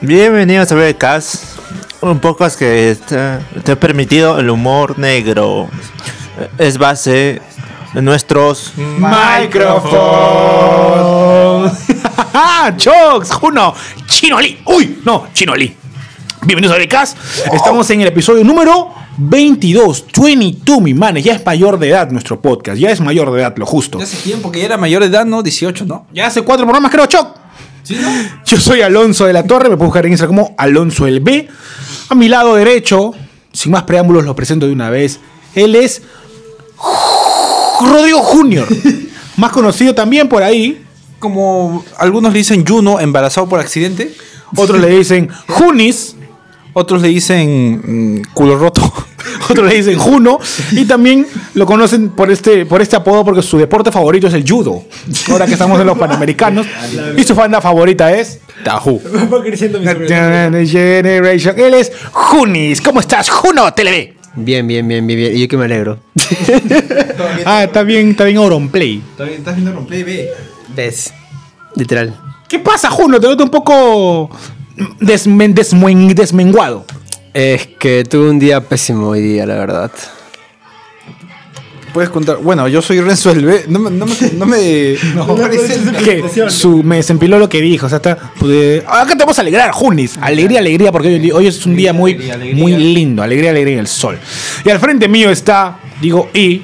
Bienvenidos a Becas, un podcast que está- te ha permitido el humor negro. Es base de nuestros Microphone. Chox, Juno, Chinoli. Uy, no, Chinoli. Bienvenidos a Becas. Estamos en el episodio número 22. 22, mi manes. Ya es mayor de edad nuestro podcast. Ya es mayor de edad, lo justo. Ya hace tiempo que ya era mayor de edad, ¿no? 18, ¿no? Ya hace cuatro programas, creo, Choc. Sí, ¿no? Yo soy Alonso de la Torre. Me puedo buscar en Instagram como Alonso el B. A mi lado derecho, sin más preámbulos, lo presento de una vez. Él es Rodrigo Junior. Más conocido también por ahí. Como algunos le dicen Juno, embarazado por accidente. Otros le dicen Junis. Otros le dicen mm, culo roto. Otros le dicen Juno. Y también lo conocen por este, por este apodo porque su deporte favorito es el judo. Ahora que estamos en los Panamericanos. Y su banda favorita es Tahu. Va creciendo mi Generation. Él es Junis. ¿Cómo estás, Juno TV? Bien, bien, bien, bien, bien. Y yo que me alegro. Ah, está bien, está bien Auronplay. Estás viendo Romplay B. ¿Ves? Literal. ¿Qué pasa, Juno? Te noto un poco desmen- desmuen- desmenguado. Es que tuve un día pésimo hoy día, la verdad. Puedes contar. Bueno, yo soy Renzo el B. No me. No me. No me, no me presentes. que su, me desempiló lo que dijo. O sea, está, pude- acá te vamos a alegrar, Junis. Alegría, alegría, porque hoy, hoy es un día muy, alegría, alegría. muy lindo. Alegría, alegría en el sol. Y al frente mío está, digo, y,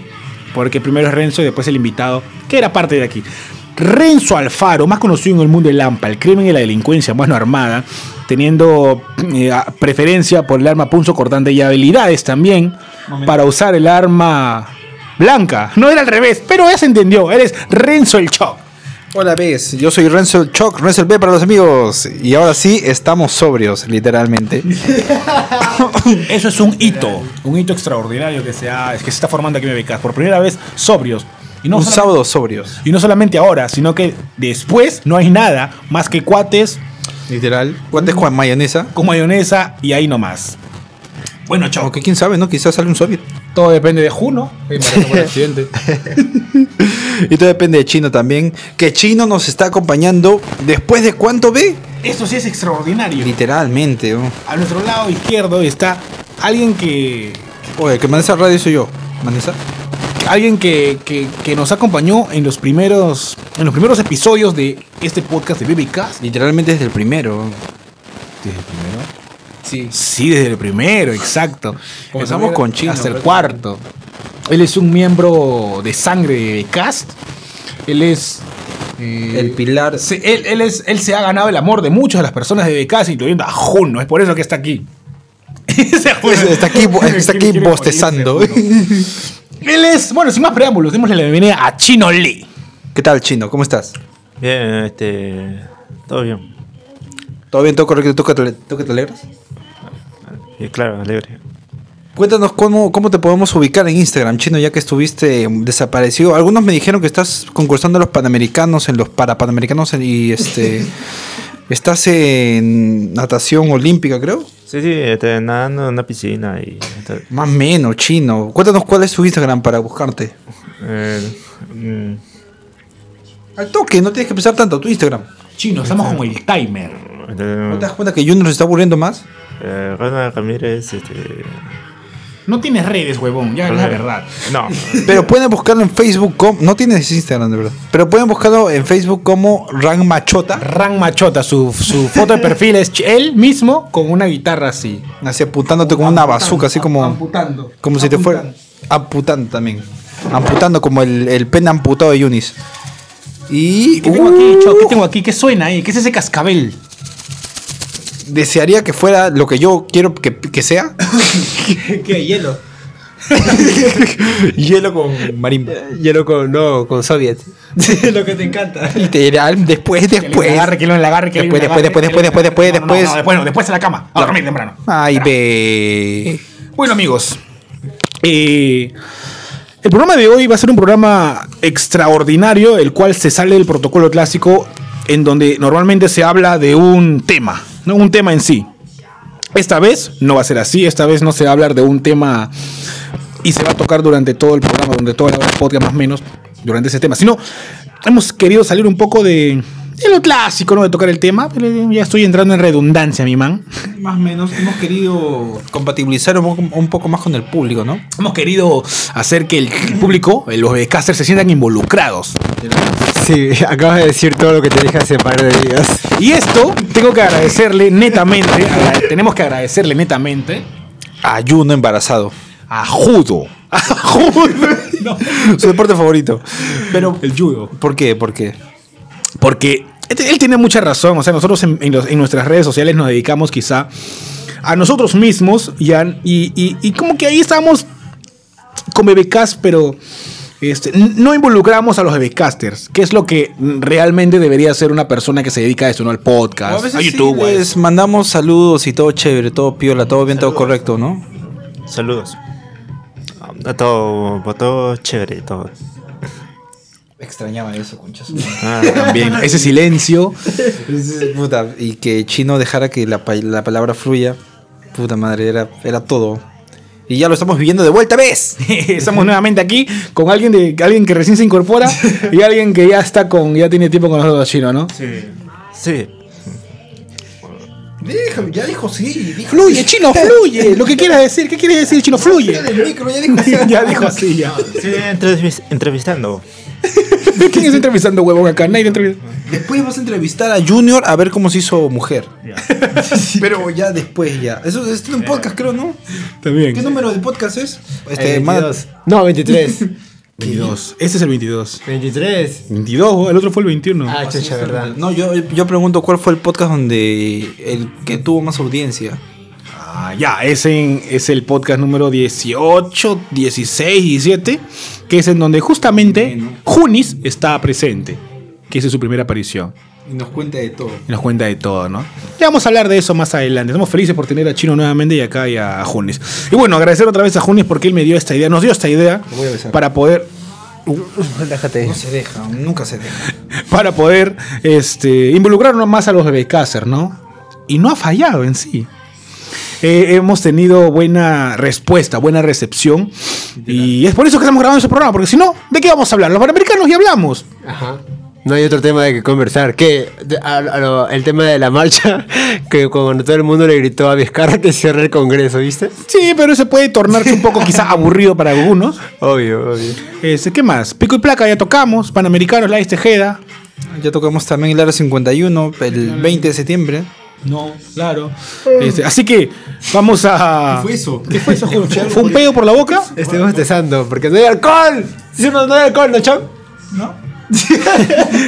porque primero es Renzo y después el invitado, que era parte de aquí. Renzo Alfaro, más conocido en el mundo del AMPA, el crimen y la delincuencia, mano armada, teniendo eh, a- preferencia por el arma punzo cortante y habilidades también para usar el arma blanca. No era al revés, pero ya se entendió. Eres Renzo el Chop. Hola, Bes. Yo soy Renzo el Choc, Renzo el B para los amigos. Y ahora sí, estamos sobrios, literalmente. Eso es un hito, un hito extraordinario que se, ha- que se está formando aquí en Becas. Por primera vez, sobrios. Y no, Un solamente- sábado sobrios. y no solamente ahora, sino que después no hay nada más que cuates Literal. Guantes con mayonesa. con mayonesa y ahí nomás. Bueno, chao. Aunque quién sabe, ¿no? Quizás sale un soviet. Todo depende de Juno. Y todo depende de Chino también. Que Chino nos está acompañando después de cuánto ve. Esto sí es extraordinario. Literalmente. oh. ¿no? A nuestro lado izquierdo está alguien que. Oye, que maneja radio soy yo. Maneja. Alguien que, que- que nos acompañó en los primeros. En los primeros episodios de este podcast de BBK. Literalmente desde el primero. ¿Desde el primero? Sí. Sí, desde el primero, exacto. Empezamos también con era- Chino hasta el pero- cuarto. Él es un miembro de sangre de Cast. Él es. eh, El pilar. se- él, él es, él se ha ganado el amor de muchas de las personas de Cast, incluyendo a Juno. Es por eso que está aquí. Ese Juno- Está aquí, bo- está aquí Quiere morirse, bostezando. Juno. Él es. Bueno, sin más preámbulos, démosle la bienvenida a Chino Lee. ¿Qué tal, Chino? ¿Cómo estás? Bien, este. Todo bien. ¿Todo bien? ¿Todo correcto? ¿Tú que te, tú que te alegras? Y claro, alegre. Cuéntanos cómo, cómo te podemos ubicar en Instagram, Chino, ya que estuviste desaparecido. Algunos me dijeron que estás concursando en los Panamericanos, en los Parapanamericanos en- y este... Estás en natación olímpica, creo. Sí, sí, este, nadando en una piscina y. este, Más o menos, chino. Cuéntanos cuál es tu Instagram para buscarte. eh, mm, Al toque, no tienes que pensar tanto. Tu Instagram. Chino, estamos como el timer. ¿No te este, das cuenta que Junior se está aburriendo más? eh, Ronald Ramírez, este. No tienes redes, huevón, ya es la verdad. No. Pero pueden buscarlo en Facebook como. No tienes Instagram, de verdad. Pero pueden buscarlo en Facebook como Ran Machota. Ran Machota, su, su foto de perfil es ch- él mismo con una guitarra así. Así apuntándote como una bazuca, así como. Amputando. Como si te fuera. Amputando también. Amputando como el, el pene amputado de Yunis. Y. ¿Qué tengo aquí, Cho? ¿Qué Uh, tengo aquí? ¿Qué suena ahí? ¿Qué es ese cascabel? desearía que fuera lo que yo quiero que, que sea. ¿Qué? ¿Hielo? Hielo con marimba. Eh, Hielo con. No, con Soviet. Lo que te encanta. Literal, después, Después. después. agarre, que lo agarre, que Pues, lo Después, después, agarre, que lo después, después, agarre. después, No, no, no, no, después. después. no, después a la cama. A dormir temprano. Ay, ve. Bueno, amigos. eh, el programa de hoy va a ser un programa extraordinario, el cual se sale del protocolo clásico, en donde normalmente se habla de un tema, ¿no? Un tema en sí. Esta vez no va a ser así, esta vez no se va a hablar de un tema y se va a tocar durante todo el programa, durante toda la hora del podcast más o menos, durante ese tema, sino hemos querido salir un poco de, Es lo clásico, no de tocar el tema, pero ya estoy entrando en redundancia, mi man. Más o menos hemos querido compatibilizar un poco, un poco más con el público, ¿no? Hemos querido hacer que el público, eh, los becasters, se sientan involucrados. Sí, acabas de decir todo lo que te dije hace par de días. Y esto tengo que agradecerle netamente, agra- tenemos que agradecerle netamente Ayuno embarazado. a Judo. A Judo. No, Su deporte favorito. pero el judo. ¿Por qué? ¿Por qué? Porque este- él tiene mucha razón. O sea, nosotros en, en los- en nuestras redes sociales nos dedicamos quizá a nosotros mismos y, a- y- y- y como que ahí estamos con bebecast, pero este, n- no involucramos a los bebecasters, que es lo que mm, realmente debería ser una persona que se dedica a esto, no al podcast, A veces a YouTube. pues. sí a les eso. mandamos saludos y todo chévere, todo piola, todo bien, todo correcto, ¿no? Saludos. A todo, a todo chévere, todo. Extrañaba eso, conchas. Ah, También ese silencio. Puta, y que Chino dejara que la, pa- la palabra fluya. Puta madre, era, era todo. Y ya lo estamos viviendo de vuelta, ¿ves? Estamos nuevamente aquí con alguien de alguien que recién se incorpora y alguien que ya está con ya tiene tiempo con nosotros chino, ¿no? sí. Déjame, ya dijo sí. Dijo Fluye, chino, fluye. Lo que quieras decir, ¿qué quieres decir, chino? Fluye. en el micro, ya dijo sí. ya dijo así, ya. Sí, entrevis- entrevistando. ¿Quién está entrevistando huevón acá? Nadie entrevista. Después vas a entrevistar a Junior a ver cómo se hizo mujer. Pero ya después, ya. Eso es un podcast, creo, ¿no? ¿Qué También. número de podcast es? Eh, Este, ma- Eh, No, 23. 22. Ese es el 22. 23. 22, el otro fue el 21. Ah, chacha, verdad. no, yo, yo pregunto cuál fue el podcast donde el que tuvo más audiencia. Ah, ya, ese es el podcast número 18, 16, 17, que es en donde justamente Junis está presente, que esa es su primera aparición. Y nos cuenta de todo. y nos cuenta de todo, ¿no? Ya vamos a hablar de eso más adelante. Estamos felices por tener a Chino nuevamente y acá y a Junis. Y bueno, agradecer otra vez a Junis porque él me dio esta idea, nos dio esta idea voy a besar. para poder, Relájate. No se deja, nunca se deja. para poder este, involucrarnos más a los bebés Cácer, ¿no? Y no ha fallado en sí. Eh, hemos tenido buena respuesta, buena recepción. Y es por eso que estamos grabando ese programa, porque si no, ¿de qué vamos a hablar? Los panamericanos ya hablamos. Ajá. No hay otro tema de que conversar. Que de- a- a lo- el tema de la marcha, que cuando todo el mundo le gritó a Vizcarra que cierre el Congreso, ¿viste? Sí, pero eso puede tornarse un poco quizá aburrido para algunos. Obvio, obvio. Este, ¿Qué más? Pico y placa ya tocamos, Panamericanos, la Tejeda. Ya tocamos también el área 51, el 20 de septiembre. No, claro. Este, así que vamos a. Fue eso. ¿Qué fue eso, Julio? ¿Fue un pedo por la boca? Estoy bostezando porque no hay alcohol. Sí, no, no hay alcohol, ¿no, chon?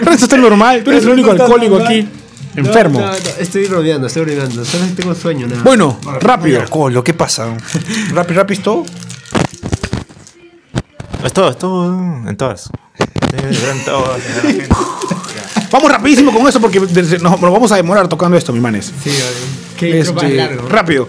Pero eso está normal, tú eres el único No, no, alcohólico no, aquí. No, Enfermo. no, no, estoy rodeando, estoy rodeando. Solo tengo sueño, nada. Bueno, rápido. Colo, ¿qué pasa? ¿Rapi, rapi, es todo? Es todo, es todo. En todas. Sí, en todas. Vamos rapidísimo con eso porque des- nos nos vamos a demorar tocando esto, mi manes. Sí, obvio. Qué intro Este, más largo. rápido.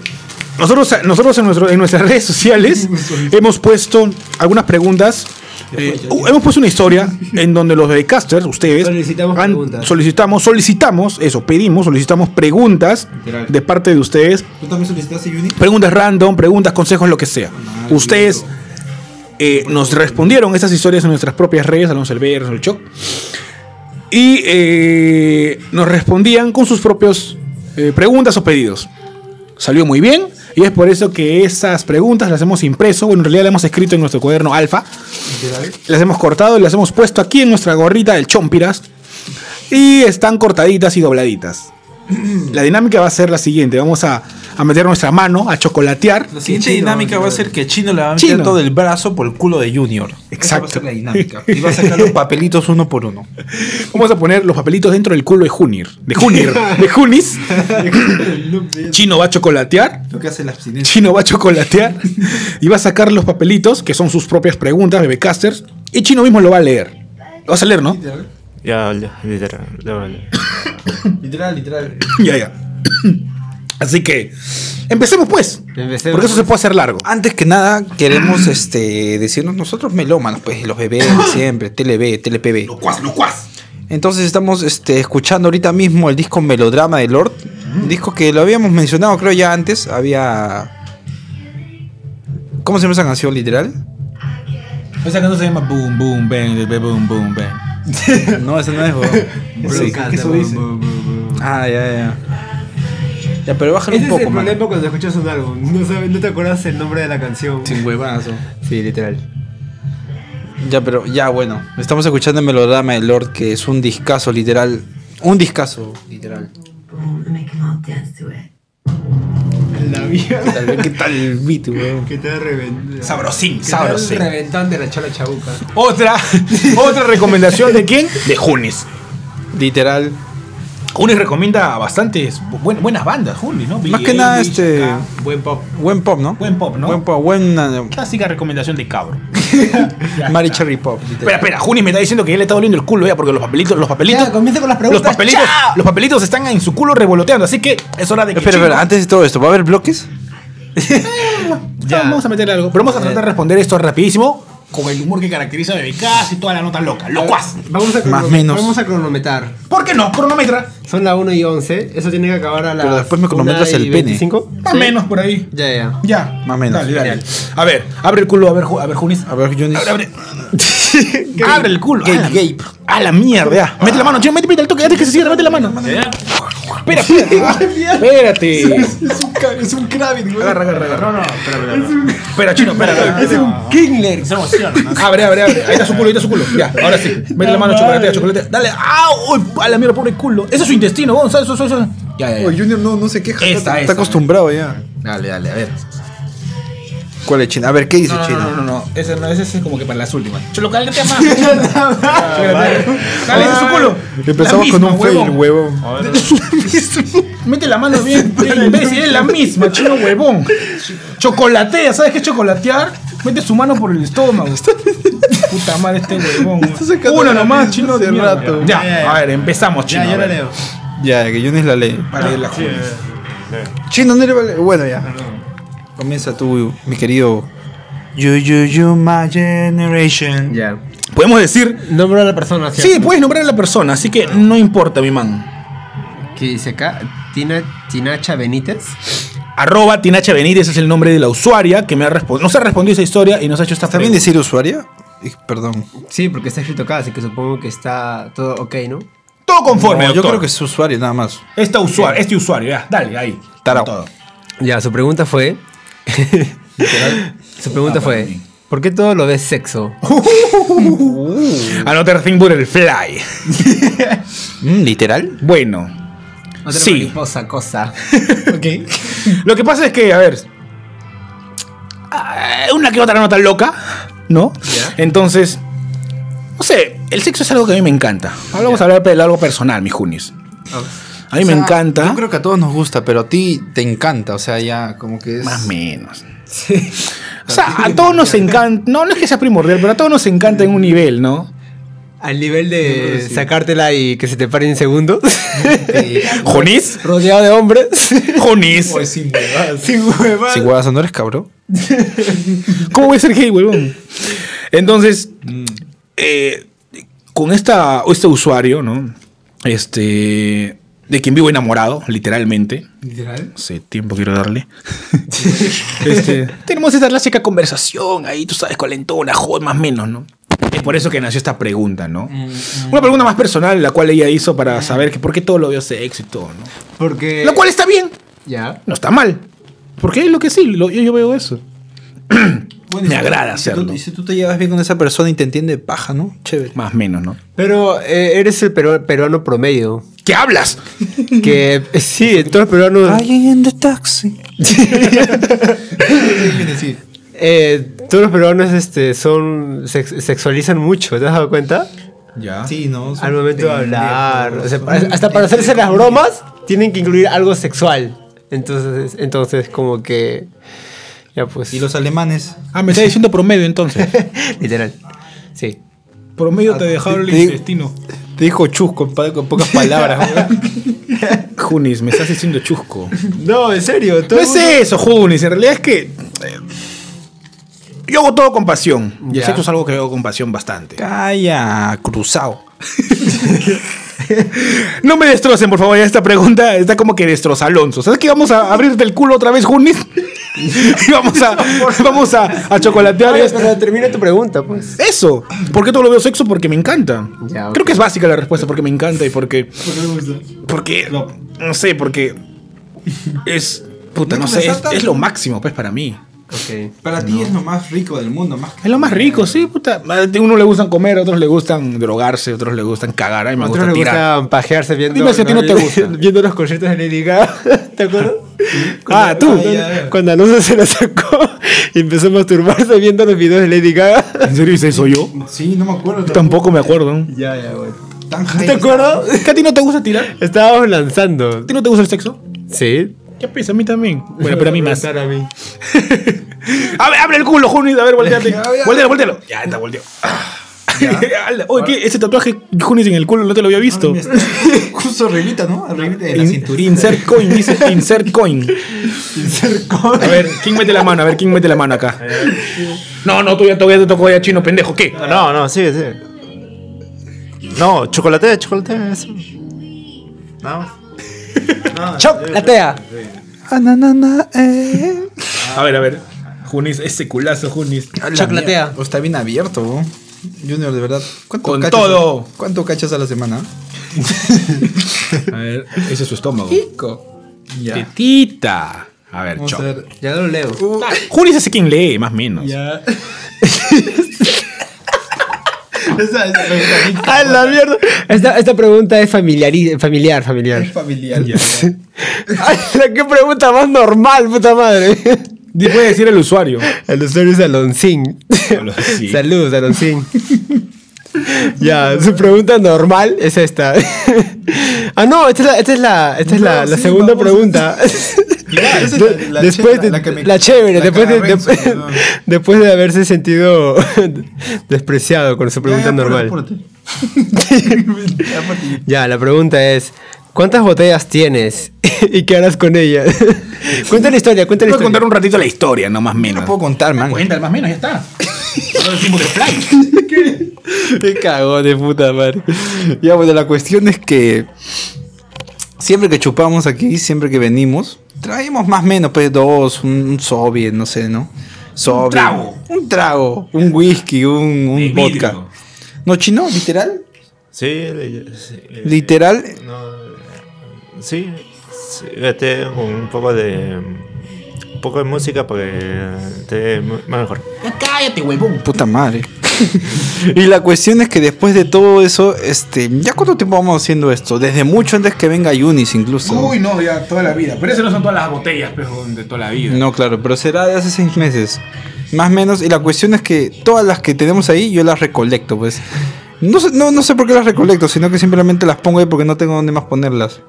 Nosotros, eh, nosotros en, nuestro- en nuestras redes sociales hemos puesto algunas preguntas. pues, eh, uh, hemos puesto una historia en donde los casters, ustedes, Solicitamos preguntas. solicitamos, solicitamos, eso, pedimos, solicitamos preguntas Literal. de parte de ustedes ¿Tú también solicitaste Juni? preguntas random, preguntas, consejos, lo que sea. Ustedes eh, nos respondieron esas historias en nuestras propias redes, Alonso el Verde, Alonso el Choc. Y eh, nos respondían con sus propios eh, preguntas o pedidos. Salió muy bien. Y es por eso que esas preguntas las hemos impreso, bueno, en realidad las hemos escrito en nuestro cuaderno alfa. Las hemos cortado y las hemos puesto aquí en nuestra gorrita del Chompiras. Y están cortaditas y dobladitas. La dinámica va a ser la siguiente. Vamos a, a meter nuestra mano, a chocolatear. La siguiente dinámica va a ser que Chino le va a Chino. meter todo el brazo por el culo de Junior. Esa va Exacto. a ser la dinámica. Y va a sacar los papelitos uno por uno. Vamos a poner los papelitos dentro del culo de Junir. De Junir. De Junis. Chino va a chocolatear. Lo que hace la abstinencia. Chino va a chocolatear. Y va a sacar los papelitos, que son sus propias preguntas, bebecasters. Y Chino mismo lo va a leer. Lo vas a leer, ¿no? Ya, ya, literal. ya, vale. Literal, literal. Ya, ya. Así que, empecemos Ah, pues. Empecemos. Porque eso se puede hacer largo. Antes que nada, queremos este, decirnos nosotros melómanos, pues los bebés de siempre, TLB, TLPB. Locuaz, locuaz. Entonces estamos este, escuchando ahorita mismo el disco Melodrama de Lord. Un disco que lo habíamos mencionado, creo ya antes. Había. ¿Cómo se llama esa canción literal? Esa canción se llama Boom Boom Bang, boom boom bang. No, ese no es, Bro, weón. canta, eso bro, dice. bro, bro, bro. Ah, ya, ya. Ya, pero bájale Ese un es el poco, mano. problema cuando escuchas un álbum. No, sabes, no te acuerdas el nombre de la canción. Sin huevazo. Sí, literal. Ya, pero ya, bueno. Estamos escuchando el melodrama de Lord, que es un discazo, literal. Un discazo, literal. and I come out dance to it. La vida Tal vez que tal el beat, weón. que te reventó. Sabrosín. Sabrosín. Reventón de la chola chabuca. Otra, otra recomendación de quién? De Junis. Literal. Junis recomienda bastantes bu- buen- buenas bandas, Junis, ¿no? Más BA, que nada, Wish, este- K, Buen pop. Buen pop, ¿no? Buen pop, ¿no? Buen pop, buena. Clásica recomendación de cabro. Mary Cherry Pop. Espera, literal. espera, Junis me está diciendo que ya le está doliendo el culo, ya, porque los papelitos, los papelitos. Ya, comienza con las los preguntas. papelitos, ¡Chao! los papelitos están en su culo revoloteando, así que es hora de que. Espera, espera, antes de todo esto, ¿va a haber bloques? Ya. Ah, Vamos a meterle algo. Pero vamos a tratar de Eh. responder esto rapidísimo con el humor que caracteriza a Bebecas y toda la nota loca. Locuaz. Vamos a, Más crono- menos. vamos a cronometrar. ¿Por qué no? Cronometra. Son las 1 y 11. Eso tiene que acabar a las. Pero después me cronometras 1 y el pene. 25. Más o menos por ahí. Ya, ya. Ya. Más o menos. Dale, dale. A ver, abre el culo, a ver, Ju- a ver, Junis. A ver, Johnny. Abre, abre. Abre el culo. Gape, Ah, gape. A la mierda. ya. Mete la mano, chino, mete, mete el toque, antes que se cierre, mete la mano. Espera, espera. Espérate. Es un, ca- es un Kravitz, güey. Agarra, agarra, agarra. No, no, espera, espera. Espera, chino, espera. espera. Ah. Kingler. Abre, abre, abre. Ahí está su culo, ahí está su culo. Ya, ahora sí. Mete la mano, chocolate, chocolate. Dale. ¡Au! Uy, a la mierda, pobre culo. Ese es su intestino, Gonzalo. Eso, eso, eso. Ya, ya, ya. Oh, Junior no, no se queja. Esta, Está esta. acostumbrado ya. Dale, dale, a ver. ¿Cuál es China? A ver, ¿qué dice No, no, China? no, no, no. Ese, no, ese es como que para las últimas. Cholo, cálmate más. Dale, ese es su culo. Empezamos La con misma, un fail, huevón. Mete la mano bien, bien, imbécil, es la misma, chino huevón. Chocolatea, ¿sabes qué es chocolatear? Mete su mano por el estómago. Puta madre este huevón. sacando Uno la nomás, misma chino de hace mierda. rato. Ya, a ver, empezamos, chino. Ya, a yo la ver. leo. Ya, que Johnny la ley. Para ir la jugada. Chino, no le vale. Bueno, ya. Comienza tú, mi querido. You, you, you, my generation. Ya. Podemos decir. Nombre de la persona. Sí, puedes nombrar a la persona, así que no importa, mi man. Que dice acá. Tina, Tinacha Benítez. Arroba Tinacha Benítez es el nombre de la usuaria que me ha respondido. Nos ha respondido esa historia y nos ha hecho esta ¿Está bien decir usuaria? Eh, Perdón. Sí, porque está escrito acá, así que supongo que está todo ok, ¿no? Todo conforme, No, yo doctor. creo que es usuario nada más. Esta usuario, este usuario, ya, dale, ahí. Tarao. Con todo. Ya, su pregunta fue. Ah, su pregunta fue. ¿Por qué todo lo ves sexo? Another thing but el fly. Mm, ¿Literal? Bueno, Otra Sí. mariposa, cosa. ok. lo que pasa es que, a ver. ah, Una que otra nota loca, ¿no? Entonces, no sé, el sexo es algo que a mí me encanta. Ahora vamos a hablar de algo personal, mi Junis. A mí O sea, me encanta. Yo creo que a todos nos gusta, pero a ti te encanta. O sea, ya como que es. Más o menos. O sea, a todos nos encanta. No, no es que sea primordial, pero a todos nos encanta en un nivel, ¿no? Al nivel de sacártela y que se te pare en segundos. ¿Junis? Rodeado de hombres. ¿Junis? Sin huevadas. Sin huevas. Si huevas, no eres cabrón. ¿Cómo voy a ser gay, huevón? Entonces, eh, con esta, este usuario, ¿no? Este. De quien vivo enamorado, literalmente. Literal. Hace tiempo quiero darle. Este, tenemos esta clásica conversación ahí, tú sabes, colentona, joder, más o menos, ¿no? Es por eso que nació esta pregunta, ¿no? Mm, Una pregunta más personal, la cual ella hizo para saber que por qué todo lo vio sexo y todo, ¿no? Eh. Porque. Lo cual está bien, Ya. no está mal. Porque es lo que sí, lo- yo, yo veo eso. Bueno, Me y si- agrada y si tú- hacerlo. y si tú- Tú te llevas bien con esa persona y te entiende paja, ¿no? Chévere. Más o menos, ¿no? Pero eh, eres el peru- peruano promedio. ¿Qué hablas? Que eh, sí, todos los peruanos. Alguien en the taxi. eh, todos los peruanos este, son. sex- sexualizan mucho, ¿te has dado cuenta? Ya. Sí, no. son Al momento de pendejos, hablar. o sea, son- pa- hasta para hacerse las bromas, tienen que incluir algo sexual. Entonces, entonces como que. Ya pues. Y los alemanes. Ah, me está diciendo promedio entonces. Literal. Sí. promedio te dejaron Ah, te- te- Te dijo chusco con, con pocas palabras. güey. Junis, me estás diciendo chusco. No, en serio. No todo el es mundo- eso, Junis. En realidad es que. eh, yo hago todo con pasión. Y el Ya. sexo es algo que hago con pasión bastante. Calla, cruzado. No me destrocen, por favor. Ya esta pregunta está como que destroza Alonso. ¿Sabes que vamos a abrirte el culo otra vez, Junis? Y vamos a, vamos a, a chocolatear Vale, esto. pero termina tu pregunta, pues. Eso. ¿Por qué todo lo veo sexo? Porque me encanta. Ya, ok. Creo que es básica la respuesta, porque me encanta y porque. Porque. No, sé, porque. Es. Puta, ¿No no te sé. Es, saltas? es lo máximo, pues, para mí. Ok. Para ti es lo más rico del mundo, más Es lo más rico, sí, puta. A uno le gustan comer, a otros le gustan drogarse, a otros le gustan cagar. A mí me Otros gusta le tirar. gusta pajearse viendo. Dime si a ti no te gusta. Viendo los conciertos de Lady Gaga. ¿Te acuerdas? Ah, tú. Ah, ya, ya. Cuando Alonso se la sacó y empezó a masturbarse viendo los videos de Lady Gaga. ¿En serio hice eso yo? Sí, no me acuerdo. Tampoco me acuerdo. ¿no? Ya, ya, güey. Tan ¿Te high. acuerdas? ¿Que a ti no te gusta tirar? ¿A Estábamos lanzando. ti no te gusta el sexo? Sí. Ya pesa, a mí también. Bueno, pero a mí más. Para mí. A ver, abre el culo, Junis. A ver, volteate. Ya, ya. Voltealo, voltealo. Ya, está, volteó. Ala, Oye, ¿qué? Ese tatuaje, Junis, en el culo no te lo había visto. Justo arreglita, ¿no? Arreglita de la In- cinturita. Insert coin, dice insert coin. A ver, ¿quién mete la mano? A ver, ¿quién mete la mano acá? No, no, tú ya todavía te tocó ya chino, pendejo. ¿Qué? No, no, sigue, sigue. No, chocolate, chocolate. Eso. No. Chocolatea. A ver, a ver. Junis, ese culazo, Junis. Chocolatea. O Ah, está bien abierto, ¿no? Junior, de verdad. ¿Cuánto Con todo. ¿Cuánto cachas a la semana? A ver, ese es su estómago. Ya. Tetita. A ver, Vamos a chop. ver. Uh, Ya lo leo. Ah, Junis es quien lee, más o menos. Ya. esa, esa pregunta a mí ¡A la mierda! Esta, esta pregunta es familiar, familiar, familiar. es familiar. Ay, la qué pregunta más normal, puta madre. Di- Puede decir el usuario. El usuario es Aloncín. Aloncín. Saludos, Aloncín. ya, su pregunta normal es esta. ah, no, esta es la, esta es la, esta es la, No, la sí, segunda vamos. pregunta. Igual, esa es De- la- la después cheta, de, la que me- la chévere, la que después, de, agarré en su- de- no. después de haberse sentido despreciado con su pregunta Ya, ya, normal. apúrate, apúrate. Ya, apúrate. Ya, la pregunta es, ¿cuántas botellas tienes y qué harás con ellas? cuenta la historia, cuenta la Voy a historia. contar un ratito la historia, no más No menos. puedo contar, man. Cuenta, más menos, ya está. Ahora decimos de fly. Qué cagón de puta madre. Ya, bueno, la cuestión es que siempre que chupamos aquí, siempre que venimos, traemos más o menos, pues dos, un, un sobe, no sé, ¿no? Sobe, un trago. Un trago, un whisky, un, un De vidrio. vodka. No, chino, literal. Sí, le- sí, eh, Literal, No, eh, sí, sí, este, un poco de. Un poco de música porque esté mu- más mejor. Ya cállate, huevón. puta madre. y la cuestión es que después de todo eso, este, ¿ya cuánto tiempo vamos haciendo esto? Desde mucho antes que venga Yunis incluso. Uy, no, ya toda la vida. Pero esas no son todas las botellas, pero de toda la vida. No, claro, pero será de hace seis meses. Más o menos. Y la cuestión es que todas las que tenemos ahí yo las recolecto, pues. No sé, no, no sé por qué las recolecto, sino que simplemente las pongo ahí porque no tengo dónde más ponerlas.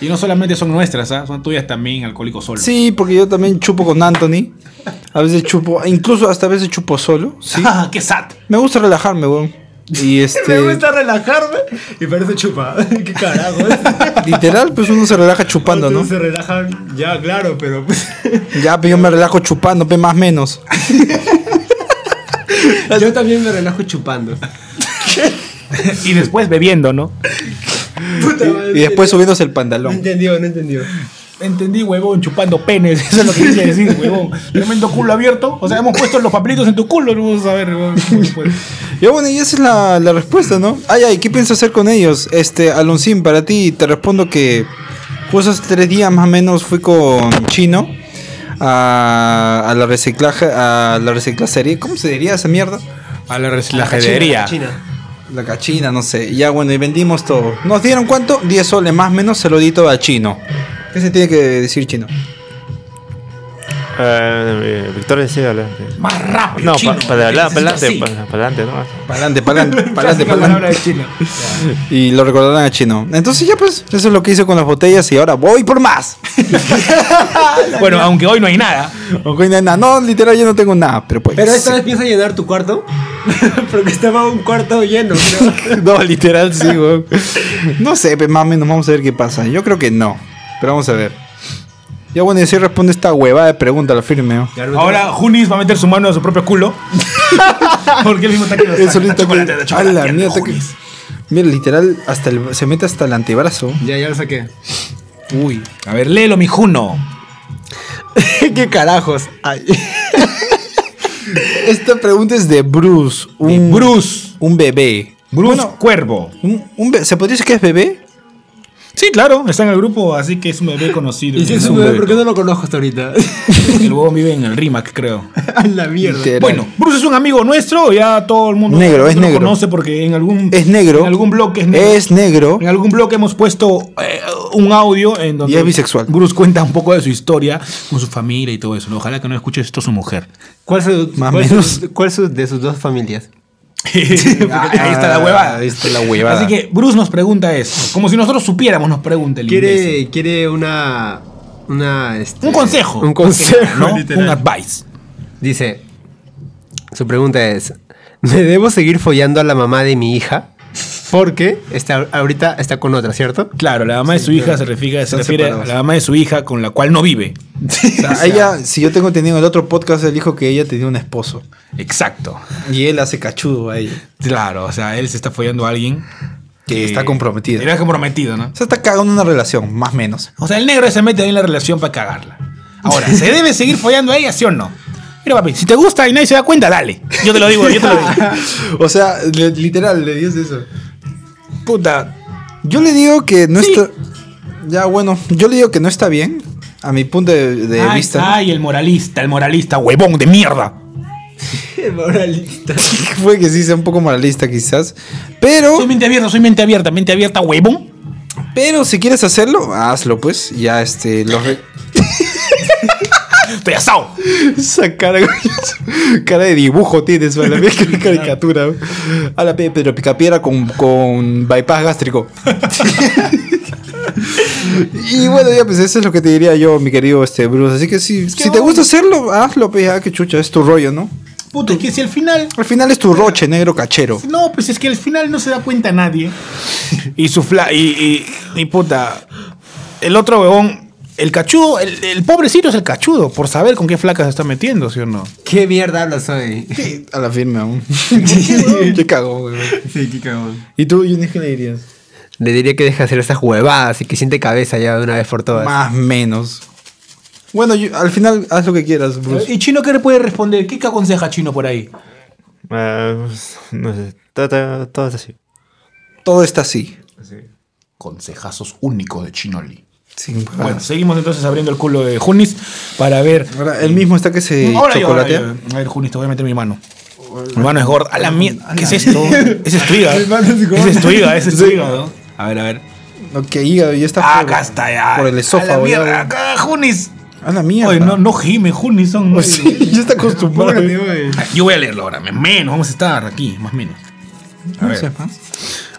Y no solamente son nuestras, ¿ah? son tuyas también, alcohólico solo. Sí, porque yo también chupo con Anthony. A veces chupo, incluso hasta a veces chupo solo, ¿sí? Ah, ¡Qué sat! Me gusta relajarme, weón. Y este. relajarme y parece chupa. qué carajo. Literal, pues uno se relaja chupando, ¿no? Ustedes se relajan, ya, claro, pero pues, Ya, pues yo me relajo chupando, pues más o menos. yo también me relajo chupando. Y después bebiendo, ¿no? Y después subiéndose el No pantalón. entendió, no entendió. Entendí, huevón, chupando penes. Eso es lo que quise decir, huevón. Tremendo culo abierto. O sea, hemos puesto los papelitos en tu culo, no vamos a ver, huevón. Ya bueno, y esa es la, la respuesta, ¿no? Ay, ay, ¿qué piensas hacer con ellos? Este, Aloncín, para ti te respondo que justo hace tres días más o menos fui con Chino a, a la reciclaje, a la reciclacería, ¿cómo se diría esa mierda? A la, la jedería. La cachina, no sé. Ya bueno, y vendimos todo. ¿Nos dieron cuánto? 10 soles más o menos, se lo di todo a Chino. ¿Qué se tiene que decir Chino? Eh, Victoria, sí, adelante. Más rápido. No, chino. para adelante, para Necesito adelante, así. para adelante, ¿no? Pa'lante, pa'lante, pa'lante, Clásica palabra pa'lante. de chino. Y lo recordarán a Chino. Entonces ya pues, eso es lo que hice con las botellas y ahora voy por más. Bueno, aunque hoy no hay nada. Ok, nena, No, literal, yo no tengo nada, pero pues. Pero esta vez piensas llenar tu cuarto, porque estaba un cuarto lleno. creo. No, literal, sí, weón. No sé, pues más o menos, vamos a ver qué pasa. Yo creo que no, pero vamos a ver. Ya bueno, y así responde esta huevada de pregunta, la firme. ¿no? Ahora Junis va a meter su mano en su propio culo. Porque el mismo está que lo Él saca. solito Chocolate, que- chocolate, a la no, mierda, que- Junis. Mira, literal, hasta el- se mete hasta el antebrazo. ya, ya lo saqué. Uy. A ver, léelo, mi Juno. sé qué carajos hay. Esta pregunta es de Bruce. Un, Bruce. Un bebé. Bruce Bueno, Cuervo. un- un be- ¿Se podría decir que es bebé? Sí, claro, está en el grupo, así que es un bebé conocido. Y si es un bebé, ¿por qué no lo conozco hasta ahorita? El huevón vive en el RIMAC, creo. A la mierda. Literal. Bueno, Bruce es un amigo nuestro, ya todo el mundo Negro, es lo negro. conoce porque en algún, Es negro. en algún blog es negro. Es negro. En algún blog hemos puesto eh, un audio en donde Y es bisexual. Bruce cuenta un poco de su historia con su familia y todo eso. ¿no? Ojalá que no escuche esto su mujer. ¿Cuál es Más cuál o su- cuál su- de sus dos familias? ahí está la huevada. Ah, Ahí está la huevada. Así que Bruce nos pregunta eso. Como si nosotros supiéramos, nos pregunta el imbécil. Quiere, quiere una. Una. este, Un consejo. Un consejo. ¿No? literal. Un advice. Dice. Su pregunta es: ¿Me debo seguir follando a la mamá de mi hija? Porque está, ahorita está con otra, ¿cierto? Claro, la mamá de su hija se refiere, se Están refiere a separados. la mamá de su hija con la cual no vive. O sea, ella, si yo tengo entendido en el otro podcast, él dijo que ella tenía un esposo. Exacto. Y él hace cachudo a ella. Claro, o sea, él se está follando a alguien Que está comprometida. Era comprometido, ¿no? O sea, está cagando una relación, más o menos. O sea, el negro se mete ahí en la relación para cagarla. Ahora, ¿se debe seguir follando a ella, sí o no? Mira, papi, si te gusta y nadie se da cuenta, dale. Yo te lo digo, yo te lo digo. O sea, le- literal, le dices eso. Puta. Yo le digo que no Sí. está. Ya, bueno, yo le digo que no está bien. A mi punto de, de ay, vista. Ay, el moralista, el moralista, huevón de mierda. Fue que sí sea un poco moralista, quizás. Pero, Soy mente abierta, soy mente abierta, mente abierta, huevón. pero si quieres hacerlo, hazlo, pues. Ya, este. Los re- Estoy asado. Esa cara, güey, cara de dibujo tienes, a la vez que caricatura. güey. A la pe- Pedro Picapiedra con, con bypass gástrico. y bueno, ya pues eso es lo que te diría yo, mi querido este Bruce. Así que si, si te gusta hacerlo, hazlo, pues ya que chucha, es tu rollo, ¿no? Puta, es que si al final. Al final es tu roche negro cachero. No, pues es que al final no se da cuenta nadie. y su fla. Y, y, y puta. El otro huevón. El cachudo, el, el pobrecito es el cachudo, por saber con qué flaca se está metiendo, ¿sí o no? ¿Qué mierda hablas hoy? A la firme aún. Qué cagón, güey. Sí, qué cagón. ¿Y tú, Yunis, qué le dirías? Le diría que deje de hacer esas huevadas y que siente cabeza ya de una vez por todas. Más menos. Eh, Bueno, yo- al final haz lo que quieras, Bruce. Eh, ¿Y Chino qué le puede responder? ¿Qué aconseja Chino por ahí? Ah, no sé, todo, todo- todo es así. Todo está así. Consejazos únicos de Chino Lee. Sin Ah. Bueno, seguimos entonces abriendo el culo de Junis para ver. Ahora, el mismo está que se Ahora yo, ahora chocolatea. yo. A ver, Junis, te voy a meter mi mano. Mi mano es gorda. A la mierda. ¿Qué es esto? Ese es tu hígado. Ese es tu hígado, ese es tu hígado. A ver, a ver. Ok, hígado, ya está. Ah, por- acá está ya. Por el A la esófago. mierda, ya, acá, Junis. A la mierda. Pues Oye, no, no gime, Junis. Son... Sí, ya está acostumbrado. Yo voy a leerlo ahora. Menos, vamos a estar aquí, más o menos. A ver. más.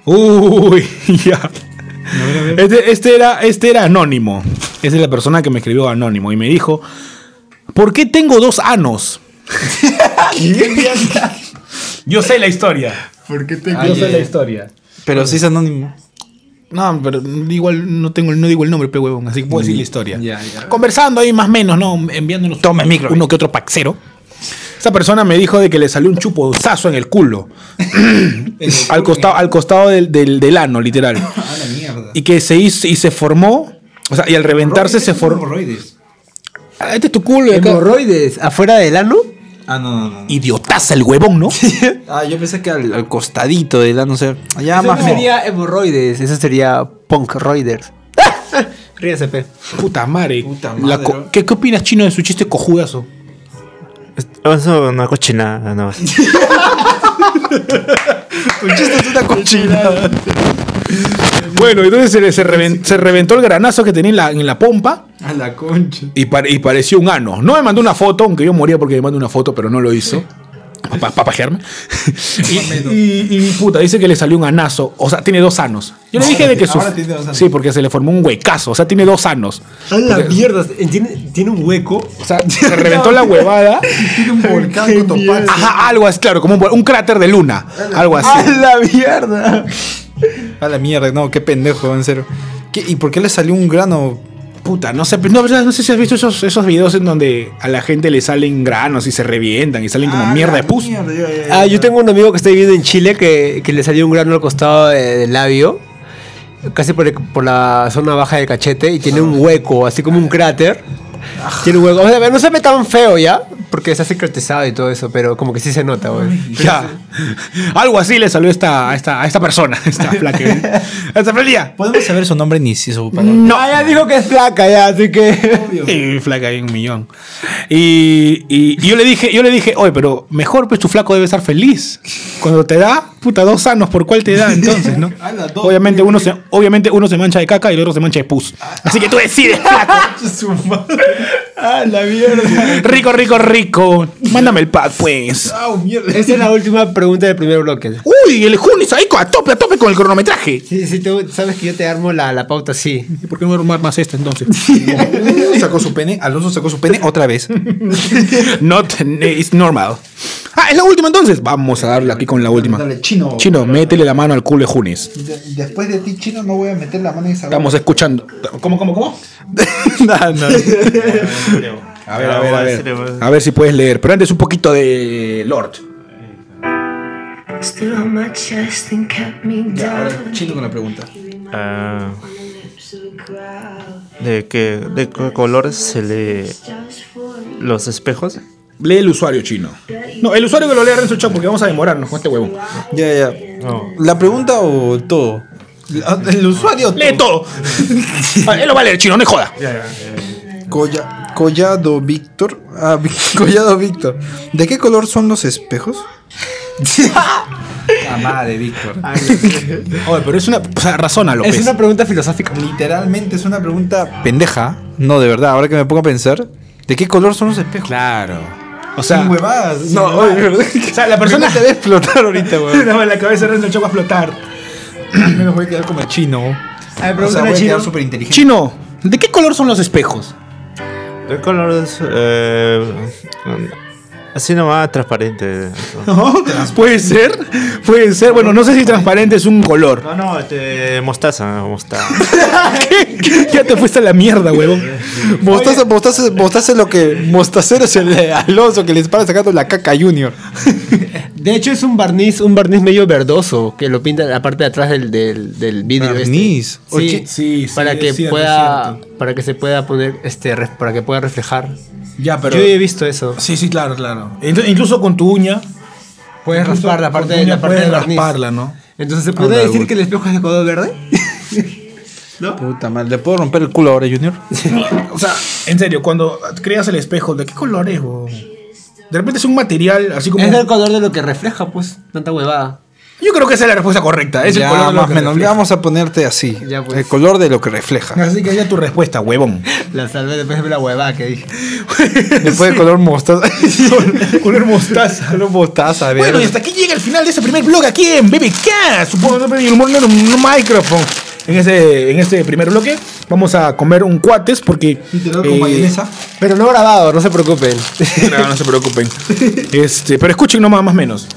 Uy, ya. Este, este era, este era anónimo. Esa es la persona que me escribió anónimo y me dijo, ¿por qué tengo dos anos? Yo sé la historia. Yo sé la historia. Pero sí es anónimo. No, pero igual no tengo, no digo el nombre, pe huevón, así que puedo decir la historia. Conversando ahí más o menos, ¿no? Enviándonos Toma el micro, uno que otro paxero. Esa persona me dijo de que le salió un chupozazo en el culo. al costado, al costado del, del- del ano, literal. Y que se hizo y se formó. O sea, y al reventarse se formó. Hemorroides. Ah, Este es tu culo. y acá- ¿Hemorroides afuera del ano? Ah, no, no, no. Idiotaza el huevón, ¿no? Ah, yo pensé que al, al costadito de la, no sé. Ya Eso más no sería hemorroides, eso sería punkroiders. Ríase, pe. Puta madre. Puta La madre, co- ¿no? ¿Qué, qué opinas, chino, de su chiste cojudazo? Es una cochinada, no. Bueno, entonces se, le- se, reven- se reventó el granazo que tenía en la, en la pompa. A la concha. Y, pare- y pareció un ano. No me mandó una foto, aunque yo moría porque me mandó una foto, pero no lo hizo. Para pajearme. y, y- y, puta, dice que le salió un anazo. O sea, tiene dos anos. Yo le dije de que su. Ahora tiene dos anos. Sí, porque se le formó un huecazo. O sea, tiene dos anos. A la mierda, ¿tiene, tiene un hueco. O sea, se reventó la huevada. Tiene un volcán con Topaxi. Ajá, algo así, claro, como un, un cráter de luna. Algo así. la mierda. A la mierda, no, qué pendejo, en serio. ¿Qué- ¿Y por qué le salió un grano? Puta, no sé, no, no sé si has visto esos, esos videos en donde a la gente le salen granos y se revientan y salen como Ah, mierda la de pus. mierda, ya, eh. ya, ya. Ah, yo tengo un amigo que está viviendo en Chile que, que le salió un grano al costado de- del labio, casi por, el- por la zona baja del cachete, y tiene un hueco, así como un cráter. Tiene un hueco. O sea, no se ve tan feo ya, porque está secretizado y todo eso, pero como que sí se nota, güey. Ya. Algo así le salió esta, a, esta, a esta persona, a esta flaca. A esta flaquilla. ¿Podemos saber su nombre ni si su No, ya dijo que es flaca ya, así que. Y flaca hay un millón. Y, y- y yo le dije, yo le dije, oye, pero mejor pues tu flaco debe estar feliz. Cuando te da, puta, dos sanos, ¿por cuál te da entonces, no? Ala, dos, Obviamente uno, se, obviamente uno se mancha de caca y el otro se mancha de pus. Así que tú decides, flaco. ¡Ah, la mierda! Rico, rico, rico. Mándame el pad, pues. ¡Ah, mierda! Esa es la última pregunta del primer bloque. Uy, el Juni Saico a tope, a tope con el cronometraje. Sí, sí, tú sabes que yo te armo la, la pauta así. ¿Y por qué no armar más esta entonces? sacó su pene, Alonso sacó su pene otra vez. Not eh, it's normal. Ah, es la última entonces. Vamos a darle aquí con la última. Dale, chino. Chino, métele la mano al culo de Junis. De- después de ti, chino, no voy a meter la mano en esa Estamos escuchando. ¿Cómo, cómo, cómo? A ver, a ver, a ver. A ver si puedes leer. Pero antes un poquito de Lord. Stood on my chest and kept me down. Chino con la pregunta. Ah, ¿De qué, de qué color se le Just for you. los espejos? Lee el usuario chino. No, el usuario que lo lea Renzo Chao porque vamos a demorarnos con este huevo. Ya, ya. No. ¿La pregunta o todo? Ah, El usuario. Lee todo. Ah, Él lo va a leer chino, no joda. Colla- Collado Víctor. Ah, Vi- Collado Víctor. ¿De qué color son los espejos? Mamá de Víctor. Oye, pero es una. O sea, razónalo. Es pues. una pregunta filosófica. Literalmente es una pregunta. Pendeja. No, de verdad, ahora que me pongo a pensar. ¿De qué color son los espejos? Claro. O sea. Sin huevadas. sin No, huevadas. oye, O sea, la persona. te va a explotar ahorita, weón. No, en la cabeza de Renzo Chao va a flotar. Menos voy a quedar como el chino. A ver, O sea, pregúntale voy a chino. quedar súper inteligente. Chino, ¿de qué color son los espejos? ¿De colores? Eh, así nomás transparente. Puede ser, puede ser. Bueno, no sé si transparente es un color. No, no, este, mostaza, mostaza. ya te fuiste a la mierda, huevón. Mostaza, mostaza, mostaza es lo que. Mostacero es el de Alonso que les para sacando la caca Junior. De hecho, es un barniz, un barniz medio verdoso que lo pinta la parte de atrás del, del, del vidrio. este. Barniz. Sí, Oye, sí, sí, para es que cierto, es pueda, cierto. para que se pueda poner, este, ref- para que pueda reflejar. Ya, Yo he visto eso. Sí, sí, claro, claro. Incluso con tu uña. Puedes raspar la parte, de la parte del barniz. ¿no? Entonces, ¿se puede decir que el espejo es de color verde? Puta madre, ¿le puedo romper el culo ahora, Junior? O sea, en serio, cuando creas el espejo, ¿de qué color es, huevón? De repente es un material así como. Es del color de lo que refleja, pues, tanta huevada. Yo creo que esa es la respuesta correcta. Es Ya, el color de lo más o que menos. refleja. Vamos a ponerte así. Ya, pues. El color de lo que refleja. Así que ya tu respuesta, huevón. La salvé después de la huevada que dije. Después de color mostaza. color mostaza. color mostaza, a ver. Bueno, y hasta aquí llega el final de este primer blog aquí en BBK. Supongo que el humor no era un micrófono. En ese, en este primer bloque vamos a comer un cuates porque. eh, Literal, con mayonesa. Pero no grabado, no se preocupen. No, no se preocupen. Este, pero escuchen nomás más menos.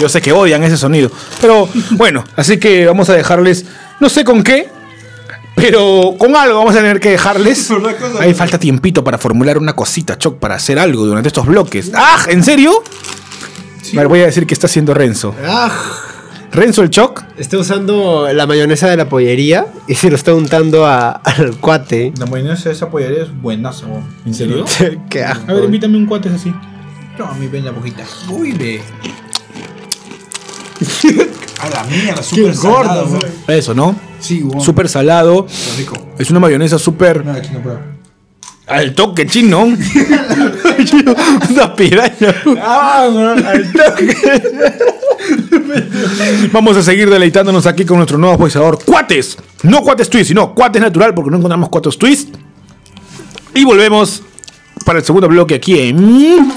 Yo sé que odian ese sonido. Pero bueno, así que vamos a dejarles. No sé con qué. Pero con algo vamos a tener que dejarles. Ahí falta tiempito para formular una cosita, Choc, para hacer algo durante estos bloques. ¡Ah! ¿En serio? Vale, voy a decir que está haciendo Renzo. Ah, Renzo el Choc. está usando la mayonesa de la pollería y se lo está untando a- al cuate. La mayonesa de esa pollería es buenazo. ¿En serio? Qué A asco. ver, invítame un cuates así. No, mi ven la boquita. Uy, ve. A la mierda, súper gordo. Eso, ¿no? Sí, weón. Súper salado. Está rico. Es una mayonesa súper No, chino, prueba. al toque chino. Chino, una piraña. Ah, Vamos a seguir deleitándonos aquí con nuestro nuevo apoyador Cuates. No Cuates Twist, sino Cuates Natural, porque no encontramos Cuates Twist. Y volvemos para el segundo bloque aquí en.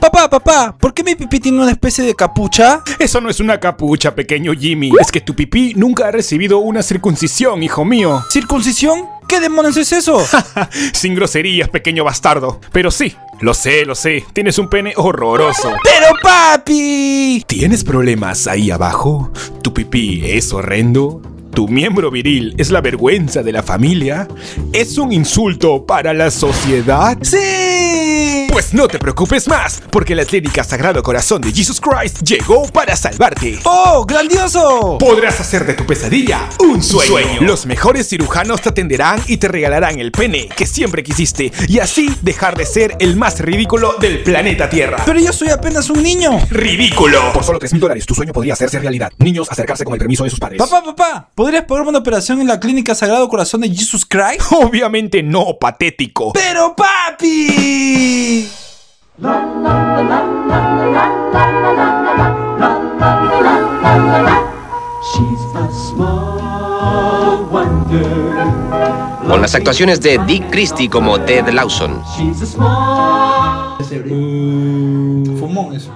Papá, papá, ¿por qué mi pipí tiene una especie de capucha? Eso no es una capucha, pequeño Jimmy. Es que tu pipí nunca ha recibido una circuncisión, hijo mío. ¿Circuncisión? ¿Qué demonios es eso? Sin groserías, pequeño bastardo. Pero sí, lo sé, lo sé. Tienes un pene horroroso. ¡Pero papi! ¿Tienes problemas ahí abajo? ¿Tu pipí es horrendo? ¿Tu miembro viril es la vergüenza de la familia? ¿Es un insulto para la sociedad? ¡Sí! Pues no te preocupes más, porque la clínica Sagrado Corazón de Jesus Christ llegó para salvarte. ¡Oh, grandioso! Podrás hacer de tu pesadilla un sueño. Los mejores cirujanos te atenderán y te regalarán el pene que siempre quisiste y así dejar de ser el más ridículo del planeta Tierra. Pero yo soy apenas un niño. ¡Ridículo! Por solo 3 mil dólares tu sueño podría hacerse realidad. Niños acercarse con el permiso de sus padres. Papá, papá, ¿podrías pagarme una operación en la clínica Sagrado Corazón de Jesus Christ? Obviamente no, patético. ¡Pero papi! con las actuaciones de Dick Christie como Ted Lawson, Fumón eso.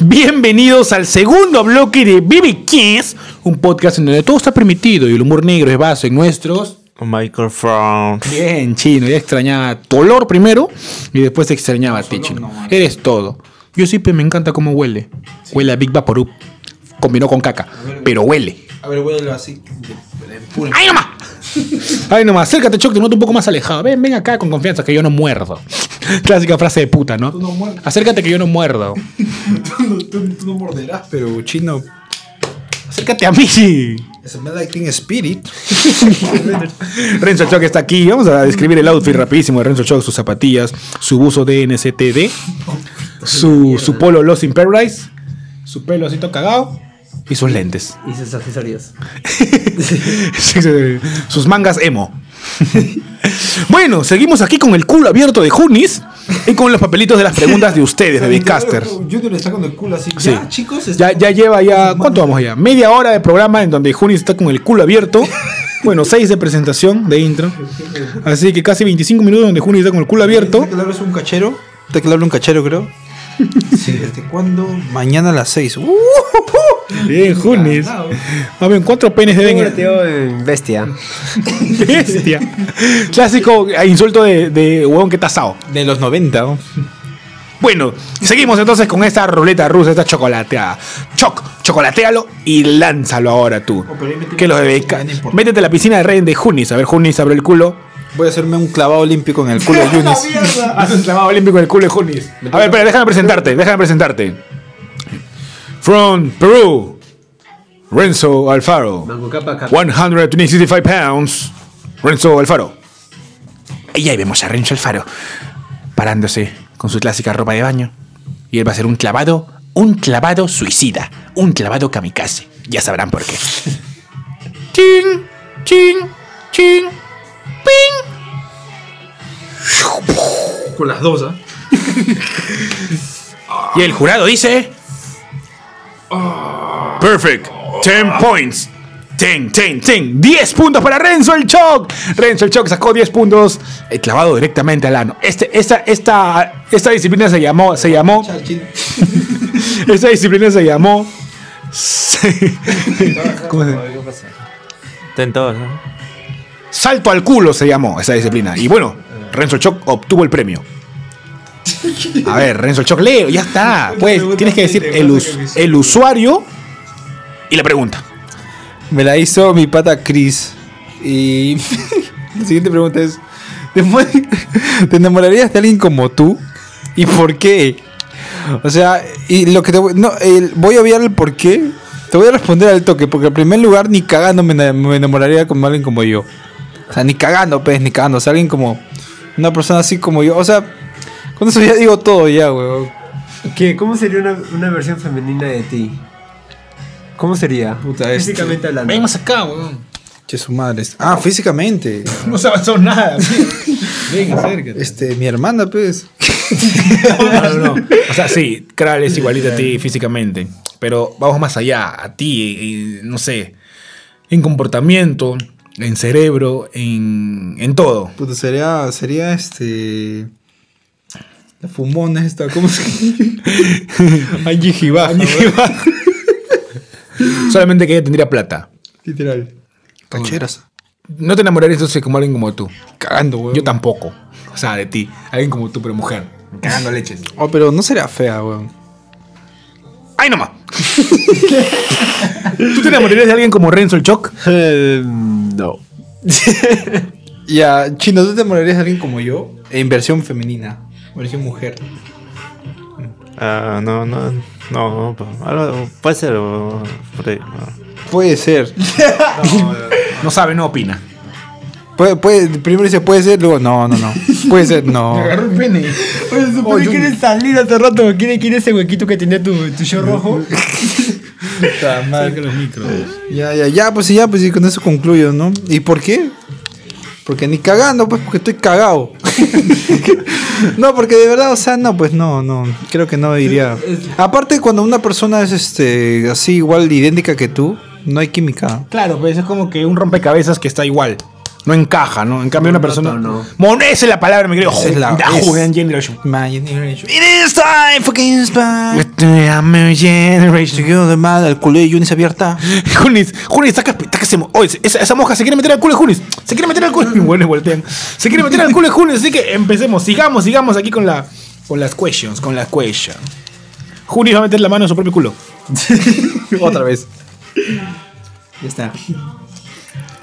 Bienvenidos al segundo bloque de BB Kiss, un podcast en donde todo está permitido y el humor negro es base en nuestros. Microphone. Bien, chino, ya extrañaba a Tolor primero y después te extrañaba a ti, chino. Eh, Eres todo. Yo siempre me encanta cómo huele. Huele a Big Vaporub. Combinó con caca, pero huele. A ver, huélelo así. ¡Ay, nomás! ¡Ay, nomás! Acércate, Choc, te noto un poco más alejado. Ven, ven acá con confianza, que yo no muerdo. Clásica frase de puta, ¿no? Acércate que yo no muerdo. Ah, Tú, tú no morderás, pero chino. Acércate a mí. sí. Smell like Teen Spirit. Renzo Choc está aquí. Vamos a describir el outfit rapidísimo de Renzo Choc. Sus zapatillas, su buzo de NCTD, su, su polo Los in Paradise, su pelo así todo cagado y sus lentes. Y sus accesorios. Sus mangas emo. Bueno, seguimos aquí con el culo abierto de Junis y con los papelitos de las preguntas de ustedes, de Discasters. Junior está con el culo así. Sí. Ya, chicos. este- Ya, estamos- ya lleva ya, ¿cuánto vamos ya? Media hora de programa en donde Junis está con el culo abierto. Bueno, seis de presentación, de intro. Así que casi 25 minutos donde Junis está con el culo abierto. Teclaro es un cachero. Teclaro un cachero, creo. Sí, ¿desde cuándo? Mañana a las 6. Uh, Bien, Junis. A ver, ¿cuántos penes deben...? tío en bestia. Bestia. Clásico eh, insulto de, de huevón que está asado. De los 90. ¿no? Bueno, seguimos entonces con esta ruleta rusa, esta chocolateada. Choc, chocolatealo y lánzalo ahora tú. pero ahí metemos Que los la bebés. piscina, no importa. Métete a la piscina de Rey de Junis. A ver, Junis abre el culo. Voy a hacerme un clavado olímpico en el culo de Yunis. Haz un clavado Ah, olímpico en el culo de Junis. A ver, espera, déjame presentarte, déjame presentarte. From Peru, Renzo Alfaro. Mango capa, capa. 165 pounds, Renzo Alfaro. Y ahí vemos a Renzo Alfaro parándose con su clásica ropa de baño. Y él va a ser un clavado, un clavado suicida, un clavado kamikaze. Ya sabrán por qué. Chin, chin, chin, ping. con las dos, ¿ah? Y el jurado dice: Perfect, 10 points. Ten, ten, ten. 10 puntos para Renzo el Choc. Renzo el Choc sacó 10 puntos eh, clavado directamente al ano. Este, esta, esta, esta disciplina se llamó. Se llamó. Esta disciplina se llamó. ¿Cómo se llama? Tentador, ¿no? Salto al culo se llamó esa disciplina. Y bueno, Renzo el Choc obtuvo el premio. A ver, Renzo el Choc, leo, ya está. Pues tienes que decir el, us- el usuario y la pregunta. Me la hizo mi pata Chris. Y la siguiente pregunta es: ¿te mu- ¿Te enamorarías de alguien como tú? ¿Y por qué? O sea, y lo que te voy. No, el- voy a obviar el por qué. Te voy a responder al toque, porque en primer lugar, ni cagando me, ena- me enamoraría con alguien como yo. O sea, ni cagando, pues, ni cagando. O sea, alguien como. Una persona así como yo. O sea, con eso ya digo todo, ya, weón. ¿Qué? ¿Cómo sería una, una versión femenina de ti? ¿Cómo sería? Puta, este. Físicamente hablando. acá, weón. Che, su madre. Ah, físicamente. No se avanzó nada. Ven, acércate. Este, mi hermana, pues. O sea, sí, Kral es igualita a ti físicamente. Pero vamos más allá. A ti, eh, no sé. En comportamiento, en cerebro, en, en todo. Puta, sería, sería este. La fumona esta, ¿cómo se Angie Gibaja, weón. Solamente que ella tendría plata. Literal. Cacheras. No te enamorarías entonces como alguien como tú. Cagando, weón. Yo tampoco. O sea, de ti. Alguien como tú, pero mujer. Cagando leches. Oh, pero no sería fea, weón. ¡Ay, nomás! ¿Tú te enamorarías de alguien como Renzo el Choc? Eh, no. Ya, Chino, ¿tú te enamorarías de alguien como yo? En versión femenina, versión mujer. Ah, no, no, no, pues, algo- puede ser. o- por ahí, no. Puede ser. No sabe, no opina. Puede, puede- primero dice puede ser, luego no, no, no. Puede ser, no. un pene. Oye, su pene quiere salir hace rato. Quiere, quiere ese huequito que tenía tu, tu Mm. show rojo. Ya, ya, ya, pues sí, ya, pues sí, con eso concluyo, ¿no? ¿Y por qué? Porque ni cagando, pues, porque estoy cagado. no, porque de verdad, o sea, no, pues no, no, creo que no diría. Aparte, cuando una persona es este así igual idéntica que tú, no hay química. Claro, pues es como que un rompecabezas que está igual. No encaja, ¿no? En cambio, una persona. No, esa es la palabra, mi querido. Esa es la- The es- Human Generation. My generation. It is time for King's Band. The Human Generation. Llegué de mal al culo de Yunis abierta. Junis, Junis, saca, saca ese mo- Oye, esa, esa mosca se quiere meter al culo de Junis. Se quiere meter al culo. Y bueno, voltean. Se quiere meter al culo de Junis. Así que empecemos. Sigamos, sigamos aquí con, la, con las questions. Con las questions. Junis va a meter la mano en su propio culo. Otra vez. Ya está.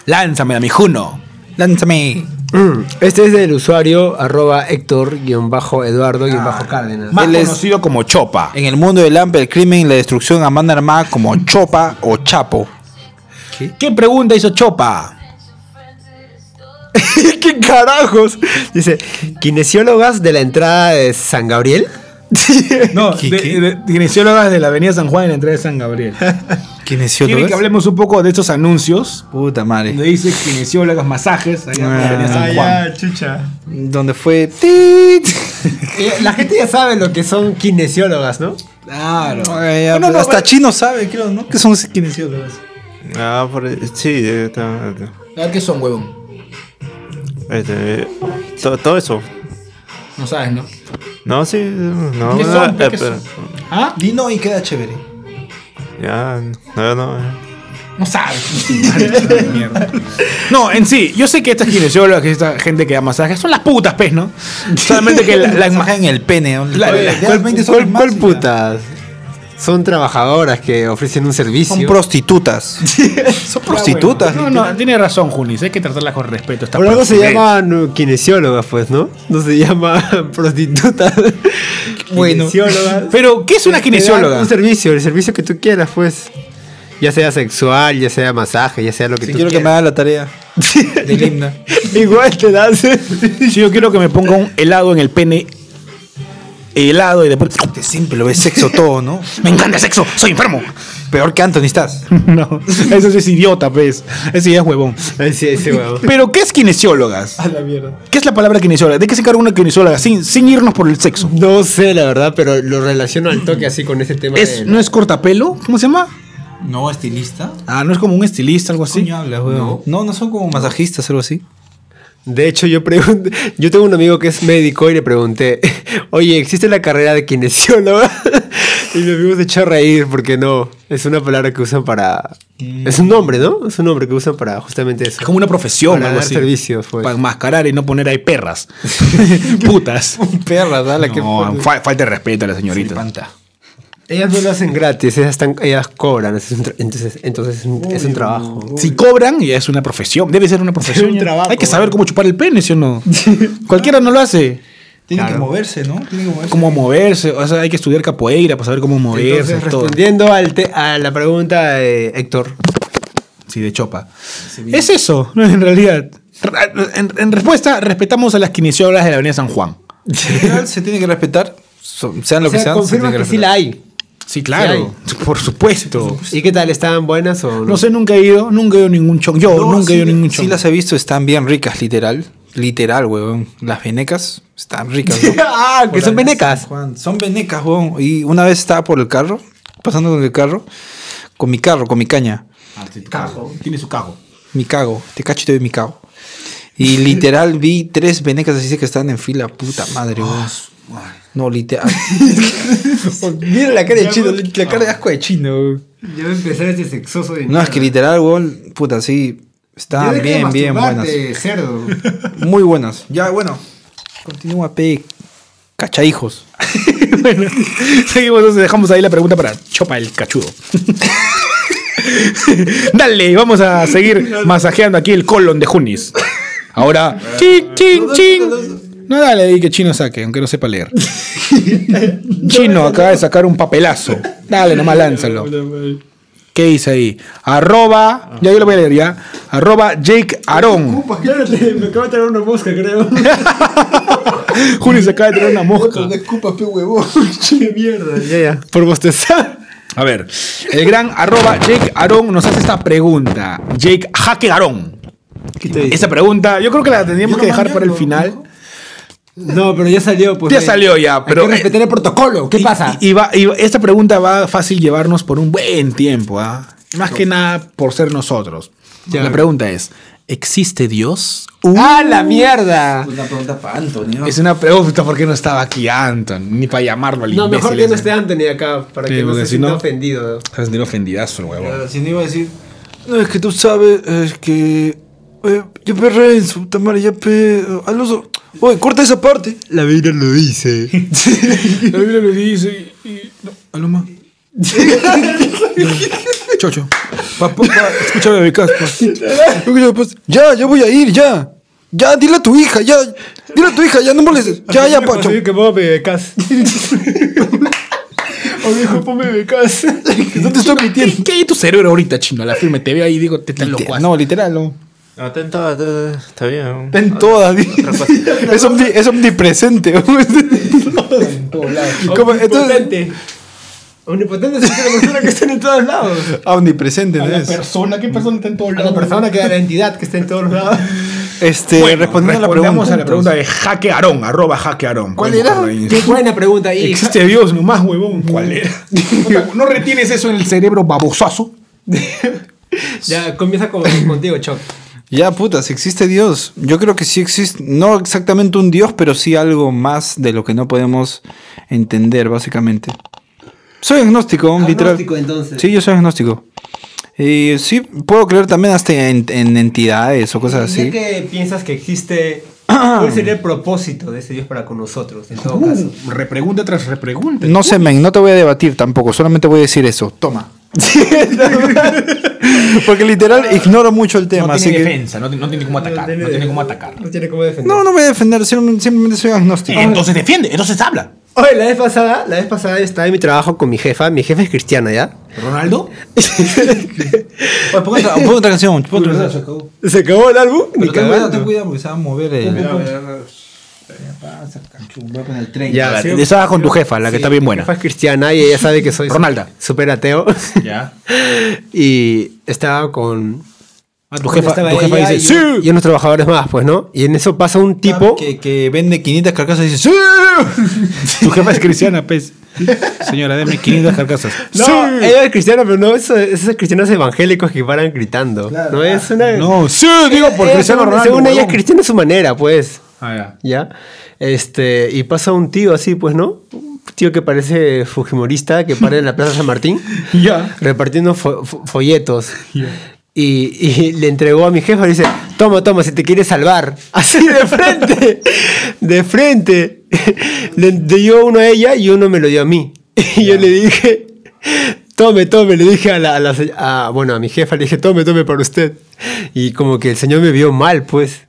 Lánzamela, mi Juno. Lánzame. Este es del usuario arroba Héctor-Eduardo-Cárdenas. Más Él es- conocido como Chopa. En el mundo del hambre, el crimen y la destrucción a mano armada como chopa o chapo. ¿Qué pregunta hizo Chopa? ¿Qué carajos? Dice, kinesiólogas de la entrada de San Gabriel. No, de- de- kinesiólogas de la Avenida San Juan en la entrada de San Gabriel. ¿Quién es Quieren que hablemos un poco de estos anuncios. Puta madre. Ah, Donde dice kinesiólogas, masajes. Allá en la Avenida Ah, San Juan. chucha. donde fue tit. La gente ya sabe lo que son kinesiólogas, ¿no? Claro. hasta chino sabe, creo, ¿no? Que son kinesiólogos. Ah, por ahí- sí, eh, está- está. Ah, ¿Qué son, huevón? Este, eh, to- todo eso. No sabes, ¿no? No, sí, no. ¿Qué no, son? eh, ¿Qué son? pero- ¿Ah? Dino y queda chévere. Ya, no, no. eh. No sabes. No, en sí, yo sé que estas kinesiólogas, que esta gente que da masajes, son las putas, pez, ¿no? Solamente que la, la- imagen en el pene. ¿no? La- Oye, la- ya ¿Cuál, 20 cuál- soles más cuál y ya. putas? Son trabajadoras que ofrecen un servicio. Son prostitutas. son prostitutas. Ah, No, no, tiene razón, Junis, hay que tratarlas con respeto. esta Por algo se prostituta. llaman kinesiólogas, pues, ¿no? No se llaman prostitutas. Bueno. Kinesiólogas. Pero, ¿qué es una Te dan kinesióloga? Un servicio, el servicio que tú quieras, pues. Ya sea sexual, ya sea masaje, ya sea lo que Si tú quiero que me quieras. haga la tarea del himno. Igual te das. Si yo quiero que me ponga un helado en el pene, helado y después. Que simple, lo ves sexo todo, ¿no? ¡Me encanta el sexo! ¡Soy enfermo! Peor que Anthony estás. No, eso sí es idiota, pez. Ese ya es huevón. sí, ese huevo. Pero, ¿qué es kinesiólogas? A la mierda. ¿Qué es la palabra kinesióloga? ¿De qué se encarga una kinesióloga? Sin, sin irnos por el sexo. No sé, la verdad, pero lo relaciono al toque así con ese tema. ¿Es, de- ¿No es cortapelo? ¿Cómo se llama? No, estilista. Ah, ¿no es como un estilista, algo así? Coño hablas, weón. No, no son como masajistas, algo así. De hecho, yo pregunté, yo tengo un amigo que es médico y le pregunté, oye, ¿existe la carrera de kinesióloga? Y mi amigo se echó a reír porque no, es una palabra que usan para... Es un nombre, ¿no? Es un nombre que usan para justamente eso. Es como una profesión, Para algo dar así. servicios, pues. Para enmascarar y no poner ahí perras. Putas. Perra, dale, que... No, fa- falta de respeto a la señorita. Ellas no lo hacen gratis, ellas, están, ellas cobran, es un tra- entonces, entonces es un, es un trabajo. si cobran, ya es una profesión. Debe ser una profesión. ya. trabajo, Hay que saber cómo chupar el pene, ¿sí o no? Cualquiera no lo hace. Tienen que moverse, ¿no? Tienen que moverse. Cómo moverse. O sea, hay que estudiar capoeira para saber cómo moverse. Entonces, todo. respondiendo al te- a la pregunta de Héctor, Sí, de chopa. Es eso, ¿no? en realidad. En, en respuesta, respetamos a las kinesiólogas de la Avenida San Juan. En general, se tiene que respetar. so- Sean lo o sea, que sean. se confirma tiene que sí la hay. Sí, claro. Por supuesto. ¿Y qué tal? ¿Estaban buenas o no? No sé, nunca he ido, nunca he ido a ningún chon. Yo No, sí, nunca he ido a ningún sí chon. las he visto, están bien ricas, literal. Literal, weón. Las venecas están ricas. ¿no? ah, que son venecas. Juan, son venecas, weón. Y una vez estaba por el carro, pasando con el carro, con mi carro, con mi caña. Ah, Tiene su cago. Mi cago, te cacho y te doy mi cago. Y literal vi tres venecas así que estaban en fila, puta madre, weón. Ah, No, literal. Mira la cara de chino, la cara de asco de chino, weón. Ya voy a empezar este sexoso de No, es que literal, weón, puta, sí. Ah, Estaban bien, bien buenas. cerdo. Muy buenas. Ya, bueno. Continúa, P. Cachahijos. bueno, seguimos entonces, dejamos ahí la pregunta para Chopa el cachudo. Dale, vamos a seguir masajeando aquí el colon de Junis. Ahora, ching, ching, ching. No dale ahí que Chino saque, aunque no sepa leer. Chino acaba de sacar un papelazo. Dale, nomás lánzalo. ¿Qué dice ahí? Arroba, ya yo lo voy a leer ya. Arroba Jake Aarón. Claro, te- me acaba de traer una mosca, creo. Julio se acaba de tirar una mosca. escupas, pe huevón. Qué mierda. Ya, ya. Por bostezar. A ver, el gran arroba Jake Aarón nos hace esta pregunta. Jake Jaque Aarón. Esa pregunta, yo creo que la tendríamos que dejar para el final. No, pero ya salió, pues. Ya eh. salió ya, pero. Hay que respetar el protocolo. ¿Qué Y- pasa? Y, va- y va- esta pregunta va fácil llevarnos por un buen tiempo, ¿ah? Más que nada por ser nosotros. La pregunta es: ¿existe Dios? Uh. ¡Ah, la mierda! Una pregunta para Antonio. Es una pregunta porque no estaba aquí Anton, ni para llamarlo al No, imbécil mejor que ese. no esté Anthony acá, para Sí, que no porque se si sienta no- ofendido. Se va a sentir ofendidazo el huevón. Si no iba a decir, no, es que tú sabes, es que. eh, ya pe Renzo, puta madre, ya pe. Alonso, oye, corta esa parte. La vida lo dice. La Biblia lo dice. Aloma. Chocho. Pa, pa, pa, escúchame, becas. pa. Escúchame, pues. Ya, ya voy a ir, ya. Ya, dile a tu hija, ya. Dile a tu hija, ya no molestes. Ya, ya, Pacho. que puedo me becas. o dijo, ponme becas. No te estoy mintiendo. ¿Qué, qué hay en tu cerebro ahorita, chino? La firme te veo ahí y digo, te estás loco. No, literal, no. Atento, atento, está bien. En todas. es, omni- es omnipresente. Como- entonces- Omnipotente. Omnipotente es una persona que está en todos lados. ah, omnipresente. ¿no es? persona, ¿qué persona está en todo La persona que da la entidad que está en todos lados. Este, respondiendo a la Respondamos pregunta. a la pregunta de Jaque Aarón, arroba Jaque Aarón. ¿Cuál Podemos era? ponerlo ahí. Qué buena pregunta. Y Existe Dios nomás, huevón. ¿Cuál era? ¿No retienes eso en el cerebro babosazo? Ya comienza con, contigo, Choc. Ya, puta, si existe Dios. Yo creo que sí existe, no exactamente un Dios, pero sí algo más de lo que no podemos entender, básicamente. Soy agnóstico, Agnóstico, literal. entonces. Sí, yo soy agnóstico. Y sí, puedo creer también hasta en, en entidades o Ah. cosas Ya así. que piensas que existe, ¿cuál sería el propósito de ese Dios para con nosotros? En Uh. todo caso. repregunta tras repregunta. No sé, men, no te voy a debatir tampoco, solamente voy a decir eso. Toma. Porque literal ignoro mucho el tema, No así tiene que... defensa, no, no tiene cómo atacar. No tiene cómo atacar. No tiene cómo defender. No, no voy a defender, sim- simplemente soy agnóstico. Entonces defiende, entonces habla. Oye, la vez pasada, la vez pasada estaba en mi trabajo con mi jefa. Mi jefa es cristiana, ¿ya? Ronaldo, Oye, pon otra- pon otra canción. pon otra canción. ¿Se acabó el álbum? Ni cagando. cuidado porque se va a mover eh. el. Ya, la sí. estabas con tu jefa, la que está bien Mi buena. jefa es cristiana y ella sabe que soy Ronalda. súper ateo. Ya. y estaba con. Tu jefa, estaba tu jefa ella dice, y, "Sí". Ah, y unos trabajadores más, pues, ¿no? Y en eso pasa un tipo. Que, que vende 500 carcasas y dice: "Sí". Tu jefa es cristiana, pues. Señora, deme 500 carcasas. No, ella es cristiana, pero no eso- esos cristianos evangélicos que paran gritando. no es una. No, sí, digo por Ella, Cristiano según, Ronaldo. según ella es huevón. cristiana a su manera, pues. Ah, ya. ¿Ya? Este, y pasa un tío así, pues, ¿no? Un tío que parece fujimorista, que para en la Plaza San Martín, Ya. repartiendo fo- fo- folletos. Y, y le entregó a mi jefa y dice, toma, toma, si te quieres salvar. Así de frente, de frente. Le, le dio uno a ella y uno me lo dio a mí. Y yo le dije, tome, tome, le dije a la, a la se- a- bueno, a mi jefa, le dije, tome, tome para usted. Y como que el señor me vio mal, pues.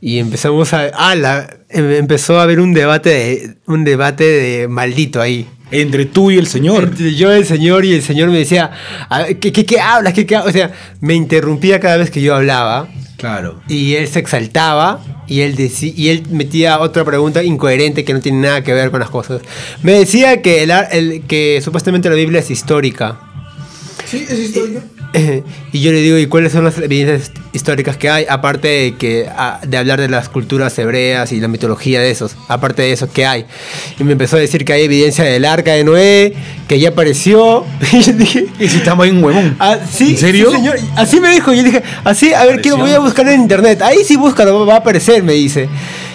Y empezamos a. Ah, la- em- empezó a haber un debate de, un debate de maldito ahí. Entre tú y el señor. Entre yo, el señor, y el señor me decía, "A ver, ¿qué, qué, qué hablas? ¿Qué, qué hablas?". O sea, me interrumpía cada vez que yo hablaba. Claro. Y él se exaltaba y él, deci- y él metía otra pregunta incoherente que no tiene nada que ver con las cosas. Me decía que, el, ar- el- que supuestamente la Biblia es histórica. Sí, es histórico. Y yo le digo, ¿y cuáles son las evidencias históricas que hay? Aparte de, que, ah, de hablar de las culturas hebreas y la mitología de esos. Aparte de eso, ¿qué hay? Y me empezó a decir que hay evidencia del arca de Noé, que ya apareció. Y yo dije, Y si estamos ahí un huevón. Ah, sí, ¿En serio? sí, señor. Así me dijo. Y yo dije, así, a ver, quiero, voy a buscar en internet. Ahí sí búscalo, va a aparecer, me dice.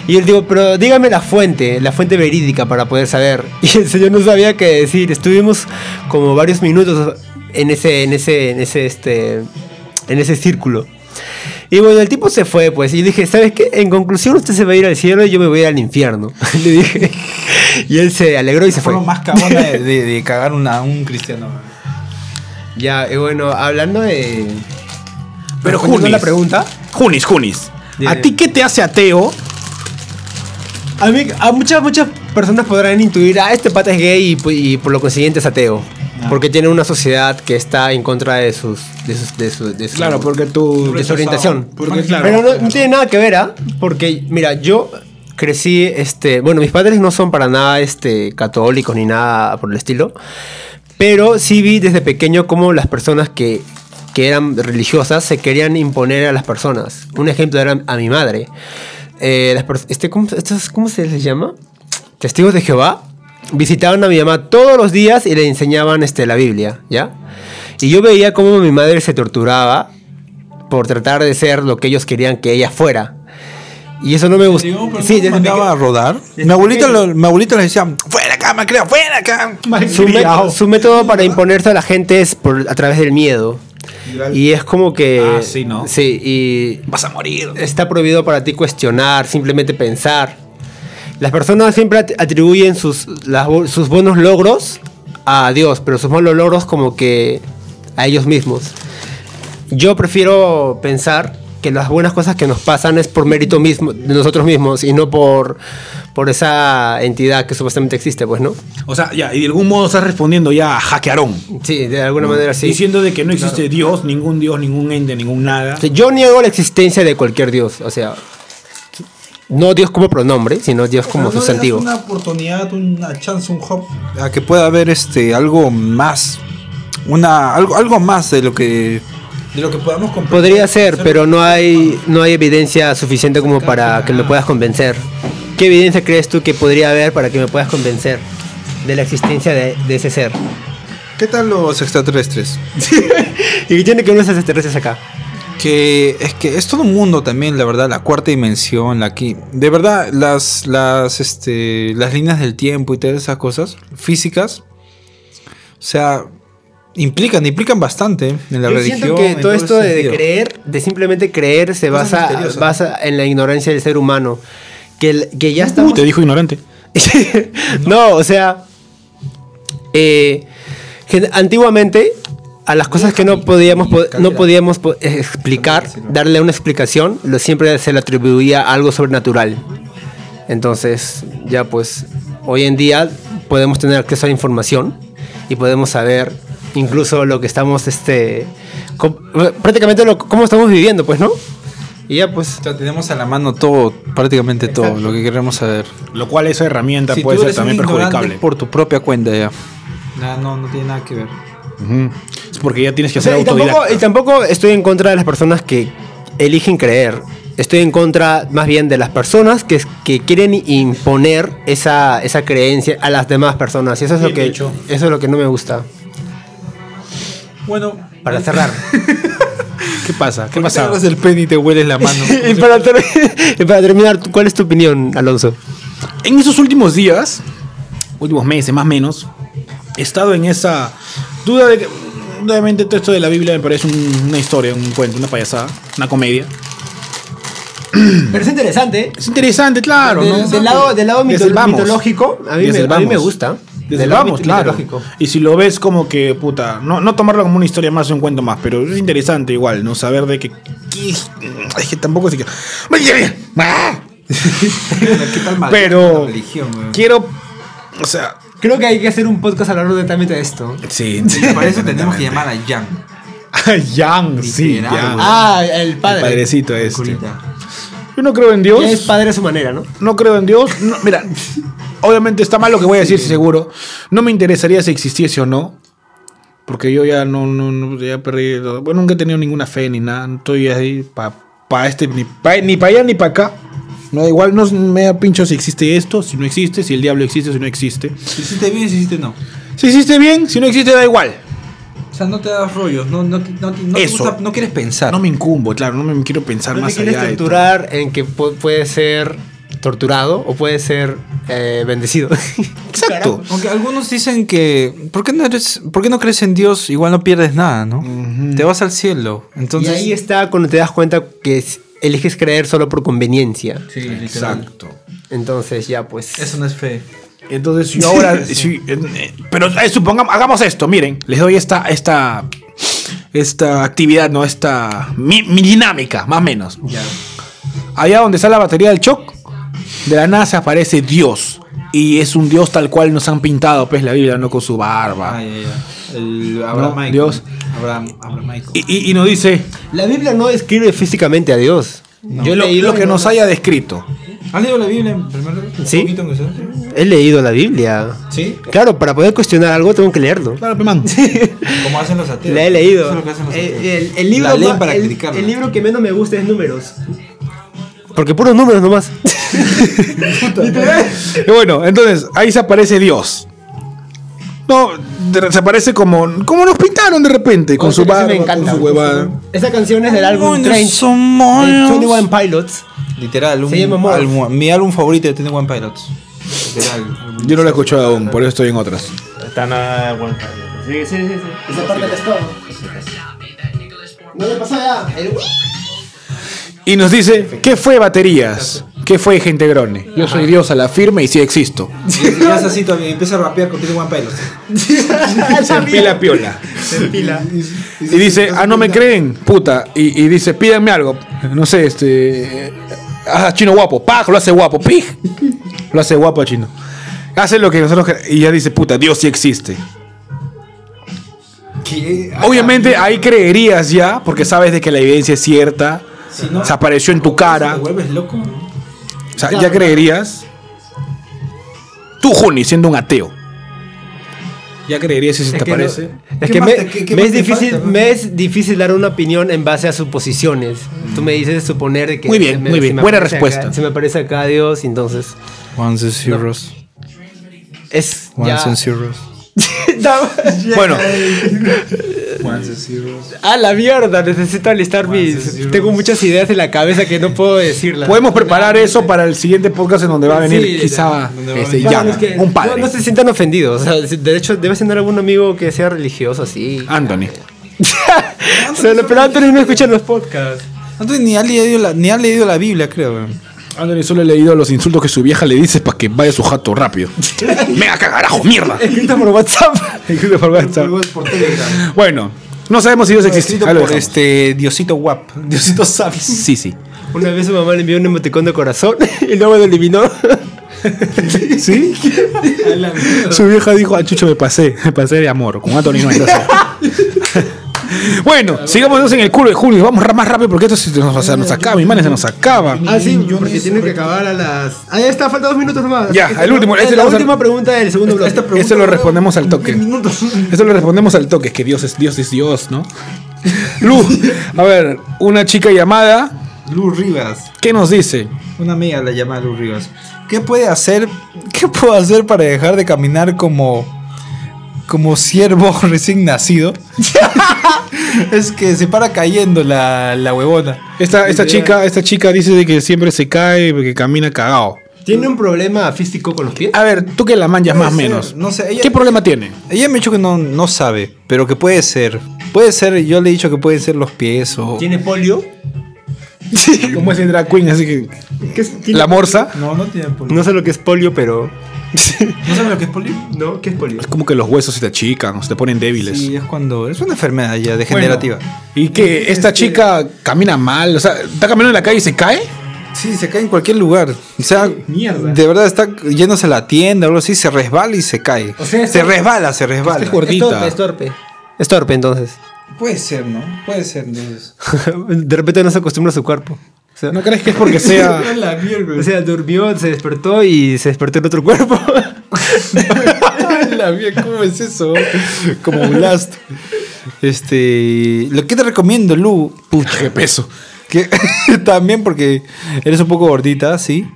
Y él digo, pero dígame la fuente, la fuente verídica para poder saber. Y el señor no sabía qué decir. Estuvimos como varios minutos en ese, en ese, en ese, este, en ese círculo. Y bueno, el tipo se fue, pues. Y yo dije, ¿sabes qué? En conclusión, usted se va a ir al cielo y yo me voy a ir al infierno. Le dije. Y él se alegró y se Fue fue. lo más cagón de, de- de cagar una, un cristiano. Ya, y bueno, hablando de. Pero respondiendo a la Junis. pregunta. Junis, Junis. ¿A ti qué te hace ateo? A mí, a muchas, muchas personas podrán intuir, ah, este pata es gay y, pu- y por lo consiguiente es ateo. Porque tiene una sociedad que está en contra de sus. de sus. de su. de su- Claro, porque tú. de su orientación. Porque, claro, Pero no, no tiene nada que ver, ¿ah? Porque, mira, yo crecí, este. Bueno, mis padres no son para nada este, católicos ni nada por el estilo. Pero sí vi desde pequeño cómo las personas que, que eran religiosas se querían imponer a las personas. Un ejemplo era a mi madre. Eh, las pers- este, ¿cómo, estos- ¿Cómo se les llama? Testigos de Jehová. Visitaban a mi mamá todos los días y le enseñaban este, la Biblia, ¿ya? Y yo veía cómo mi madre se torturaba por tratar de ser lo que ellos querían que ella fuera. Y eso no me gustó. Sí, desde mandaba a rodar. Este, Mi abuelita, lo- mi abuelita le decía, fuera acá, Macleo, fuera acá. su, mé- su método para imponerse a la gente es por, a través del miedo. Y es como que. Ah, sí, ¿no? Sí, y. Vas a morir. Está prohibido para ti cuestionar, simplemente pensar. Las personas siempre at- atribuyen sus, las bu- sus buenos logros a Dios, pero sus malos logros como que a ellos mismos. Yo prefiero pensar que las buenas cosas que nos pasan es por mérito mismo de nosotros mismos y no por, por esa entidad que supuestamente existe, pues, ¿no? O sea, ya, y de algún modo estás respondiendo ya a hackearón. Sí, de alguna manera sí. Diciendo de que no existe Dios, ningún Dios, ningún ente, ningún nada. O sea, este, Yo niego la existencia de cualquier dios, o sea, no dios como pronombre, sino dios como sustantivo. una oportunidad, una chance, un hop. A que pueda haber este, algo más. Una, algo, algo más de lo que. De lo que podamos comprender. Podría ser, pero no hay no hay evidencia suficiente como para que me puedas convencer. ¿Qué evidencia crees tú que podría haber para que me puedas convencer de la existencia de, de ese ser? ¿Qué tal los extraterrestres? y que tiene que ver los extraterrestres acá. Que es que es todo un mundo también, la verdad, la cuarta dimensión, la aquí. De verdad, las, las, este, las líneas del tiempo y todas esas cosas físicas, o sea, implican, implican bastante en la Yo religión. siento que en todo esto ese de, sentido. creer, de simplemente creer, se Cosas basa, misteriosas. basa en la ignorancia del ser humano. Que, el- que ya Uy, estamos... te dijo ignorante. no, o sea, eh, gen- antiguamente a las cosas que no podíamos po- no podíamos po- eh, explicar, darle una explicación, lo siempre se le atribuía algo sobrenatural. Entonces, ya pues hoy en día podemos tener acceso a la información y podemos saber incluso lo que estamos este com- prácticamente lo- cómo estamos viviendo, pues, ¿no? Y ya pues O sea, tenemos a la mano todo, prácticamente todo, lo que queremos saber. Lo cual esa herramienta Si puede tú ser eres un también ignorante perjudicable. Por tu propia cuenta ya. no, no tiene nada que ver. Ujú. Es porque ya tienes que O sea, ser y, tampoco, y autodidacta. tampoco estoy en contra de las personas que eligen creer. Estoy en contra más bien de las personas que, que quieren imponer esa, esa creencia a las demás personas. Y eso es lo Bien que dicho. eso es lo que no me gusta. Bueno, eh, Para cerrar. ¿Qué pasa? ¿Qué ¿qué pasa? agarras el pen y te hueles la mano? y, para ter- y para terminar, ¿cuál es tu opinión, Alonso? En esos últimos días, últimos meses más o menos, he estado en esa duda de que, obviamente todo esto de la Biblia me parece un- una historia, un cuento, una payasada, una comedia. Pero es interesante. Es interesante, claro. Del- ¿no? del lado- del lado mito- Desde el vamos. mitológico, a mí me- Desde el a mí me vamos. gusta. Desde Del el lado vamos, mito- claro. mitológico. Y si lo ves como que, puta, no, no tomarlo como una historia más o un cuento más, pero es interesante igual, ¿no? Saber de que. que- es que tampoco es que. ¡Ah! Pero. Quiero. O sea. Creo que hay que hacer un podcast a lo largo de también de esto. Sí. Para eso tenemos que llamar a Jan. Yang, sí, Literal, Yang. güey. Ah, el padre. El padrecito este. Curita. Yo no creo en Dios. Ya es padre a su manera, ¿no? No creo en Dios. No, mira, obviamente está mal lo que voy a decir, seguro. No me interesaría si existiese o no. Porque yo ya no, no, no- ya perdí. todo. Bueno, nunca he tenido ninguna fe ni nada. No Estoy ahí para este, ni para allá ni para acá. No da igual, no me da pincho si existe esto, si no existe, si el diablo existe, si no existe. Si hiciste bien, si hiciste no. Si existe bien, si no existe, da igual. O sea, no te das rollos, no, no, no, no, te Eso. gusta- no quieres pensar. No me incumbo, claro, no me quiero pensar No te más quieres allá. de todo. torturar en que pu- puede ser torturado o puede ser eh, bendecido. Exacto. Aunque algunos dicen que ¿por qué, no eres, ¿por qué no crees en Dios? Igual no pierdes nada, ¿no? Te vas al cielo. Entonces, y ahí está cuando te das cuenta que es- eliges creer solo por conveniencia. Exacto. Entonces ya pues. eso no es fe. Entonces, si ahora. si- eh, eh, pero eh, supongamos, hagamos esto, miren, les doy esta, esta, esta actividad, ¿no? Esta. Mi, mi dinámica, más o menos. Allá donde está la batería del Choc, de la nada se aparece Dios. Y es un Dios tal cual nos han pintado, pues, la Biblia, no con su barba. Eh, El No, Dios. Abraham, Abraham Michael. Y, y- y nos dice La Biblia no describe físicamente a Dios. Yo he lo, leído lo que nos haya descrito. ¿Has leído la Biblia en primer lugar? Sí. Un poquito, aunque sea. He leído la Biblia. ¿Sí? Claro, para poder cuestionar algo tengo que leerlo. Claro, pe, man. Como hacen los ateos. La he leído. Eso es lo que hacen los ateos. El, el- el libro La leen ma- para el- criticarla. el libro que menos me gusta es Números. Porque puros números nomás. Y bueno, entonces ahí se aparece Dios. No, de- se aparece como, como nos pintaron de repente, con Oye, su esa barba, me encanta. con su huevada. Esa canción es del álbum Train, de 21 Pilots. Literal, un Se llama Morph. álbum- mi álbum favorito de Tiny One Pilots. Literal. Yo no la he escuchado aún, por eso estoy en otras. Está nada bueno. Sí, sí, sí. Esa parte que es todo. No le pasa ya. El Y nos dice, ¿qué fue baterías? ¿Qué fue gente grone? Yo soy Dios a la firme y sí existo. Y y hace así también, empieza a rapear con Tiny One Pilots. Se empila piola. pila. Y dice, ah, no me creen, puta. Y, y dice, pídanme algo. No sé, este. Ah, chino guapo, paj, lo hace guapo, pij. Lo hace guapo a chino. Hace lo que nosotros. quer- Y ya dice, puta, Dios sí existe. Obviamente ahí creerías ya, porque sabes de que la evidencia es cierta. no- se apareció en tu cara. Te O vuelves loco. sea, ya creerías. Tú, Juni, siendo un ateo. Ya creerías si se te que no- aparece. Es ¿Qué que más me, te- qué- qué me más es te difícil, falta, no? me es difícil dar una opinión en base a suposiciones. Tú me dices suponer de que. Muy bien, se muy se bien. Buena aparece respuesta. acá- se me aparece acá Dios, entonces. Ones and zeros. Es. Ya. zeros. Bueno, a la mierda, necesito alistar mis. Tengo muchas ideas en la cabeza que no puedo decirlas. Podemos preparar eso para el siguiente podcast en donde va a venir Sí, quizá donde va a este, venir. Para Jan, los que un No, padre. no se sientan ofendidos. o sea, si- de hecho, debes tener algún amigo que sea religioso así. Ah, Anthony. Solo- pero Anthony no escucha los podcasts. Antes ni ha leído la, ni ha leído la Biblia, creo. Anthony solo he leído los insultos que su vieja le dice para que vaya su jato rápido. Mega cagarajo, mierda. Escrito por WhatsApp. Escrito por WhatsApp. Bueno, no sabemos si Dios existe. Escrito Ahí lo por dejamos. este Diosito Wap. Diosito Sabis. Sí, sí. Una vez su mamá le envió un emoticón de corazón y luego lo eliminó. ¿Sí? Su vieja dijo, ah, chucho, me pasé, me pasé de amor. Con Anthony no entonces. Bueno, sigamos entonces en el culo de Julio. Vamos ra- más rápido porque esto se nos, se nos acaba, mi man, se nos acaba. Ah, sí, porque tiene que acabar a las. Ah, ya está, falta dos minutos más. Ya, Esta- eh, el último, este la vamos a- última pregunta del segundo bloque. Esta Eso lo pregunta- respondemos al toque. Minutos. Eso lo respondemos al toque, es que Dios es Dios es Dios, ¿no? Lu, a ver, una chica llamada, Lu Rivas. ¿qué nos dice? Una amiga la llama Lu Rivas. ¿Qué puede hacer? ¿Qué puedo hacer para dejar de caminar como como ciervo recién nacido? es que se para cayendo la, la huevona. Esta, esta chica, esta chica dice de que siempre se cae, que camina cagado. ¿Tiene un problema físico con los pies? A ver, tú que la manjas Puede más o ser, menos. no sé, ella- ¿Qué problema tiene? Ella me ha dicho que no, no sabe, pero que puede ser. Puede ser, yo le he dicho que pueden ser los pies o. ¿Tiene polio? Como es el drag queen, así que ¿Qué es- tiene- la morsa No, no tiene polio. No sé lo que es polio, pero. ¿No sabe lo que es polio? No, ¿qué es polio? es como que los huesos se te achican, se te ponen débiles. Sí, es cuando. Es una enfermedad ya degenerativa. Y que esta chica camina mal, o sea, está caminando en la calle y se cae. Sí, se cae en cualquier lugar. O sea, de verdad está yéndose a la tienda o algo así, se resbala y se cae. se resbala, se resbala. Gordita. Es torpe, es torpe. Es torpe, entonces. Puede ser, ¿no? Puede ser. entonces. De repente no se acostumbra a su cuerpo. O sea, ¿No crees que es porque sea o sea, durmió, se despertó y se despertó en otro cuerpo. La mía, ¿cómo es eso? Como un last. Este. Lo que te recomiendo, Lu. Pucha, qué peso? que también porque eres un poco gordita, sí.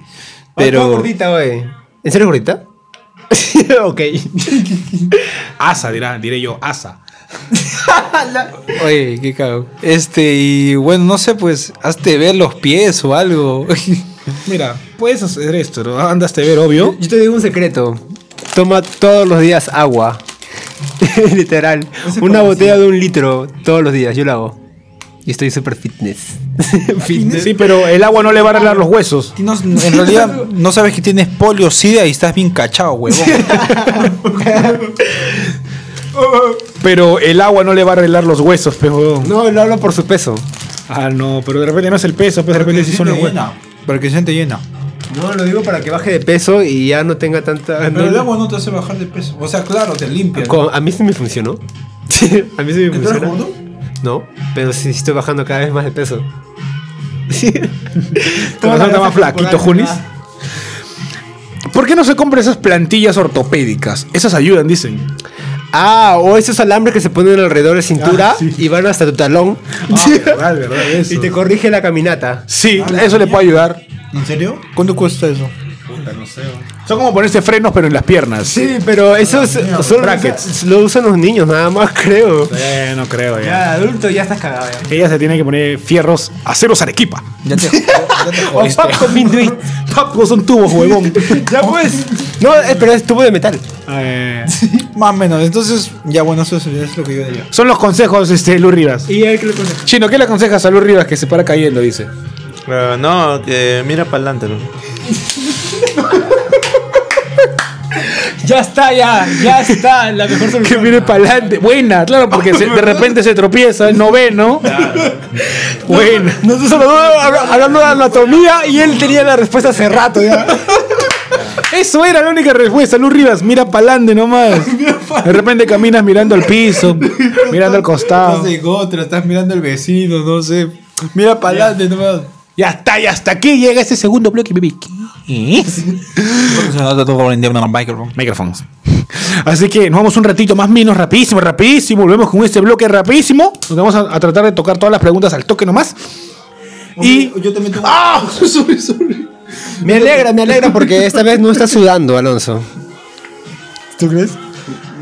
Pero. Todo gordita, güey. ¿En serio gordita? ok. Asa, dirá, diré yo, asa. Oye, qué cago. Este, y bueno, no sé, pues, hazte ver los pies o algo. Mira, puedes hacer esto, ¿no? Andaste a ver, obvio. Yo te digo un secreto. Toma todos los días agua. Literal. Una botella de un litro todos los días. Yo lo hago. Y estoy súper fitness. fitness. Sí, pero el agua no le va a arreglar los huesos. Y no- en realidad, no sabes que tienes polio, sida y estás bien cachado, huevón. Pero el agua no le va a arreglar los huesos, pejo. No, lo hablo por su peso. Ah, no, pero de repente no es el peso, pues de repente sí son los huesos. Para que se te llena. No, lo digo para que baje de peso y ya no tenga tanta. Pero no- el agua no te hace bajar de peso. O sea, claro, te limpia. Con- a mí sí me funcionó. Sí, a mí sí me ¿Tú eres funcionó. gordo? No, pero sí estoy bajando cada vez más de peso. Te vas a notar más flaquito, Junis. ¿Por qué no se compra esas plantillas ortopédicas? Esas ayudan, dicen. Ah, o esos alambres que se ponen alrededor de cintura Ah, sí. y van hasta tu talón. verdad, verdad, eso. y te corrige la caminata. Sí, eso le puede ayudar. ¿En serio? ¿Cuánto cuesta eso? Son como ponerse frenos, pero en las piernas. Sí, pero esos son brackets. Lo usan los niños, nada más creo. Eh, no creo ya. adulto ya estás cagado. Ella se tiene que poner fierros aceros arequipa. Ya te, ya te O jodiste. Paco Minduit. Papo, son tubos, huevón. ya pues. No, eh, pero es tubo de metal. Eh, Más o menos. Entonces, ya bueno, eso es, es lo que yo diría. son los consejos, este, Lu Rivas. Y él que lo conoce. Chino, ¿qué le aconsejas a Lu Rivas que se para cayendo? Dice. Pero no, que mira para adelante. Ya está, ya, ya está. La mejor solución. Que mire para adelante. Buena, claro, porque se- de repente se tropieza, no ve, ¿no? Buena. Nosotros hablando, hablando de anatomía y él tenía la respuesta hace rato ya. Eso era la única respuesta, Lu Rivas. Mira para adelante nomás. De repente caminas mirando al piso, mirando al costado. Estás en otra, estás mirando al vecino, no sé. Mira para adelante nomás. Ya está, y hasta aquí llega ese segundo bloque, baby. ¿Qué es? Se nota todo por indiana micrófono. Microphones. Así que nos vamos un ratito más menos, rapidísimo, rapidísimo. Volvemos con este bloque rapidísimo. Nos vamos a, a tratar de tocar todas las preguntas al toque nomás. Y Yo también tengo. ¡Ah! Sorry, sorry. Me alegra, me alegra porque esta vez no está sudando, Alonso. ¿Tú crees?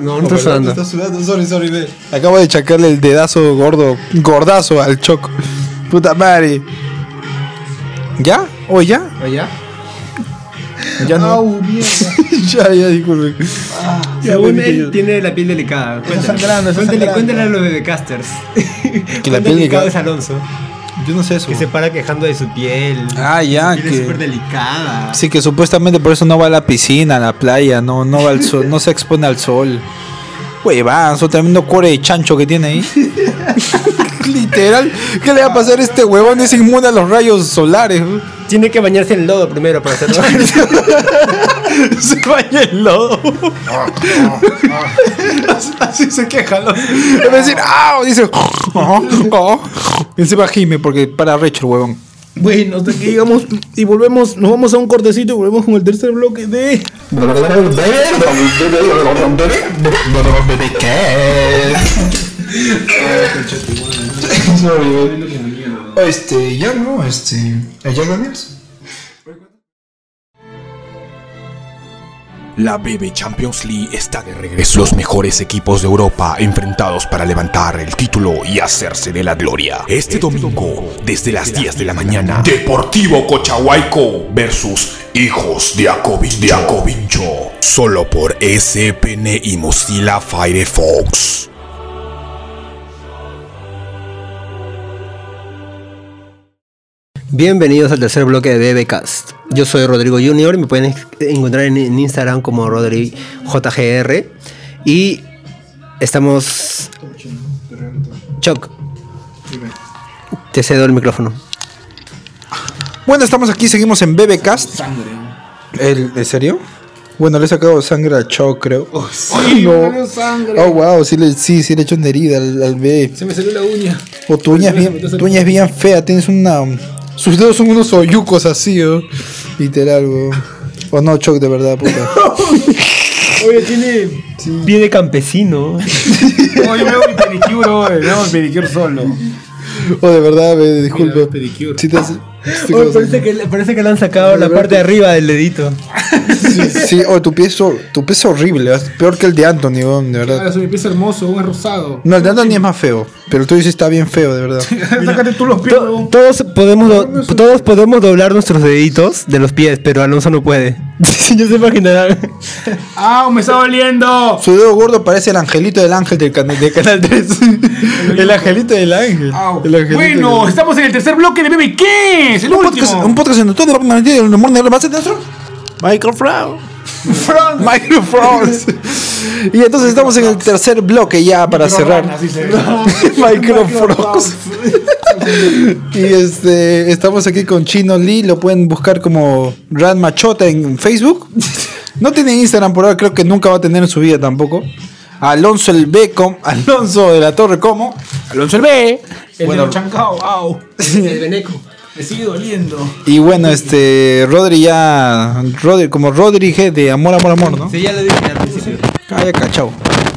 No, no está sudando. Estás sudando, sorry, sorry, ve. Acabo de chacarle el dedazo gordo, gordazo al choco. Puta madre. ¿Ya? ¿O ya? ¿Allá? Ya no. ya, ya, disculpe. Ah, Según él, tiene la piel delicada. Cuéntale, sangrando, está cuéntale, sangrando. cuéntale a los bebecasters. Que la Cuán piel delicado delicada- es Alonso. Yo no sé eso. Que se para quejando de su piel. Ah, ya, Su piel es que- súper delicada. Sí, que supuestamente por eso no va a la piscina, a la playa, no, no va al sol, no se expone al sol. Hueván, su tremendo cuore de chancho que tiene ahí. Literal, ¿qué le va a pasar a este huevón? Es inmune a los rayos solares. Tiene que bañarse en lodo primero para hacerlo. se baña en lodo. Así se queja, ¿no? En vez de decir, ¡ah! Dice, "Ah, ah". Encima gime porque para recho el huevón. bueno, hasta aquí llegamos y volvemos. Nos vamos a un cortecito y volvemos con el tercer bloque de. Este, ya no, este. ¿Ya Daniels? La BB Champions League está de regreso. Los mejores equipos de Europa enfrentados para levantar el título y hacerse de la gloria. Este domingo, desde las 10 de la mañana, Deportivo Cochahuayco versus Hijos de Acovincho. De Acovincho. Solo por SPN y Mozilla Firefox. Bienvenidos al tercer bloque de BBcast. Yo soy Rodrigo Junior, me pueden encontrar en, en Instagram como JGR y estamos... Choc, te cedo el micrófono. Bueno, estamos aquí, seguimos en BBcast. El, ¿En serio? Bueno, le he sacado sangre al Cho, creo. Oh, sangre. Oh, wow, sí le, sí, sí le he hecho una herida al, al B. Se me salió la uña. O tu uña es bien, tu uña es bien fea, tienes una... Sus dedos son unos hoyucos así, ¿o? Literal, weón. O no, Choc, de verdad, puta. Oye, tiene. Pie de campesino. yo me hago mi pedicure, hoy. Me hago mi pedicure solo. O de verdad, ve, disculpe. Sí, te hace- sí, Oh, Oye, cosa. parece, Oh, que, parece que le han sacado la parte de arriba del dedito. Sí, sí, o tu pie es, hor- tu pie es horrible, es peor que el de Anthony, weón, de verdad. Ah, mi pies hermoso, un rosado. No, el de Anthony es más feo, pero el tuyo sí está bien feo, de verdad. Sácate tú los pies, To- todos, podemos do- todos podemos doblar nuestros deditos de los pies, pero Alonso no puede. Yo se imaginarán. ¡Ah, me está doliendo! Su dedo gordo parece el angelito del ángel del cana- de Canal 3. el angelito del ángel. El angelito Bueno, del- estamos en el tercer bloque de BB. ¿Qué es? El un podcast, último. un podcast en todo el mundo de los más de nosotros. Michael Frau. Microphones. Y entonces estamos en el tercer bloque ya para cerrar. Microfrogs. y este estamos aquí con Chino Lee, lo pueden buscar como Ran Machota en Facebook. No tiene Instagram por ahora, creo que nunca va a tener en su vida tampoco. Alonso el B, com- Alonso de la Torre como Alonso el B. El Bueno. bueno, chancao. Au. El veneco. Me sigue doliendo. y bueno, este Rodri ya Rodri como Rodri G de Amor Amor Amor, ¿no? Sí, ya lo dije al principio. Calla cachao.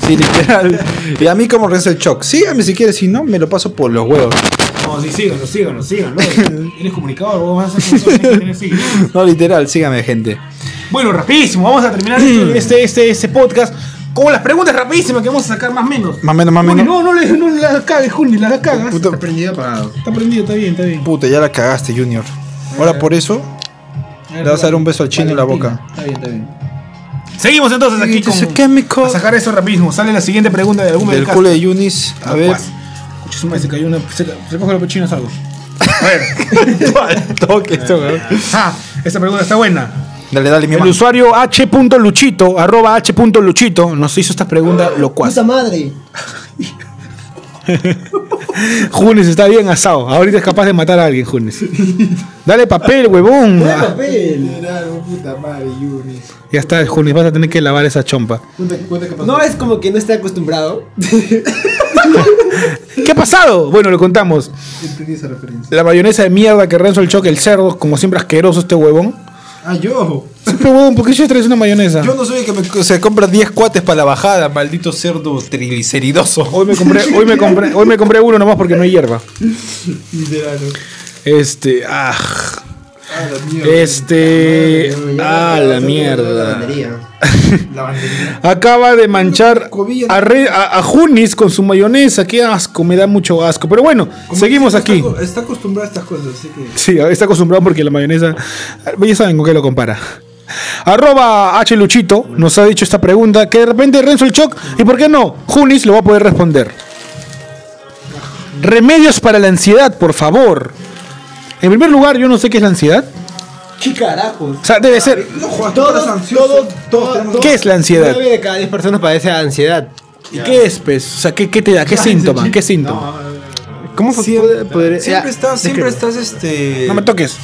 Sí, literal. Y a mí como Renzo el Choc. Síganme si quieres, si no me lo paso por los huevos. No, sí, síganlo, síganlo, síganlo. Eres comunicador, vos vas a hacer cosas, tienes que tener seguidores. No, literal, síganme, gente. Bueno, rapidísimo, vamos a terminar Mm. este, este, este, este podcast con las preguntas rapidísimas que vamos a sacar más menos. Más o menos, más o Juli, menos. No, no, le- no la cagues, Juli, la cagas. Puta, Prendido apagado. Está prendido, está bien, está bien. puta, ya la cagaste, Junior. Ahora por eso le vas a dar un beso al chino en la boca. Está bien, está bien. Seguimos entonces aquí con... Dice, ¿qué me co- A sacar eso rapidísimo. Sale la siguiente pregunta de algún Del podcast. culo de Yunis. A ver. Escucha, su madre, se cayó una... Se, se coge los pechinos algo. Toque esto, weón. Ah, esta pregunta está buena. Dale, dale, mi El mano. usuario h.luchito, arroba h.luchito, nos hizo esta pregunta locuaz. ¡Puta madre! Junes está bien asado. Ahorita es capaz de matar a alguien, Junes. Dale papel, huevón. ¡Puta Ah, papel! Puta madre, Yunis. Ya está, Junes, vas a tener que lavar esa chompa. No es como que no esté acostumbrado. ¿Qué ha pasado? Bueno, lo contamos. La mayonesa de mierda que Renzo el choque, el cerdo, como siempre asqueroso este huevón. Ah, yo. Siempre huevón, ¿por qué yo traes una mayonesa? Yo no soy el que me- se compra 10 cuates para la bajada, maldito cerdo trigliceridoso. Hoy me compré, hoy me compré, hoy me compré uno nomás porque no hay hierba. Este, ah. Ah, Este, ah, la mierda. Acaba de manchar a, Re- a- a Junis con su mayonesa. Qué asco, me da mucho asco. Pero bueno, seguimos aquí. Está acostumbrado a estas cosas, así que. Sí, está acostumbrado porque la mayonesa. Ya saben con qué lo compara. Arroba H. Luchito nos ha dicho esta pregunta que de repente Renzo el Choc, y por qué no, Junis lo va a poder responder. Remedios para la ansiedad, por favor. En primer lugar, yo no sé qué es la ansiedad. ¡Qué carajos! O sea, debe ser. Todos, ¿Qué es la ansiedad? Nueve de cada 10 personas padece ansiedad. ¿Y qué es, pues? O sea, ¿qué, qué te da? ¿Qué síntoma? ¿Qué síntoma? ¿Cómo fue? puede- podría- Siempre ya, estás, siempre describe. estás este. No me toques.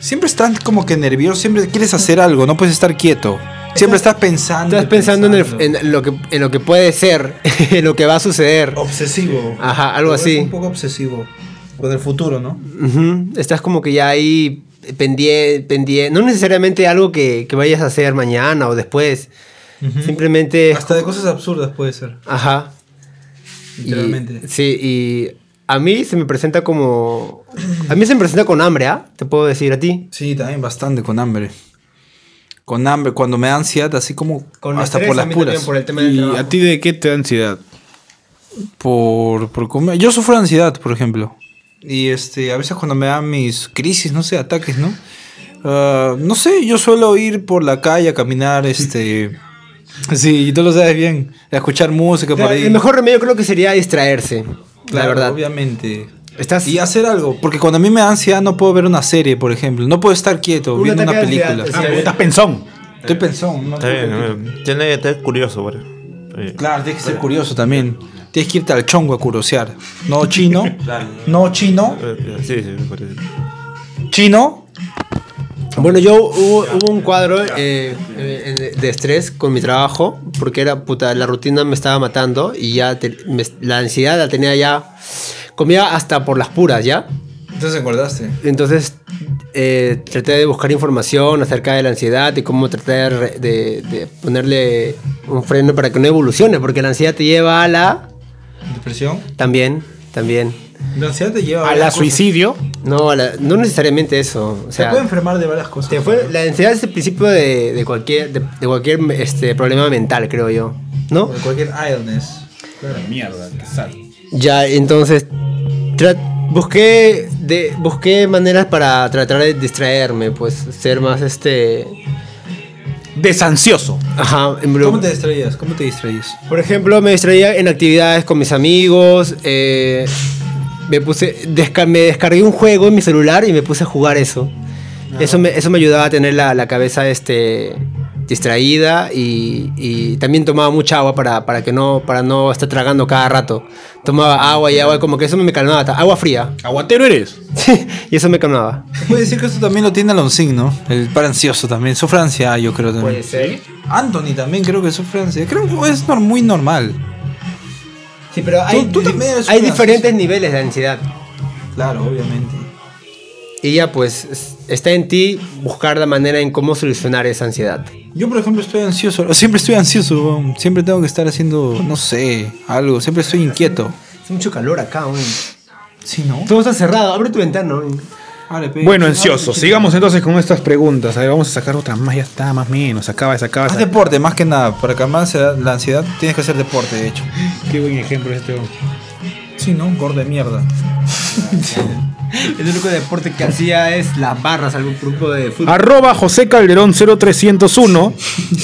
Siempre estás como que nervioso, siempre quieres hacer algo, no puedes estar quieto. Siempre estás pensando. Estás pensando en, el- en lo que, en lo que puede ser, en lo que va a suceder. Oh. Obsesivo. Ajá, algo así. Un poco obsesivo. Con el futuro, ¿no? Ujú, Estás como que ya ahí pendiente, pendiente. No necesariamente algo que, que vayas a hacer mañana o después. Simplemente. Hasta de cosas absurdas puede ser. Ajá. Y- Literalmente. sí, y a mí se me presenta como. A mí se me presenta con hambre, ¿ah? Te puedo decir a ti. Sí, también bastante con hambre. Con hambre, cuando me da ansiedad, así como hasta por las puras. Por el tema del ¿Y a ti de qué te da ansiedad? Por, por comer. Yo sufro de ansiedad, por ejemplo. Y este, a veces cuando me dan mis crisis, no sé, ataques, ¿no? Ah, no sé, yo suelo ir por la calle a caminar, este. sí, y tú lo sabes bien. A escuchar música por ahí. El mejor remedio creo que sería distraerse. la Claro, verdad. Obviamente. Estás. Y hacer algo, porque cuando a mí me da ansiedad no puedo ver una serie, por ejemplo. No puedo estar quieto Un viendo una ataque de película. ansiedad, Ah, estás pensón. Estoy pensando. no Está puedo- bien, eh, tiene que estar curioso, güey. Eh, Claro, tienes que ser curioso también. Tienes que irte al chongo a curiosear. No chino. no chino. eh, Sí, sí, me parece. Chino. Bueno, yo hubo, hubo un cuadro eh, eh, de- de estrés con mi trabajo, porque era puta, la rutina me estaba matando y ya te- me- la ansiedad la tenía ya, comía hasta por las puras, ¿ya? Entonces acordaste. Entonces eh, traté de buscar información acerca de la ansiedad y cómo tratar de re- de, de ponerle un freno para que no evolucione, porque la ansiedad te lleva a la... Depresión. También, también. La ansiedad te lleva A la varias cosas. suicidio. No, a la- no necesariamente eso. O Te sea, puede enfermar de varias cosas. Te fue- la ansiedad es el principio de, de cualquier, de, de cualquier este, problema mental, creo yo. ¿No? De cualquier illness. Ya, entonces tra- busqué, de, busqué maneras para tratar de distraerme, pues ser más este... Desansioso. Ajá, en ¿Cómo te distraías? ¿Cómo te distraías? Por ejemplo, me distraía en actividades con mis amigos, eh, me puse, desca- me descargué un juego en mi Ah. celular y me puse a jugar eso. Eso me, eso me ayudaba a tener la, la cabeza este, distraída y, y también tomaba mucha agua para, para que no para no estar tragando cada rato. Tomaba agua y agua, como que eso me calmaba. ta- Agua fría. Aguatero eres. y eso me calmaba. Se puede decir que eso también lo tiene Alonsín, ¿no? El par ansioso también. Sufre ansiedad, yo creo también. ser. Anthony también creo que sufre ansiedad. Creo que es nor- muy normal. Sí, pero hay, Tú- tú también eres hay una- diferentes niveles de ansiedad. Claro, obviamente. Y ya pues es- está en ti buscar la manera en cómo solucionar esa ansiedad. Yo, por ejemplo, estoy ansioso. Siempre estoy ansioso. weón. Siempre tengo que estar haciendo, no sé, algo. Siempre estoy inquieto. Hace mucho calor acá, güey. Sí, ¿no? Todo está cerrado, abre tu ventana, güey. Ah, Bueno, ansioso. Sigamos entonces con estas preguntas. A ver, vamos a sacar otra más. Ya está, más o menos. Acaba, se acaba. Haz se- deporte, más que nada. Para calmar ansiedad- la ansiedad tienes que hacer deporte, de hecho. Qué buen ejemplo este. hombre. Sí, ¿no? Gordo de mierda. El único deporte que hacía es las barras, algún grupo de fútbol. Arroba José Calderón 0301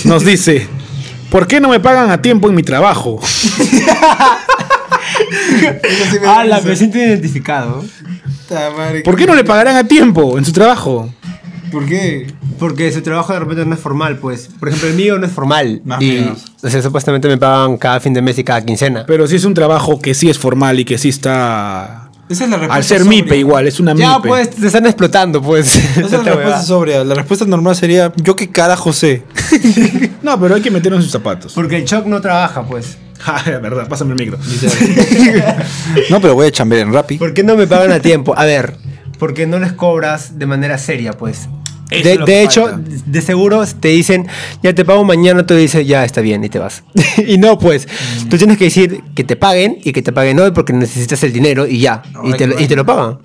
nos dice: ¿Por qué no me pagan a tiempo en mi trabajo? Ah, la me siento identificado. ¿Por qué no le pagarán a tiempo en su trabajo? ¿Por qué? Porque su trabajo de repente no es formal, pues. Por ejemplo, el mío no es formal. Más y, menos. O sea, supuestamente me pagan cada fin de mes y cada quincena. Pero si es un trabajo que sí es formal y que sí está. Esa es la respuesta. Al ser sobria. MIPE igual, es una ya, MIPE. pues, te están explotando, pues. Esa es la Esta respuesta huevada. sobria. La respuesta normal sería: ¿Yo qué carajo sé? No, pero hay que meternos en sus zapatos. Porque el shock no trabaja, pues. Ah, la verdad, pásame el micro. No, pero voy a chambear en Rappi. ¿Por qué no me pagan a tiempo? A ver, porque no les cobras de manera seria, pues. Eso de es lo de que hecho, falta. de seguro te dicen, ya te pago mañana, tú dices, ya está bien y te vas. y no, pues, tú tienes que decir que te paguen y que te paguen hoy porque necesitas el dinero y ya. y, te, lo- y te lo pagan.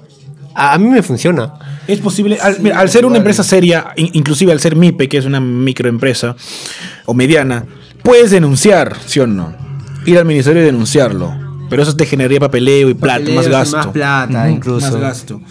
A, a mí me funciona. Es posible, al, mira, al ser una empresa seria, in- inclusive al ser MIPE, que es una microempresa o mediana, puedes denunciar, ¿sí o no? Ir al ministerio y denunciarlo. Pero eso te generaría papeleo y plata, más gasto. Más plata, Ujú, incluso. Más gasto.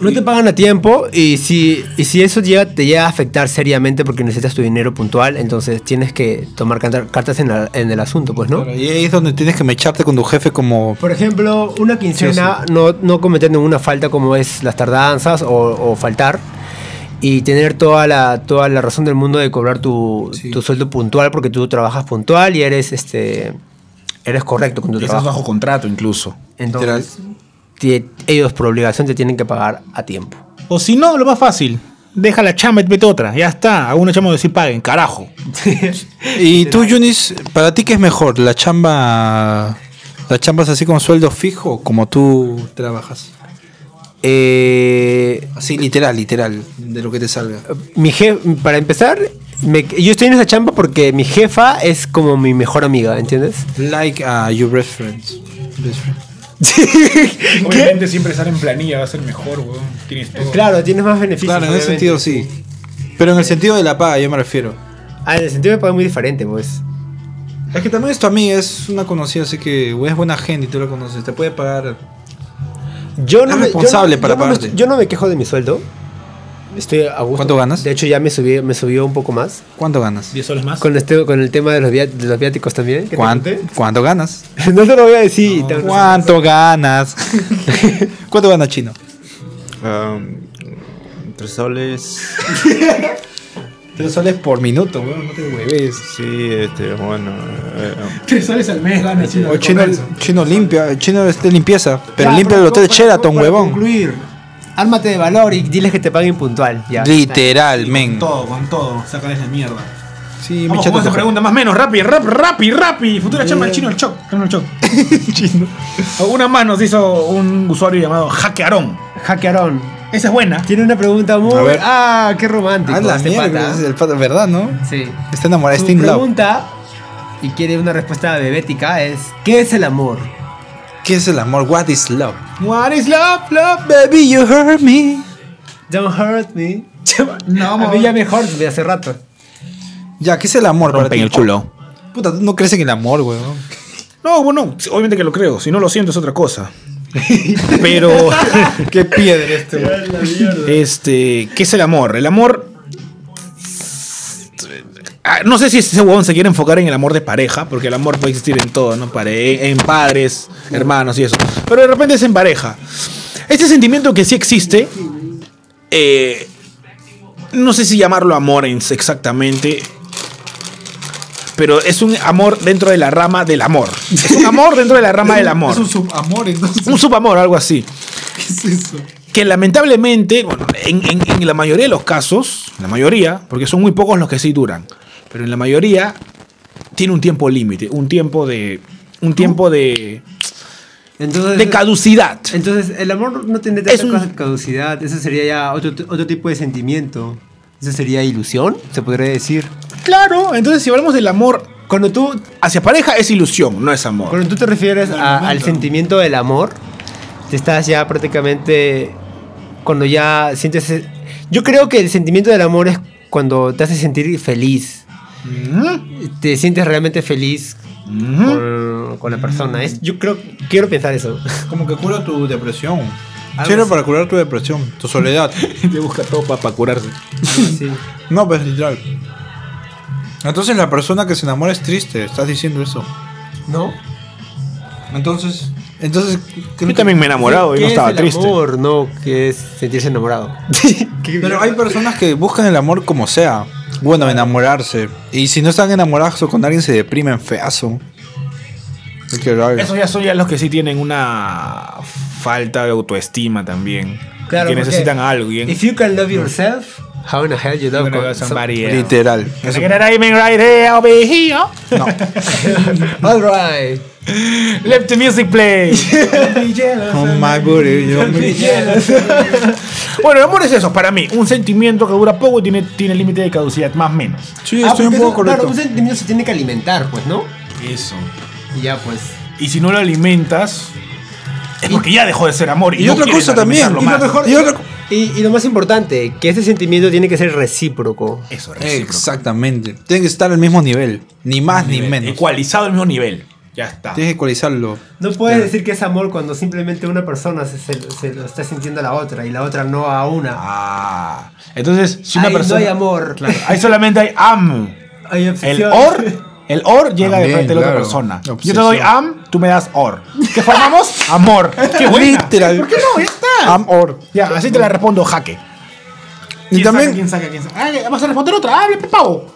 No te pagan a tiempo y si, y si eso llega, te llega a afectar seriamente porque necesitas tu dinero puntual, entonces tienes que tomar canta- cartas en, la- en el asunto, pues, ¿no? Claro, Y ahí es donde tienes que mecharte con tu jefe como... Por ejemplo, una quincena no, no cometer ninguna falta como es las tardanzas o, o faltar y tener toda la, toda la razón del mundo de cobrar tu, tu sueldo puntual porque tú trabajas puntual y eres este eres correcto con tu Y Estás trabajo. bajo contrato incluso. Entonces, ti- ellos por obligación te tienen que pagar a tiempo. O si no, lo más fácil. Deja la chamba y vete a otra. Ya está. A una chamba que sí paguen, carajo. Y tú, Yunis, ¿para ti qué es mejor? ¿La chamba... ¿La chamba es así con sueldo fijo o como tú trabajas? Eh, Así literal, literal, de lo que te salga. mi je- para empezar, me- yo estoy en esa chamba porque mi jefa es como mi mejor amiga, ¿entiendes? Like a your best friends. Best friend. Obviamente siempre estar en planilla va a ser mejor, weón. Tienes todo. Claro, tienes más beneficios. Claro, en ese sentido obviamente. sí. Pero en el sentido de la paga, yo me refiero. Ah, en el sentido de pago es muy diferente, pues. Es que también esto a mí es una conocida, así que es buena gente y tú lo conoces. Te puede pagar... Yo no Es me, Ah, responsable yo no- para yo no me- pagarte. yo no me quejo de mi sueldo. Estoy a gusto. ¿Cuánto ganas? De hecho, ya me subió, me subió un poco más. ¿Cuánto ganas? 10 soles más. Con, este, con el tema de los, via- de los viáticos también. que te ¿Cuánto, conté. ¿Cuánto ganas? No te lo voy a decir. te- ¿Cuánto ganas? ¿Cuánto gana Chino? Um, tres soles. Tres soles por minuto, weón, no te hueves. Sí, este, bueno. eh, soles al mes gana, chino. O chino, chino limpia, chino es de limpieza, pero Ya, limpia el hotel para- Sheraton, para huevón. Concluir. Ármate de valor y diles que te paguen puntual. Ya. Literal, men. todo, con todo. Sácales la mierda. Sí, mi Vamos chato con esa te- pregunta más menos, rapi, rap, rapi, rapi. Futura chamba del chino, el choc. el choc. Una más nos hizo un usuario llamado Hackearón. Hackearón. Esa es buena. Tiene una pregunta muy. A ver. Ah, qué romántico. Ah, la este mierda, pata. es el pata, ¿verdad, no? Sí. Está enamorada, Su está in love. pregunta, y quiere una respuesta bebética, es: ¿Qué es el amor? ¿Qué es el amor? What is love? What is love, love? Baby, you hurt me. Don't hurt me. No, a mí ya mejor de hace rato. Ya, ¿qué es el amor para ti? culo. Puta, tú no crees en el amor, huevón. No, bueno, obviamente que lo creo. Si no lo siento es otra cosa. Pero, Qué piedra este, weón. este, ¿qué es el amor? El amor... Ah, No sé si ese huevón se quiere enfocar en el amor de pareja, porque el amor puede existir en todo, ¿no? Pare- en padres, hermanos y eso. Pero de repente es en pareja. Este sentimiento que sí existe, eh, no sé si llamarlo amor en- exactamente, pero es un amor dentro de la rama del amor. Es un amor dentro de la rama del amor. Es un subamor, entonces. Un subamor, algo así. ¿Qué es eso? que lamentablemente, bueno, en, en- en la mayoría de los casos, la mayoría, porque son muy pocos los que sí duran, pero en la mayoría tiene un tiempo límite, un tiempo de un tiempo de, Entonces, de caducidad. entonces, el amor no tendría tanta Es un- cosa de caducidad. Eso sería ya otro, otro tipo de sentimiento. Eso sería ilusión, se podría decir. Claro, entonces si hablamos del amor, cuando tú hacia pareja es ilusión, no es amor. Cuando tú te refieres a- al sentimiento del amor, te estás ya prácticamente. Cuando ya sientes. e- Yo creo que el sentimiento del amor es cuando te hace sentir feliz. Te sientes realmente feliz ¿Mm? con, con la persona. Es, yo creo. Quiero pensar eso. Como que cura tu depresión. Sirve para curar tu depresión, tu soledad. Te busca todo para curarse. No, pues literal. Entonces la persona que se enamora es triste, estás diciendo eso. ¿No? Entonces, entonces Yo también me he enamorado y ¿Qué no es Ah, estaba el triste. amor? No, que es sentirse enamorado. Pero hay personas que buscan el amor como sea. Bueno, enamorarse. Y si no están enamorados con alguien, se deprimen feazo. Es que lo haga. Eso ya son ya los que sí tienen una falta de autoestima también. que porque necesitan a alguien. If you can love yourself, how in the hell you love You're gonna con- love somebody else. Literal. Eso- Right here, over here. All right. Let the music play. Oh my booty, yo me- bueno, el amor es eso, para mí. Un sentimiento que dura poco y tiene, tiene límite de caducidad, más o menos. Sí, Ah, estoy un porque poco eso- Claro, correcto. un sentimiento se tiene que alimentar, pues, ¿no? Eso. Y ya, pues. Y si no lo alimentas, es porque ya dejó de ser amor. Y, Y no otra quieres cosa también, alimentarlo y lo más. mejor- Y, y lo más importante, que ese sentimiento tiene que ser recíproco. Eso, recíproco. Exactamente. Tienen que estar al mismo nivel. Ni más ni menos. Ecualizado al mismo nivel. Ya está. Tienes que ecualizarlo. No puedes decir que es amor cuando simplemente una persona se, se- se lo está sintiendo a la otra y la otra no a una. Ah. Entonces, si una Ahí persona. no hay amor. Claro, ahí solamente hay am. Hay El obsesión. or. El or llega de También, frente a la otra claro. persona. Yo te Obsesión. doy am, tú me das or. ¿Qué formamos? Amor. Qué buena. Literal. ¿Por qué no? Ya está. Am or. Ya, así te la respondo, jaque. Y también. ¿Quién saca, quién saca? Ah, vas a responder otra. Hable, pavo.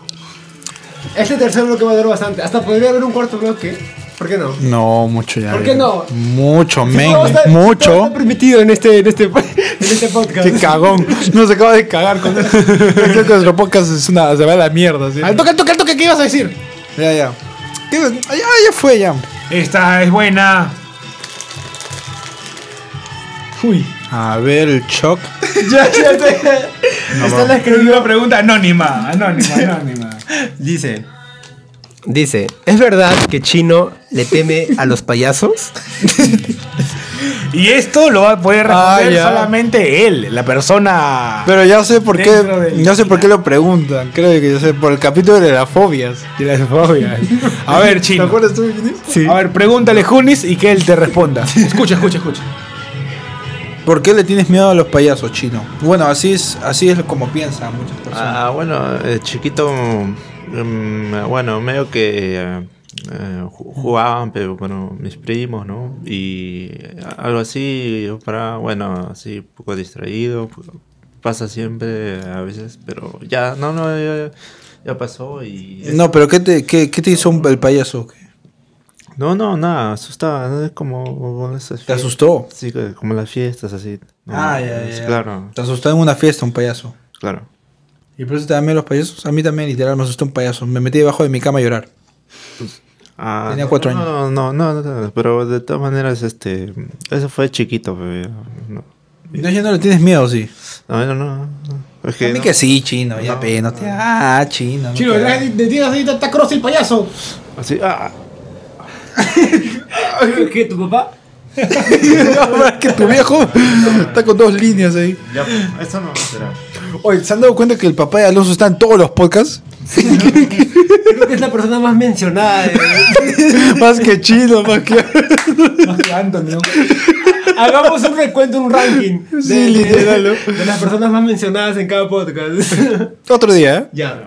Este tercer bloque va a durar bastante. Hasta podría haber un cuarto bloque. ¿Por qué no? No, mucho ya. ¿Por qué no? Mucho, men. Todo está- todo Mucho. está permitido en este, en este, en este podcast. Qué cagón. Nos acaba de cagar con eso. Creo que nuestro podcast es una, se va a la mierda. ¿sí? Al toque, al toque, al toque, ¿qué ibas a decir? Ya, ya. ¿Qué- ah, Ya, ya fue, ya. Esta es buena. Uy. A ver, el shock. ya, ya, ya. Está la escribió. Una pregunta anónima. Anónima, anónima. Dice. Dice, ¿es verdad que Chino le teme a los payasos? Y esto lo va a poder Ah, responder ya. solamente él, la persona. Pero ya sé por qué. Dentro del- Ya sé por qué lo preguntan. Creo que yo sé. Por el capítulo de las fobias. de las fobias. A ver, ¿Te chino. acuerdas tú, Junis? A ver, pregúntale Junis y que él te responda. Escucha, escucha, escucha. ¿Por qué le tienes miedo a los payasos, chino? Bueno, así es, así es como piensan muchas personas. Ah, bueno, eh, chiquito, mm, bueno, medio que eh, eh, ju- jugaban, pero bueno, mis primos, ¿no? Y algo así, yo para, bueno, así, un poco distraído, pu- pasa siempre a veces, pero ya, no, no, ya, ya pasó y... No, pero ¿qué te, qué, qué te hizo un- el payaso? No, no, nada, asustaba, ¿no? Es como... esas ¿Te fiestas. asustó? Ah, Sí, que- como las fiestas, así. ¿no? Ah, Sí, Ah, Claro, Te asustó en una fiesta un payaso. claro. ¿Y por eso te dan miedo los payasos? A mí también, literal, me asustó un payaso. Me metí debajo de mi cama a llorar. Ah, Tenía cuatro no, años. No, no, no, no, pero de todas maneras, este, eso fue chiquito, bebé. No, Entonces ya no le tienes miedo, sí. no, no. no, no. Es que a mí no. que sí, chino, ya pe, no te. Ah, chino. no Chino, te- detrás de ti así está Cross el payaso. Así, ah, ¿Qué, tu papá? No, es que tu viejo está con dos líneas ahí. ya, eso no será. Oye, ¿se han dado cuenta que el papá de Alonso está en todos los podcasts? Creo que es la persona más mencionada. eh. de- más que chino, más que. Hagamos un recuento, un ranking. de- Sí, de- literal, ¿no? De las personas más mencionadas en cada podcast. Otro día, ¿eh? ya.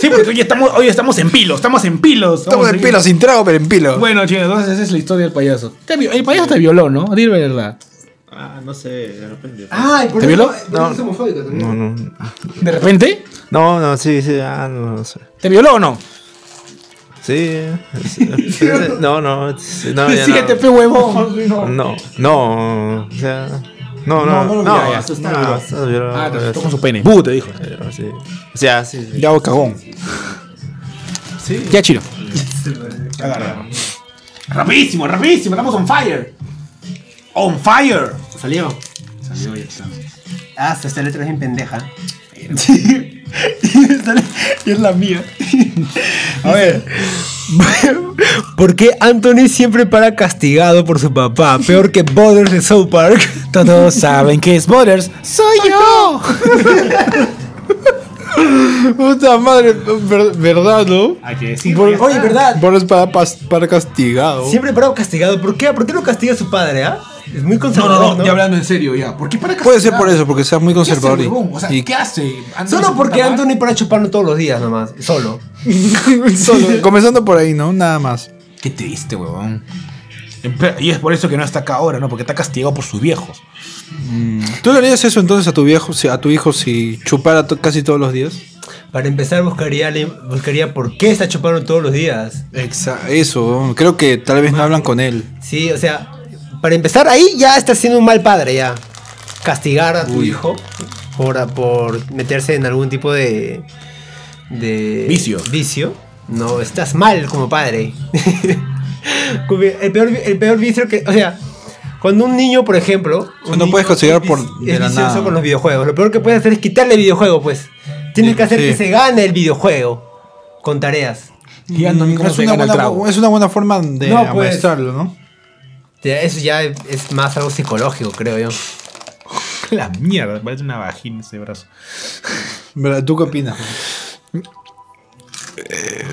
Sí, porque hoy estamos, hoy estamos en pilos, estamos en pilos. Estamos Vamos en a- pilo, sin trago, pero en pilo. Bueno, chino, entonces Ah, esa es la historia del payaso. Te vi- el payaso te violó, ¿no? Dime la verdad. Ah, no sé, de repente. Ay, por ¿Te violó? eso, por eso es homofóbico también. No, no, ¿De repente? no, no, sí, sí, ah, no, no sé. ¿Te violó o no? Sí. es- pero- no, no. es- no, ya Siete, no. pe huevón. No, no, o sea, no, no, No, no no, lo no, vi, ya, eso no está- lo vi. eso yo lo- Ah, te asustó eso- con su pene. Buh, te dijo. eh, sí. O sea, sí, sí. Ya, cagón. Ya, chino. Rapidísimo, rapidísimo. Estamos on fire. On fire. Salió. Salió ya está. Ah, hasta esta letra es bien pendeja. Sí. y, esta le- y es la mía. A ver. ¿Por qué Anthony siempre para castigado por su papá? Peor que Butters de South Park. Todos saben que es Butters. Soy yo. Puta madre, ver- verdad, ¿no? Hay que decir. Por- oye, ¿verdad? Boris para, pas- para castigado. Siempre parado castigado. ¿Por qué? ¿Por qué lo castiga su padre, ah? Es muy conservador, ¿no? hablando en serio, ya. ¿Por qué para Puede ser por eso, porque seas muy conservador. y- y- ¿qué hace? Solo porque Anthony para chuparlo todos los días nomás. Solo. Solo- comenzando por ahí, ¿no? Nada más. Qué triste, huevón. Empe- Y es por eso que no está acá ahora, ¿no? Porque está castigado por sus viejos. ¿Tú le harías eso entonces a tu viejo, si- a tu hijo si chupara to- casi todos los días? Para empezar, buscaría, le- buscaría por qué está chupando todos los días. Exacto. Eso, creo que tal vez no hablan con él. Sí, o sea, para empezar ahí ya está siendo un mal padre ya. Castigar a tu hijo por, por meterse en algún tipo de, de Vicio. Vicio. No, estás mal como padre. Como el, peor, el peor vicio que, o sea, cuando un niño, por ejemplo, sea, un no niño puedes castigar es por- vic- de es la vicioso nada. con los videojuegos. Lo peor que puedes hacer es quitarle el videojuego, pues. Tienes que hacer Sí. que se gane el videojuego con tareas. Y Anthony, ¿cómo es, se una gana el buena, trago? es una buena forma de No, pues. amuestrarlo, ¿no? Ya, Eso ya es más algo psicológico, creo yo. La mierda, parece una vagina ese brazo. ¿Verdad? ¿Tú qué opinas? Eh,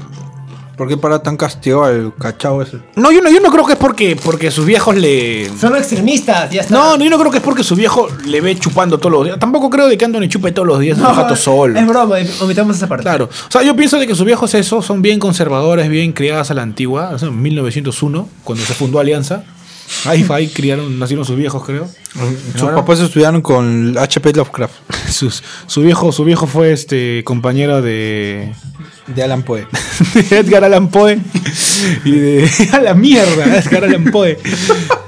¿Por qué para tan castigado el cachao ese? No, yo no, yo no creo que es porque, porque sus viejos le. Son extremistas, ya está. No, no, yo no creo que es porque su viejo le ve chupando todos los días. Tampoco creo de que Anthony chupe todos los días un jato solo. Es broma, omitamos esa parte. Claro. O sea, yo pienso de que sus viejos esos son bien conservadores, bien criadas a la antigua. O sea, en 1901, cuando se fundó Alianza. Ahí, ahí criaron, nacieron sus viejos, creo. Sus papás estudiaron con H.P. Lovecraft. Sus- su viejo, su viejo fue este compañero de, De Alan Poe. de Edgar Allan Poe y de a la mierda Edgar Allan Poe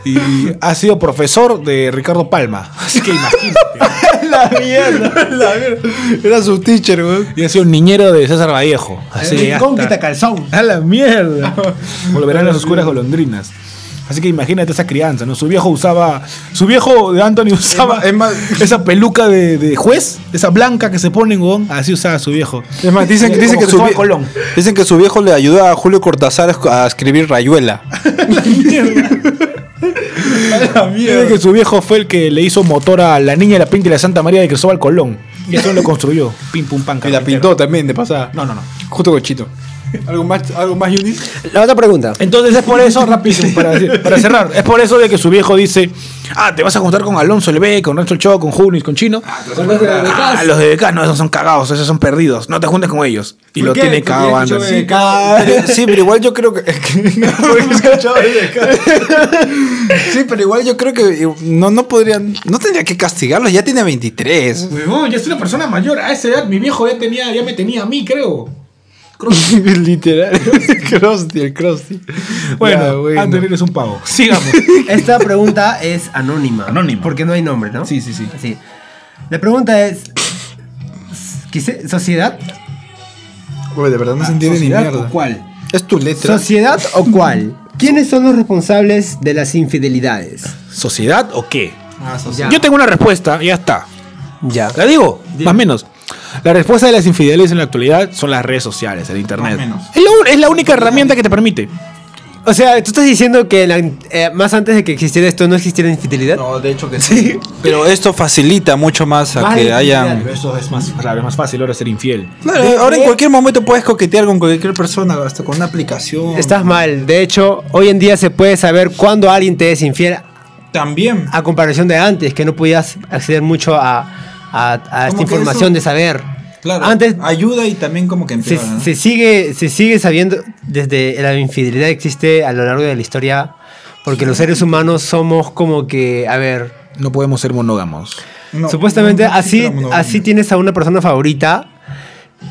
y ha sido profesor de Ricardo Palma así que imagínate la mierda, la mierda. Era su teacher, güey. y ha sido niñero de César Vallejo así que ya Rincón está. quita calzón. a la mierda volverán las oscuras golondrinas Así que imagínate esa crianza, ¿no? Su viejo usaba. Su viejo de Anthony usaba Es más- es esa peluca de, de juez, esa blanca que se pone, weón. Así usaba su viejo. Es más, dicen, que- Como dicen, que su Cristóbal vie- Colón. dicen que su viejo le ayudó a Julio Cortázar a escribir Rayuela. Dice que su viejo fue el que le hizo motor a la niña de la pinta y la Santa María de Cristóbal Colón. Y eso lo construyó. Pim pum pan. Y la carpintero. pintó también, de pasada. No, no, no. Justo cochito. ¿Algo más, algo más Yunis? La otra pregunta. Entonces es por eso, rapidísimo, para, decir- para cerrar, es por eso de que su viejo dice, ah, te vas a juntar con Alonso el B, con Rancho el Cho, con Junis, con Chino. Con los de Ah, los de Becas, no, esos son cagados, esos son perdidos, no te juntes con ellos. Y lo tiene cagado Anderson. Eh, Sí, pero igual yo creo que. sí, pero igual yo creo que eh, no, no podrían. No tendría que castigarlos, ya tiene 23. Huevón, ya soy una persona mayor, a esa edad mi viejo ya, tenía, ya me tenía a mí, creo. Literal. Krusty, el Krusty. Bueno, Ya, Anthony eres un pavo. Sigamos. Esta pregunta es anónima. Anónima. Porque no hay nombre, ¿no? Sí, sí, sí. La pregunta es. quise- ¿Sociedad? Güey, de verdad no se entiende ni mierda. ¿Cuál? Es tu letra. ¿Sociedad o cuál? ¿Quiénes son los responsables de las infidelidades? ¿Sociedad o qué? Ya. Yo tengo una respuesta, ya está. Ya. La digo, más o menos. La respuesta de las infidelidades en la actualidad son las redes sociales, el internet. Es, la, un- es la única herramienta que te permite. O sea, tú estás diciendo que la- eh, más antes de que existiera esto no existiera infidelidad. No, de hecho que sí. Pero esto facilita mucho más a Vale, que hayan. eso es más, claro, es más fácil ahora ser infiel. Claro, ahora en cualquier momento puedes coquetear con cualquier persona, hasta con una aplicación. Estás mal. De hecho, hoy en día se puede saber cuándo alguien te es infiel También. a comparación de antes, que no podías acceder mucho a, a- a esta Como que información eso- de saber. Claro, Antes ayuda y también como que se, empeora. ¿no? se sigue, se sigue sabiendo, desde la infidelidad existe a lo largo de la historia, porque los seres humanos somos como que, a ver, No podemos ser monógamos. No, supuestamente no, no así, existe la monogamia. así tienes a una persona favorita,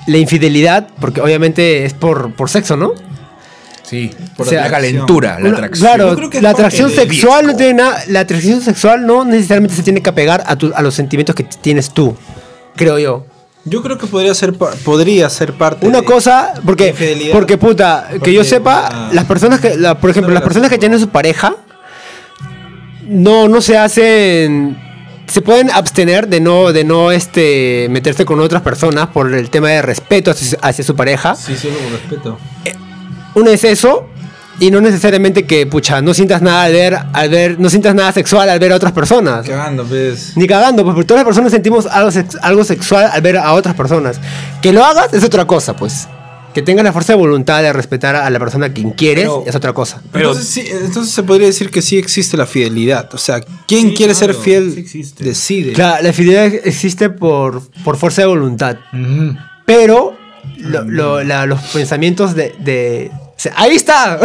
la infidelidad, porque obviamente es por, por sexo, ¿no? Sí, Por o sea, la atracción. calentura, la Una- atracción. Claro, Yo creo que es la porque atracción el sexual no tiene nada. La atracción sexual no necesariamente se tiene que apegar a, tu- a los sentimientos que t- tienes tú. Creo yo. Yo creo que podría ser, par- podría ser parte Una de- cosa, de porque, infidelidad. porque puta, que yo Porque sepa, una- las personas que, la- por ejemplo, una las personas que relación. tienen su pareja, no, no se hacen, se pueden abstener de no, de no, este, meterse con otras personas por el tema de respeto hacia, su- hacia su pareja. Sí, solo con respeto. Uno es eso. Y no necesariamente que, pucha, no sientas nada al ver, al ver, no sientas nada sexual al ver a otras personas. Cagando, pues. Ni cagando, pues porque todas las personas sentimos algo, sex- algo sexual al ver a otras personas. Que lo hagas es otra cosa, pues. Que tengas la fuerza de voluntad de respetar a la persona a quien quieres Pero- es otra cosa. Pero, entonces, sí, entonces se podría decir que sí existe la fidelidad. O sea, quien quiere ser fiel decide. Claro, la fidelidad existe por, por fuerza de voluntad. Pero lo- lo- la- los pensamientos de... de- se- ¡Ahí está!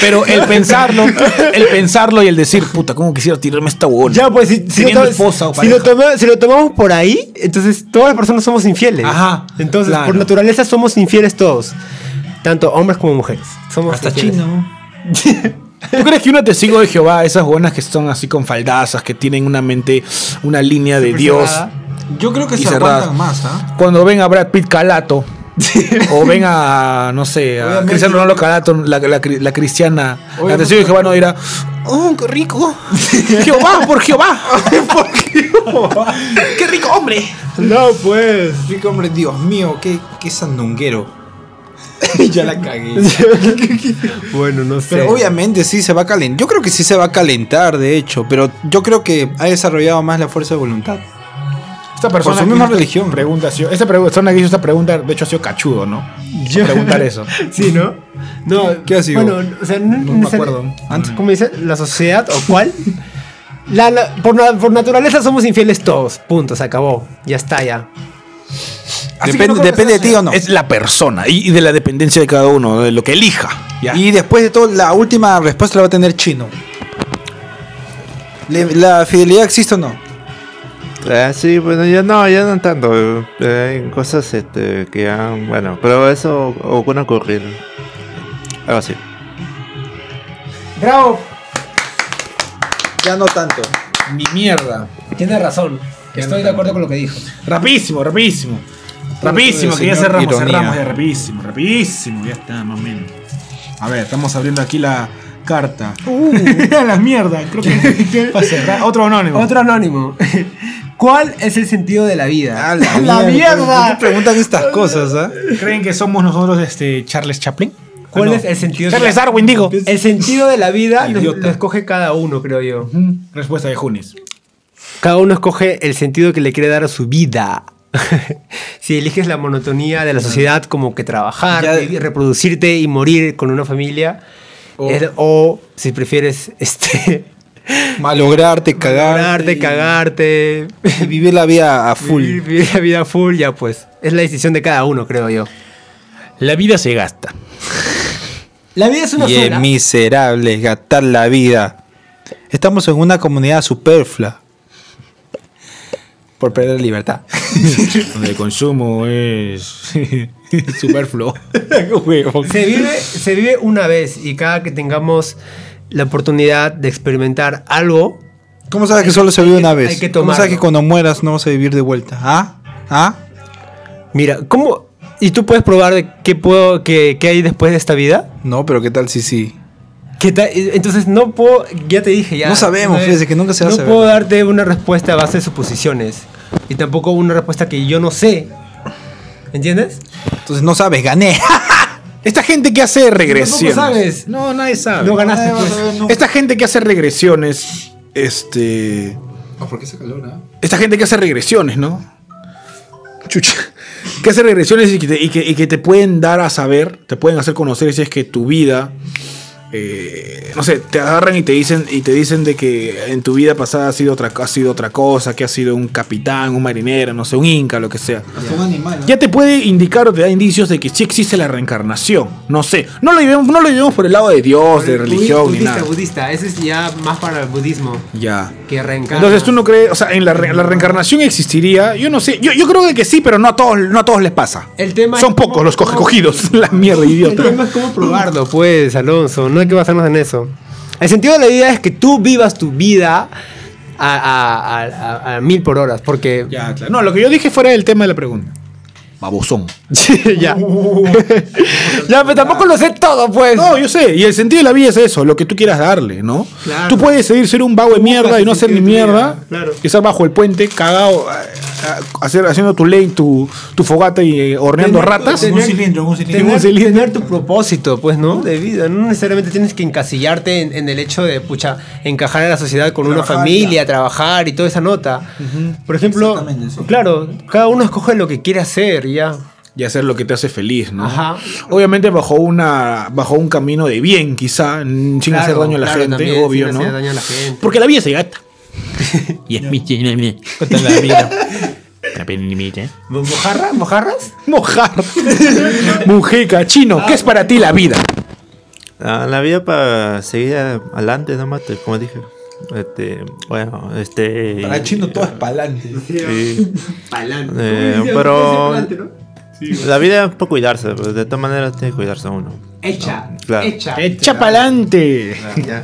Pero el pensarlo, el pensarlo y el decir, puta, ¿cómo quisiera tirarme esta bola? ya, pues, si, si lo, Teniendo to- esposa o si lo pareja. toma- si lo tomamos por ahí, entonces todas las personas somos infieles. Ajá, Entonces, claro. por naturaleza somos infieles todos. Tanto hombres como mujeres. Somos Hasta infieles. chino. ¿Tú crees que una testigo de Jehová, esas buenas que son así con faldazas, que tienen una mente, una línea de Dios, Yo creo que Y se cerradas. aguantan más, ¿ah? cuando ven a Brad Pitt calato, o ven a, no sé, a Obviamente. Cristiano Ronaldo calato, la, la, cri- la cristiana, la Obviamente. testigo de Jehová no dirá, ¡oh, qué rico! ¡Jehová, por Jehová! Ah, ¡Por Jehová! ¡Qué rico, hombre! No, pues. Rico, hombre, Dios mío, qué, qué sandunguero. ya la cagué. Bueno, no sé. Pero obviamente sí se va a calentar. Yo creo que sí se va a calentar, de hecho. Pero yo creo que ha desarrollado más la fuerza de voluntad. Esta persona Por su misma que hizo esta religión. Pregunta, ha sido- esta persona que hizo esta pregunta, de hecho, ha sido cachudo, ¿no? Preguntar eso. Sí, ¿no? No, ¿Qué ha sido? Bueno, o sea, no, me necesari- acuerdo. Antes, ¿Cómo dice? ¿La sociedad o cuál? La- la- por, na- por naturaleza somos infieles todos. Punto, se acabó. Ya está, ya. Depende, depende de ti o no. Es la persona y, y de la dependencia de cada uno, de lo que elija. Ya. Y después de todo, la última respuesta la va a tener Chino. Le- ¿La fidelidad existe o no? Ah, sí, bueno, ya no, ya no tanto. eh, Hay cosas este, que han. Bueno, pero eso ocurre Ah, ocurrir. Algo así. Bravo. Ya no tanto. mi mierda. Tiene razón. Estoy de acuerdo con lo que dijo. Rapidísimo, rapidísimo. Rapidísimo, el que ya señor cerramos, ironía. cerramos, ya rapidísimo, rapidísimo, ya está, más o menos. A ver, estamos abriendo aquí la carta. Uh. la mierda, creo que va a cerrar. Otro anónimo. Otro anónimo. ¿Cuál es el sentido de la vida? la, mierda! ¿Por qué preguntan estas cosas, ah? ¿Creen que somos nosotros este Charles Chaplin? ¿Cuál Ah, no. es el sentido de la Charles Darwin, digo. El sentido de la vida lo, Idiota. lo escoge cada uno, creo yo. Ujú, Respuesta de Junis. Cada uno escoge el sentido que le quiere dar a su vida. si eliges la monotonía de la sociedad, como que trabajar, Ya- vivir, reproducirte y morir con una familia, es- o, si prefieres este, Malograrte, cagarte. cagarte, y- cagarte, Y vivir la vida a full. vivir, vivir la vida full, ya pues. Es la decisión de cada uno, creo yo. La vida se gasta. La vida es una Y es sola. miserable gastar la vida. Estamos en una comunidad superflua. Por perder libertad. Donde el consumo es superfluo. Se vive, se vive una vez y cada que tengamos la oportunidad de experimentar algo, ¿Cómo sabes que solo se vive que- una hay vez? que ¿Cómo sabes tomarlo. que cuando mueras no vas a vivir de vuelta? ¿Ah? ¿Ah? mira, ¿cómo? ¿Y tú puedes probar de qué, puedo, qué, qué hay después de esta vida? No, pero ¿qué tal si sí? ¿Qué tal? eh, Entonces no puedo, ya te dije ya. No sabemos, fíjese que nunca se va a No saber. puedo darte una respuesta a base de suposiciones y tampoco una respuesta que yo no sé. ¿Entiendes? Entonces no sabes, gané. Esta gente que hace regresiones. sabes. No, nadie sabe. No ganaste pues. Esta gente que hace regresiones, este. Esta gente que hace regresiones, ¿no? Chucha. Que hace regresiones y que, te, y que- y que te pueden dar a saber, te pueden hacer conocer si es que tu vida eh, no sé, te agarran y te dicen y te dicen de que en tu vida pasada has sido otra, has sido otra cosa, que has sido un capitán, un marinero, no sé, un inca, lo que sea. Hasta un animal. Ya te puede indicar o te da indicios de que sí existe la reencarnación. No sé. No lo llevemos, no lo llevemos por el lado de Dios, de religión, ni budista, nada. budista. Ese es ya más para el budismo. Ya. Que reencarna. Entonces tú no crees, o sea, en la, re- la reencarnación existiría. Yo no sé, yo, yo creo de que sí, pero no a todos, no a todos les pasa. El tema Son es pocos cómo- los coge- cómo- cogidos. La mierda, El idiota. tema es cómo probarlo, pues, Alonso. No hay que basarnos en eso. El sentido de la vida es que tú vivas tu vida a, a- a- a- a mil por horas. Porque. Ya, claro. No, lo que yo dije fuera del tema de la pregunta. Babosón. ya. ya, pero tampoco lo sé todo, pues. No, yo sé. Y el sentido de la vida es eso, lo que tú quieras darle, ¿no? Claro. Tú puedes decidir ser un vago de mierda y no hacer ni mierda. Claro. Y estar bajo el puente, cagado, a- a- hacer, haciendo tu ley, tu, tu fogata y eh, horneando ratas. Tener- Un Tener, cilindro. tener tu propósito, pues, ¿no? De vida. No necesariamente tienes que encasillarte en, en el hecho de, pucha, encajar en la sociedad con una familia, trabajar y toda esa nota. Por ejemplo, claro, cada uno escoge lo que quiere hacer, ya. Y hacer lo que te hace feliz, ¿no? Ajá. Obviamente bajo una bajo un camino de bien, quizá, n- sin Claro, hacer daño a la claro, gente, también, sin obvio, hacer ¿no? daño a la gente. Porque la vida se gata. y es mi la ¿Mojarra? ¿Mojarras? Mojar. Mujeca, chino, ¿qué es para ti la vida? Ah, la vida para seguir a- adelante, no mate, como dije. Este, bueno, este. Para chino todo es pa'lante. Sí. Pa'lante. Eh, Como dice- pero- como dice Plante, La vida es por cuidarse, pues, de todas maneras tiene que cuidarse uno. Hecha. Claro. Hecha. Echa pa'lante. Eh, Ah,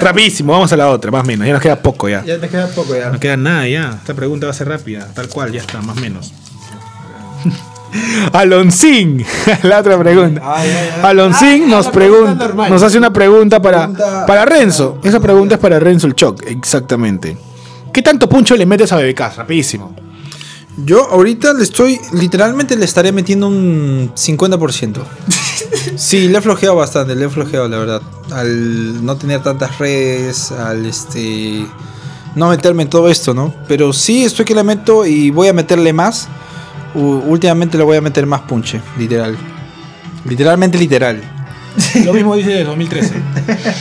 Rapidísimo, vamos a la otra, más o menos. Ya nos queda poco ya. Ya te queda poco ya. No queda nada ya. Esta pregunta va a ser rápida, tal cual, ya está, más o menos. Alonsín, la otra pregunta. Alonsín Ah, nos la pregunta pregunta, normal. nos hace una pregunta para, Pregunta- para Renzo. Esa pregunta es para Renzo el Choc, exactamente. ¿Qué tanto puncho le metes a BBK? Rapidísimo. Yo ahorita le estoy, literalmente le estaré metiendo un 50%. Sí, le he flojeado bastante, le he flojeado la verdad. Al no tener tantas redes, al este... No meterme en todo esto, ¿no? Pero sí, estoy que le meto y voy a meterle más. U- últimamente le voy a meter más punche, literal. Literalmente literal. Lo mismo dice de 2013.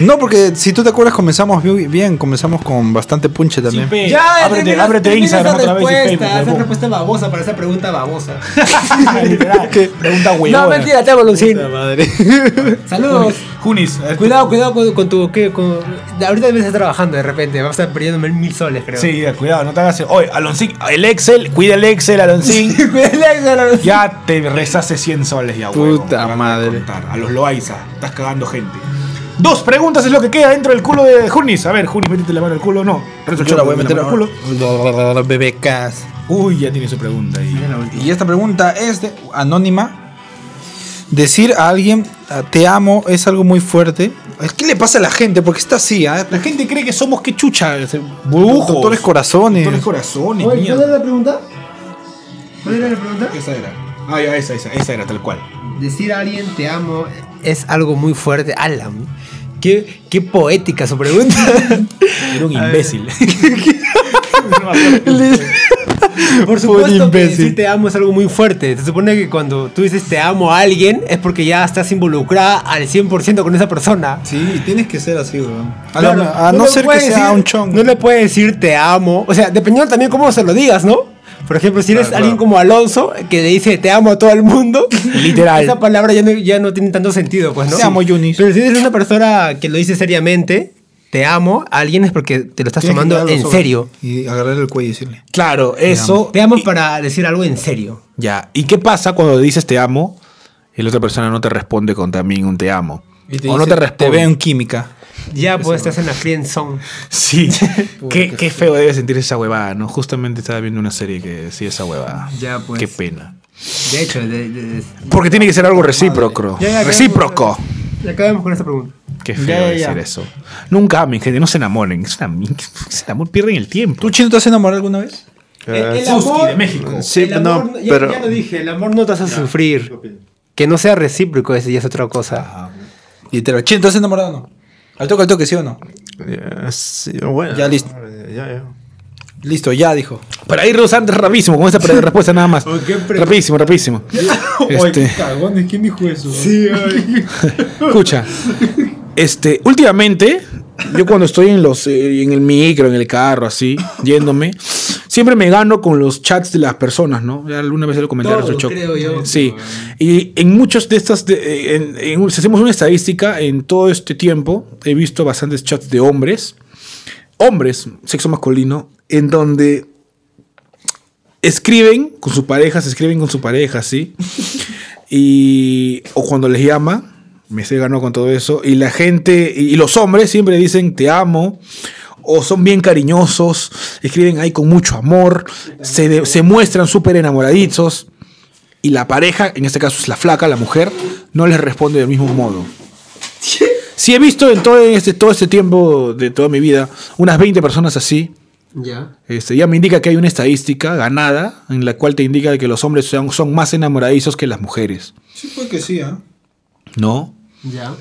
No, porque si tú te acuerdas comenzamos bi- bien, comenzamos con bastante punche también. Eh, Ya, ábrete, termina- ábrete termina Instagram esa otra vez y respuesta, Facebook, Esa huevón. respuesta babosa para esa pregunta babosa. Literal, Pregunta huevona. No, mentira, te amo, Lucín. madre. Saludos. Junis, a ver, Cuidado, cuidado con, con tu. ¿qué? Con- ahorita debes estar trabajando de repente. Vas a estar perdiendo mil soles, creo. Sí, ya, cuidado, no te hagas. Oye, Alonsín, el Excel, cuida el Excel, Alonsín. ya te rezaste 100 soles ya, huevón. Puta Para de madre. contar. A los Loaiza, estás cagando gente. Dos preguntas es lo que queda dentro del culo de Junis. A ver, Junis, métete la mano al culo, no. Renzo Yo la voy a Choco, meter la al mano culo. Bebecas. Uy, ya tiene su pregunta ahí. Y esta pregunta es de- anónima. Decir a alguien ah, te amo es algo muy fuerte. Ay, ¿Qué le pasa a la gente? Porque está así, ¿ah? La gente cree que somos que chucha. ese- Brujos, brujos, doctores corazones. doctores corazones, mierda. la pregunta? ¿Cuál era la pregunta? Esa era. Ah, ya, esa, esa, esa era tal cual. Decir a alguien te amo es algo muy fuerte. Alan, qué, qué poética su pregunta. Era un imbécil. Por Pobre supuesto que imbécil. decir te amo es algo muy fuerte. Se supone que cuando tú dices te amo a alguien es porque ya estás involucrada al 100% con esa persona. Sí, tienes que ser así, weón. A, Claro, la- a no, le ser que puedes sea decir- un chongo. No le puedes decir te amo. O sea, dependiendo también cómo se lo digas, ¿no? Por ejemplo, si eres alguien como Alonso, que le dice te amo a todo el mundo, Literal. esa palabra ya no, ya no tiene tanto sentido, pues, ¿no? Te amo, Yunis. Pero si eres una persona que lo dice seriamente, te amo a alguien es porque te lo estás Tienes que tomando mirarlo en sobre- serio. Y agarrarle el cuello y decirle. Claro, eso. Te amo para decir algo en serio. Ya. ¿Y qué pasa cuando dices te amo y la otra persona no te responde con también un te amo? Y o no dice, te responde. veo en química. Ya, pues, estás en la friend zone. Sí. qué, qué feo debe sentir esa huevada, ¿no? Justamente estaba viendo una serie que decía esa huevada. Ya, pues. Qué pena. De hecho, de- de- de- Porque tiene que ser algo recíproco. Ya, ya, acabemos- recíproco. Ya acabemos con esta pregunta. Qué feo Ya, ya, debe ya. ser eso. Nunca amen, gente. No se enamoren. Es una min- se enamor- pierden el tiempo. ¿Tú, Chino, te has enamorado alguna vez? Eh, amor de México. sí, El no, amor- ya, pero. ya lo dije, el amor no te hace sufrir. Que no sea recíproco, ese ya es otra cosa. Literal. Chino, ¿te has enamorado o no? Al toque, al toque, ¿sí o no? Ya, Eh, sí, bueno. eh, Ya listo. Ya, ya. Listo, ya dijo. Para ir Rosante rapidísimo, con esa pre- respuesta nada más. Rapidísimo, rapidísimo. Este, cagones, ¿quién dijo eso? Sí, escucha. Este, últimamente, yo cuando estoy en los eh, en el micro, en el carro, así, yéndome, siempre me gano con los chats de las personas, ¿no? Ya alguna vez lo comentaron Todos, Choco. creo yo. Sí. Y en muchos de estas, de- en- en- si hacemos una estadística, en todo este tiempo he visto bastantes chats de hombres, hombres, sexo masculino, en donde escriben con su pareja, se escriben con su pareja, ¿sí? Y, o cuando les llama, me se ganó con todo eso, y la gente, y, y los hombres siempre dicen te amo, o son bien cariñosos, escriben ahí con mucho amor, se, de- se muestran súper enamoradizos, y la pareja, en este caso es la flaca, la mujer, no les responde del mismo modo. Si he visto en todo este, todo este tiempo de toda mi vida unas 20 personas así, Ya. este, ya me indica que hay una estadística ganada en la cual te indica que los hombres son, son más enamoradizos que las mujeres, Sí, fue que sí, ¿ah? ¿no? Ya.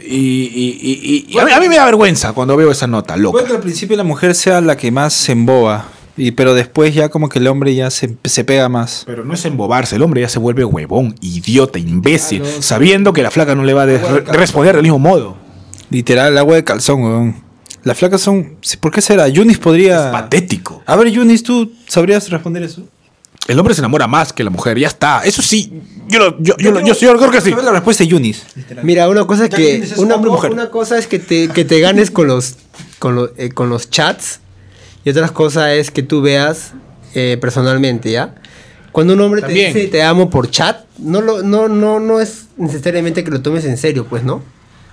Y, y- y- y- y a, mí, a mí me da vergüenza cuando veo esa nota, loco. Puede que al principio la mujer sea la que más se emboba, y, pero después ya como que el hombre ya se, se pega más. Pero no es embobarse, el hombre ya se vuelve huevón, idiota, imbécil, sabiendo que la flaca no le va a de- re- responder del mismo modo. Literal, agua de calzón, weón. Las flacas son... ¿Por qué será? Yunis podría... Es patético. A ver, Yunis, ¿tú sabrías responder eso? El hombre se enamora más que la mujer, ya está. Eso sí, yo, lo- yo, yo, lo- yo- yo creo que sí. La respuesta es Yunis. Mira, una cosa que tienes eso, una, hombre o mujer. una cosa es que te, que te ganes con los con, lo- eh, con los chats y otra cosa es que tú veas eh, personalmente, ¿ya? Cuando un hombre También. te dice te amo por chat, no lo no no no es necesariamente que lo tomes en serio, pues, ¿no?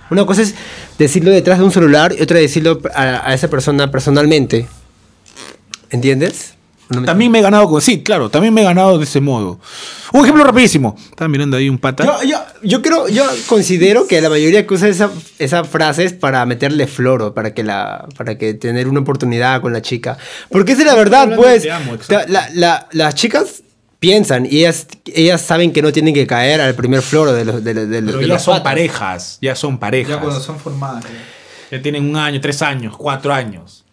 Una cosa es decirlo detrás de un celular y otra decirlo a, a esa persona personalmente. ¿Entiendes? También me he ganado con. Sí, claro, también me he ganado de ese modo. Un ejemplo rapidísimo. Estaba mirando ahí un pata. Yo, yo, yo creo, yo considero que la mayoría que usa esa, esa frase es para meterle floro, para que la, para que tener una oportunidad con la chica. Porque esa es la verdad, Hablando pues. de te amo, la- la- la- las chicas piensan y ellas, ellas saben que no tienen que caer al primer floro de los de, los- de los- Pero de ya los son patas. parejas, ya son parejas. Ya cuando son formadas. Ya tienen un año, tres años, cuatro años.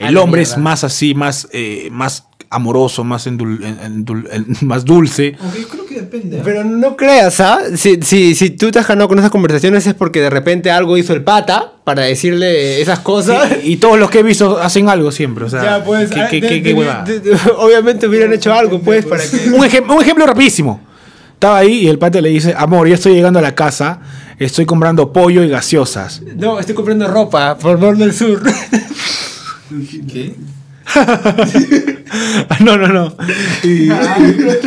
A El la hombre mierda. es más así, más, eh, más amoroso, más, endul- en- en- dul- en- más dulce. Aunque yo creo que depende. ¿ah? Pero no creas, ¿ah? Si, si, si tú te has ganado con esas conversaciones es porque de repente algo hizo el pata para decirle esas cosas. Y, y todos los que he visto hacen algo siempre. O sea, Ya, pues, ¿qué- ah, qué- de- qué- qué de- huevada? de- de- obviamente hubieran hecho algo, pues, para que. un, ejem- un ejemplo rapidísimo. Estaba ahí y el pata le dice, amor, ya estoy llegando a la casa, estoy comprando pollo y gaseosas. No, estoy comprando ropa por Borno del Sur. ¿Qué? Ah, no, no, no. Y-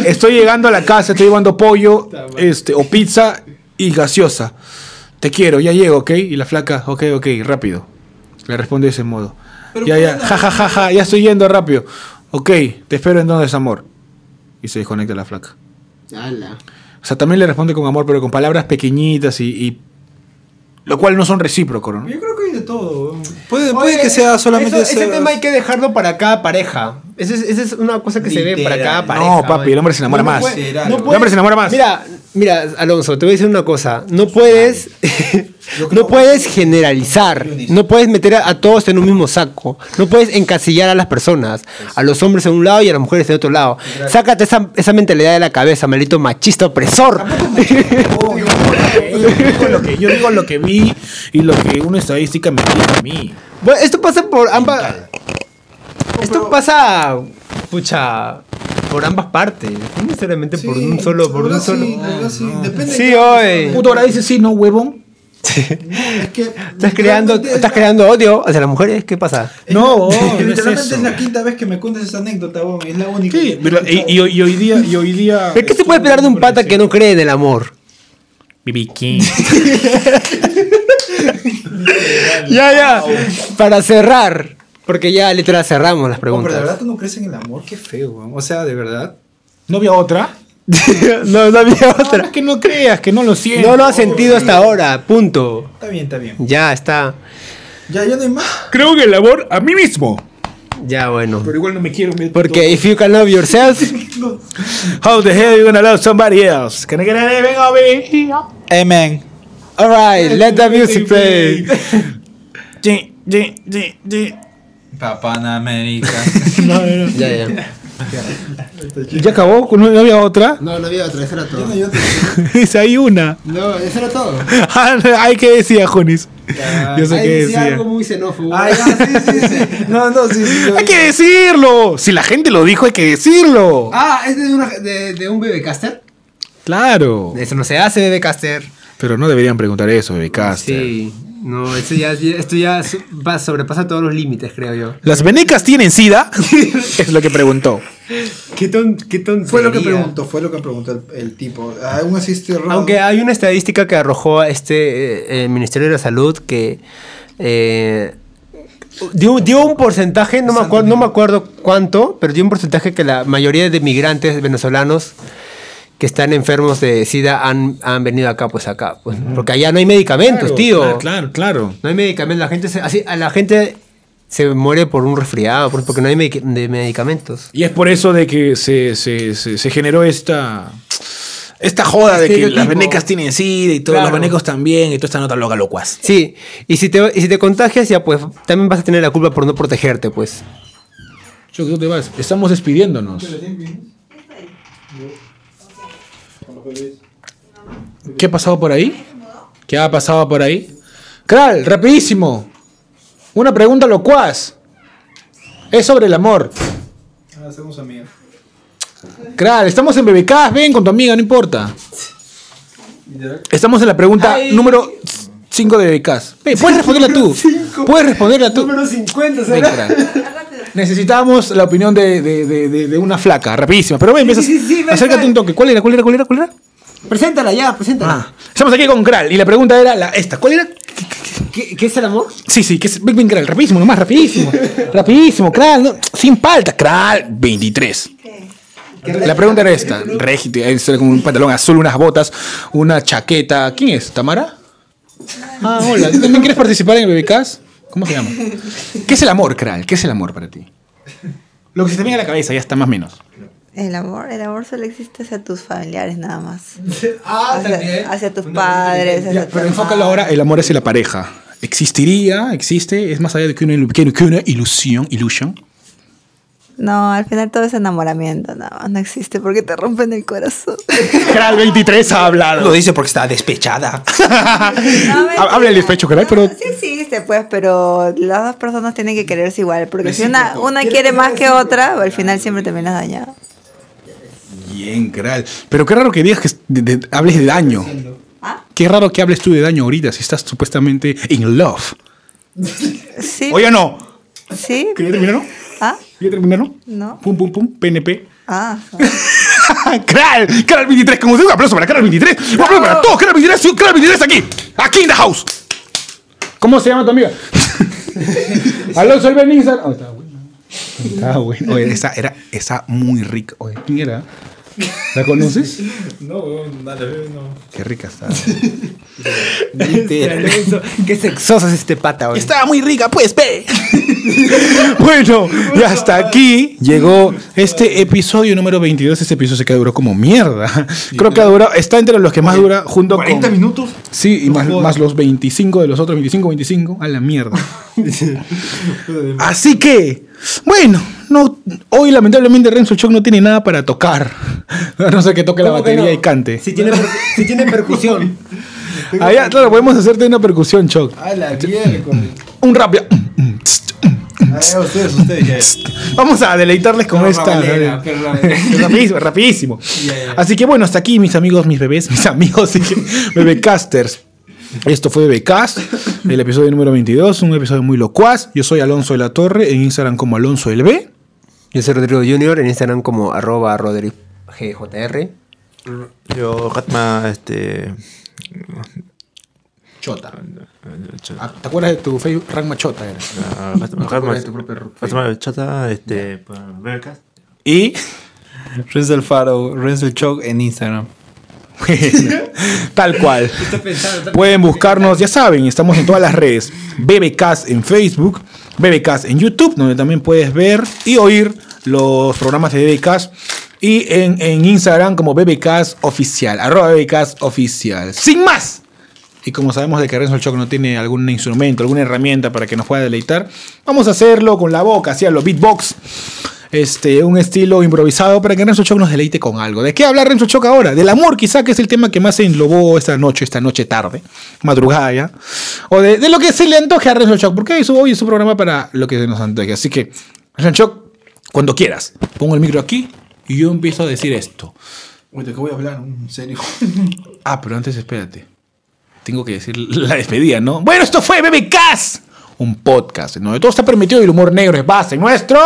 estoy llegando a la casa, estoy llevando pollo este, o pizza y gaseosa. Te quiero, ya llego, ¿ok? Y la flaca, ok, ok, rápido. Le responde de ese modo. ya, ya, ja, ja, ja, ja, ya estoy yendo rápido. Ok, te espero entonces, amor. Y se desconecta la flaca. O sea, también le responde con amor, pero con palabras pequeñitas y... y- lo cual no son recíprocos, ¿no? Yo creo que hay de todo. weón. Puede, Oye, puede que sea solamente eso- ese ser- tema hay que dejarlo para cada pareja. Esa es, esa es una cosa que se ve para Literal. cada No, pareja. No, papi, el hombre se enamora No más. puede- no el puede- hombre se enamora más. Mira, mira, Alonso, te voy a decir una cosa. No puedes, no puedes generalizar. No puedes meter a, a todos en un mismo saco. No puedes encasillar a las personas, a los hombres en un lado y a las mujeres en otro lado. Sácate esa, esa mentalidad de la cabeza, maldito machista opresor. Yo digo lo que- yo digo lo que vi y lo que una estadística me dice a mí. Bueno, esto pasa por ambas. Oh, Esto pasa. Pucha. Por ambas partes. No necesariamente por un solo. Por un Ahora solo. sí, ahora sí, depende Sí, de cada oye. persona. Puto, ahora dice sí, ¿no, huevón? Es que Estás creando, literalmente estás es- creando odio hacia las mujeres. ¿Qué pasa? No, no es literalmente eso. es la quinta vez que me cuentas esa anécdota, weón. Es la única. Sí, que- pero- y, y hoy- y hoy día... Y hoy día ¿Pero ¿Qué se puede esperar de un pata que no cree en el amor? BB King. Ya, ya. Para cerrar. Porque ya literal cerramos las No, Oh, pero de verdad preguntas. tú no crees en el amor, qué feo, weón. O sea, de verdad. ¿No había otra? no, no había Ah, No, es otra. que no creas, que no lo siento. No Oh, lo has sentido hasta ahora. Punto. Está bien, está bien. Ya está. Ya, ya no hay más. Creo que el amor a mí mismo. Ya bueno. Pero igual no me quiero. me- Porque if you can love yourself, How the hell you gonna love somebody else? Can I get a living of it? Amen. alright, let the music play. Di, di, di, di. Panamérica. No, no, no. Ya, ya. ¿Ya acabó? ¿No no había otra? No, no había otra, esa era todo. Es ahí una. No, eso era todo. Ay, ¿qué decía, Jonis? Yo sé Ahí qué decía decía. algo muy xenófobo. No, no, sí, sí. Hay que decirlo. Si la gente lo dijo, hay que decirlo. Ah, es de, una- de, de un bebecaster. Claro. Eso no se hace, bebecaster. Pero no deberían preguntar eso, Bebecaster. Sí. No, esto ya, esto ya su- va- sobrepasa todos los límites, creo yo. ¿Las venecas tienen sida? es lo que preguntó. ¿Qué ton, qué ton Fue lo que preguntó, fue lo que preguntó el, el tipo. Aún así estoy errado. Aunque hay una estadística que arrojó este eh, el Ministerio de la Salud que eh, dio, dio un porcentaje, no me, acuerdo, no me acuerdo cuánto, pero dio un porcentaje que la mayoría de migrantes venezolanos que están enfermos de SIDA han, han venido acá, pues acá. pues, porque allá no hay medicamentos, Claro, tío. claro, claro, claro. No hay medicamentos. La gente se- así, a la gente se muere por un resfriado, por- porque no hay medic- de medicamentos. Y es por eso de que se, se, se, se generó esta. Esta joda de Este que Estereotipo. las venecas tienen sida y todos Claro. los venecos también y toda esta nota loca locuas. Sí, y si te, y si te contagias, ya pues también vas a tener la culpa por no protegerte, pues. Yo creo que te vas. Estamos despidiéndonos. ¿Qué ha pasado por ahí? ¿Qué ha pasado por ahí? Kral, rapidísimo. Una pregunta locuaz. Es sobre el amor. Ahora hacemos amigos. Kral, estamos en BBK, ven con tu amiga, no importa. Estamos en la pregunta número 5 de BBK. Ven, Puedes responderla tú. Puedes responderla tú. Número 50, ¿será? Necesitamos la opinión de, de- de- de- de una flaca, rapidísima. Pero ven, ves, acércate un toque. ¿Cuál era? ¿Cuál era? ¿Cuál era? ¿Cuál era? Ah, Preséntala ya, preséntala. Estamos aquí con Kral y la pregunta era la, esta. ¿Cuál era? ¿Qué, qué es el amor? Sí, sí, que es, ven, ven, Kral, rapidísimo, nomás, rapidísimo. rapidísimo, Kral, no, sin palta, Kral, 23. La pregunta era esta. Regi, te- es con un pantalón azul, unas botas, una chaqueta. ¿Quién es? ¿Tamara? Ah, hola. ¿Tú también quieres participar en el BBKs? ¿Cómo se llama? ¿Qué es el amor, Kral? ¿Qué es el amor para ti? Lo que se te viene a la cabeza, ya está más o menos. El amor, el amor solo existe hacia tus familiares nada más. Ah, hacia, hacia tus padres, hacia tu Pero hermano. enfócalo ahora, el amor hacia la pareja. ¿Existiría? ¿Existe? ¿Es más allá de que una, ilu- que- que una ilusión? ¿Ilusión? No, al final todo es enamoramiento, nada más. No existe porque te rompen el corazón. Kral 23 ha hablado. Lo dice porque está despechada. Habla el despecho, Kral, pero Sí existe, pues, pero las dos personas tienen que quererse igual. Porque si una, Recíproco. una quiere más que otra, al final siempre terminas dañado. Bien, Kral. Pero qué raro que digas que de- de- hables de daño. ¿Ah? Qué raro que hables tú de daño ahorita si estás supuestamente in love. Sí. Oye, no. Sí. ¿Quería terminar, no? ¿Ah? ¿Quería terminar, no? No. Pum, pum, pum. PNP. Ah. Kral. Kral 23. Como digo, un aplauso para Kral 23. Un aplauso para todos. Kral 23. sí, Kral 23 aquí. Aquí in the house. ¿Cómo se llama tu amiga? Alonso el Benizar. Oh, está bueno. Está bueno. Oye, esa era esa muy rica. Oye, ¿quién era? ¿La conoces? No, weón, dale, no. Qué rica está. Qué sexoso es este pata, güey. Estaba muy rica, pues, ve. bueno, y hasta aquí llegó este episodio número 22. Este episodio se queda duró como mierda. Creo que duró, está entre los que más dura junto con... minutos? Sí, y más, más los 25 de los otros 25, 25. A la mierda. Así que, bueno, no, hoy lamentablemente Renzo Choc no tiene nada para tocar. A no sé que toque la ¿Cómo que no? batería y cante. Si tiene, per- si tiene percusión. Allá, claro, podemos hacerte una percusión, Choc. A la mierda. Un rap. ya. A ustedes, ustedes. ya. Vamos a deleitarles con Pero esta. rabalera, pero rabalera. rapidísimo, rapidísimo. Ya, ya. Así que bueno, hasta aquí, mis amigos, mis bebés, mis amigos, y bebecasters. Esto fue Bebecast, el episodio número 22, un episodio muy locuaz. Yo soy Alonso de la Torre, en Instagram como Alonso el B. Yo soy Rodrigo Junior en Instagram como arroba Rodrigo GJR. Yo, Hatma, este. Chota. Ah, ¿Te acuerdas de tu Facebook? Rank Machota era. ah, No Hatma, te acuerdas de tu propio Hatma, Hatma Chata, este. por Veracast. Y Renzo el Faro, Renzo el Choc en Instagram. Tal cual. Pueden buscarnos, ya saben, estamos en todas las redes. BBKs en Facebook, BBKs en YouTube, donde también puedes ver y oír los programas de BBKs. Y en, en Instagram como BBKs Oficial, arroba BBKs Oficial. Sin más, Y como sabemos de que Renzo el Choc no tiene algún instrumento, alguna herramienta para que nos pueda deleitar, vamos a hacerlo con la boca, así a los beatbox. Este, un estilo improvisado para que Renzo Choc nos deleite con algo. ¿De qué habla Renzo Choc ahora? Del amor, quizá, que es el tema que más se enlobó esta noche, esta noche tarde, madrugada ya. O de, de lo que se le antoje a Renzo Choc, porque hoy es, hoy es un programa para lo que se nos antoje. Así que, Renzo Choc, cuando quieras, pongo el micro aquí y yo empiezo a decir esto. Uy, ¿de qué voy a hablar? En serio. Ah, pero antes espérate. Tengo que decir la despedida, ¿no? Bueno, esto fue BBKs, un podcast en donde todo está permitido y el humor negro es base. Nuestros.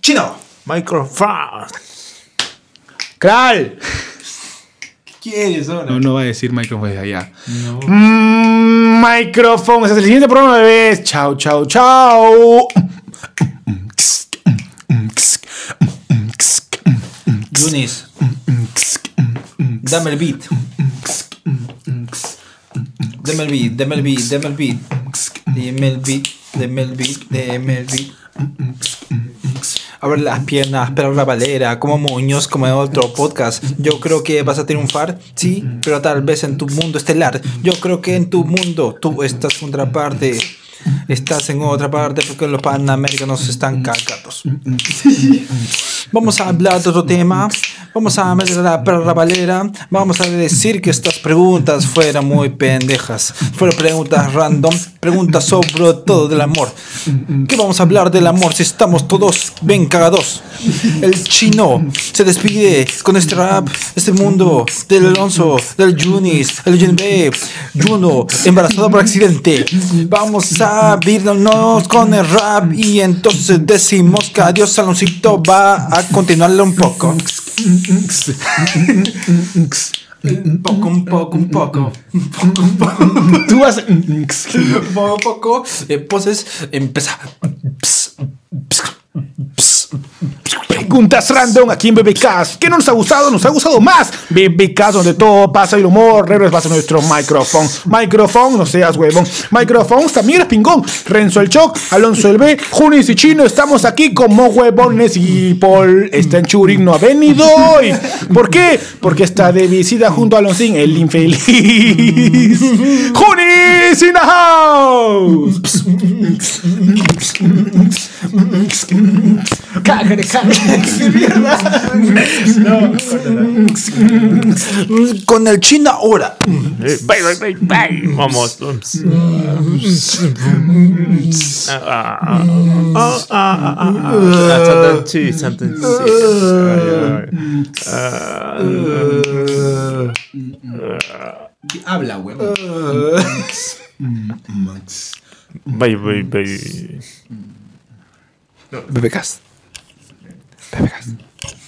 Chino. Microsoft. Kral. ¿Quién es ahora? No, no va a decir micrófono desde allá. No. Mm, micrófono. Hasta el siguiente programa, bebés. Chao, chao, chao. Yunis. Dame el beat. Dame el beat, dame el beat, dame el beat. Dame el beat, dame el beat, dame el beat. Abre las piernas, pero la valera, como Muñoz, como en otro podcast. Yo creo que vas a triunfar, sí, pero tal vez en tu mundo estelar. Yo creo que en tu mundo tú estás en otra parte. Estás en otra parte porque los panamericanos están cagados. Vamos a hablar de otro tema. Vamos a meter a la perra valera. Vamos a decir que estas preguntas fueron muy pendejas. Fueron preguntas random. Preguntas sobre todo del amor. ¿Qué vamos a hablar del amor si estamos todos bien cagados? El chino se despide con este rap, este mundo del Alonso, del Junis, el Jinbe, Juno, embarazado por accidente. Vamos a abrirnos con el rap y entonces decimos que adiós, Aloncito va a continuarlo un poco. Un poco, un poco, un poco. Un poco, un poco. Tú vas. Poco, poco. eh, Poses. Empieza. Preguntas random aquí en BBKs. ¿Qué no nos ha gustado? Nos ha gustado más. BBKs donde todo pasa y el humor. Rebres pasa nuestro micrófono. Micrófono, no seas huevón. Micrófono, también eres pingón. Renzo el Choc, Alonso el B, Junis y Chino. Estamos aquí como huevones y Paul está en Churín, no ha venido hoy. ¿Por qué? Porque está de visita junto a Alonsín, el infeliz. Junis in the house. Cágare, Con el chino ahora. Bye, bye, bye, bye. Vamos. Ah, ah, ah. Ah, ah, ah, ah. Ah, something, sí, something, sí. Ay, ay. Ah, ah. Habla, huevón. Bye, bye, bye. BBKs. BBKs.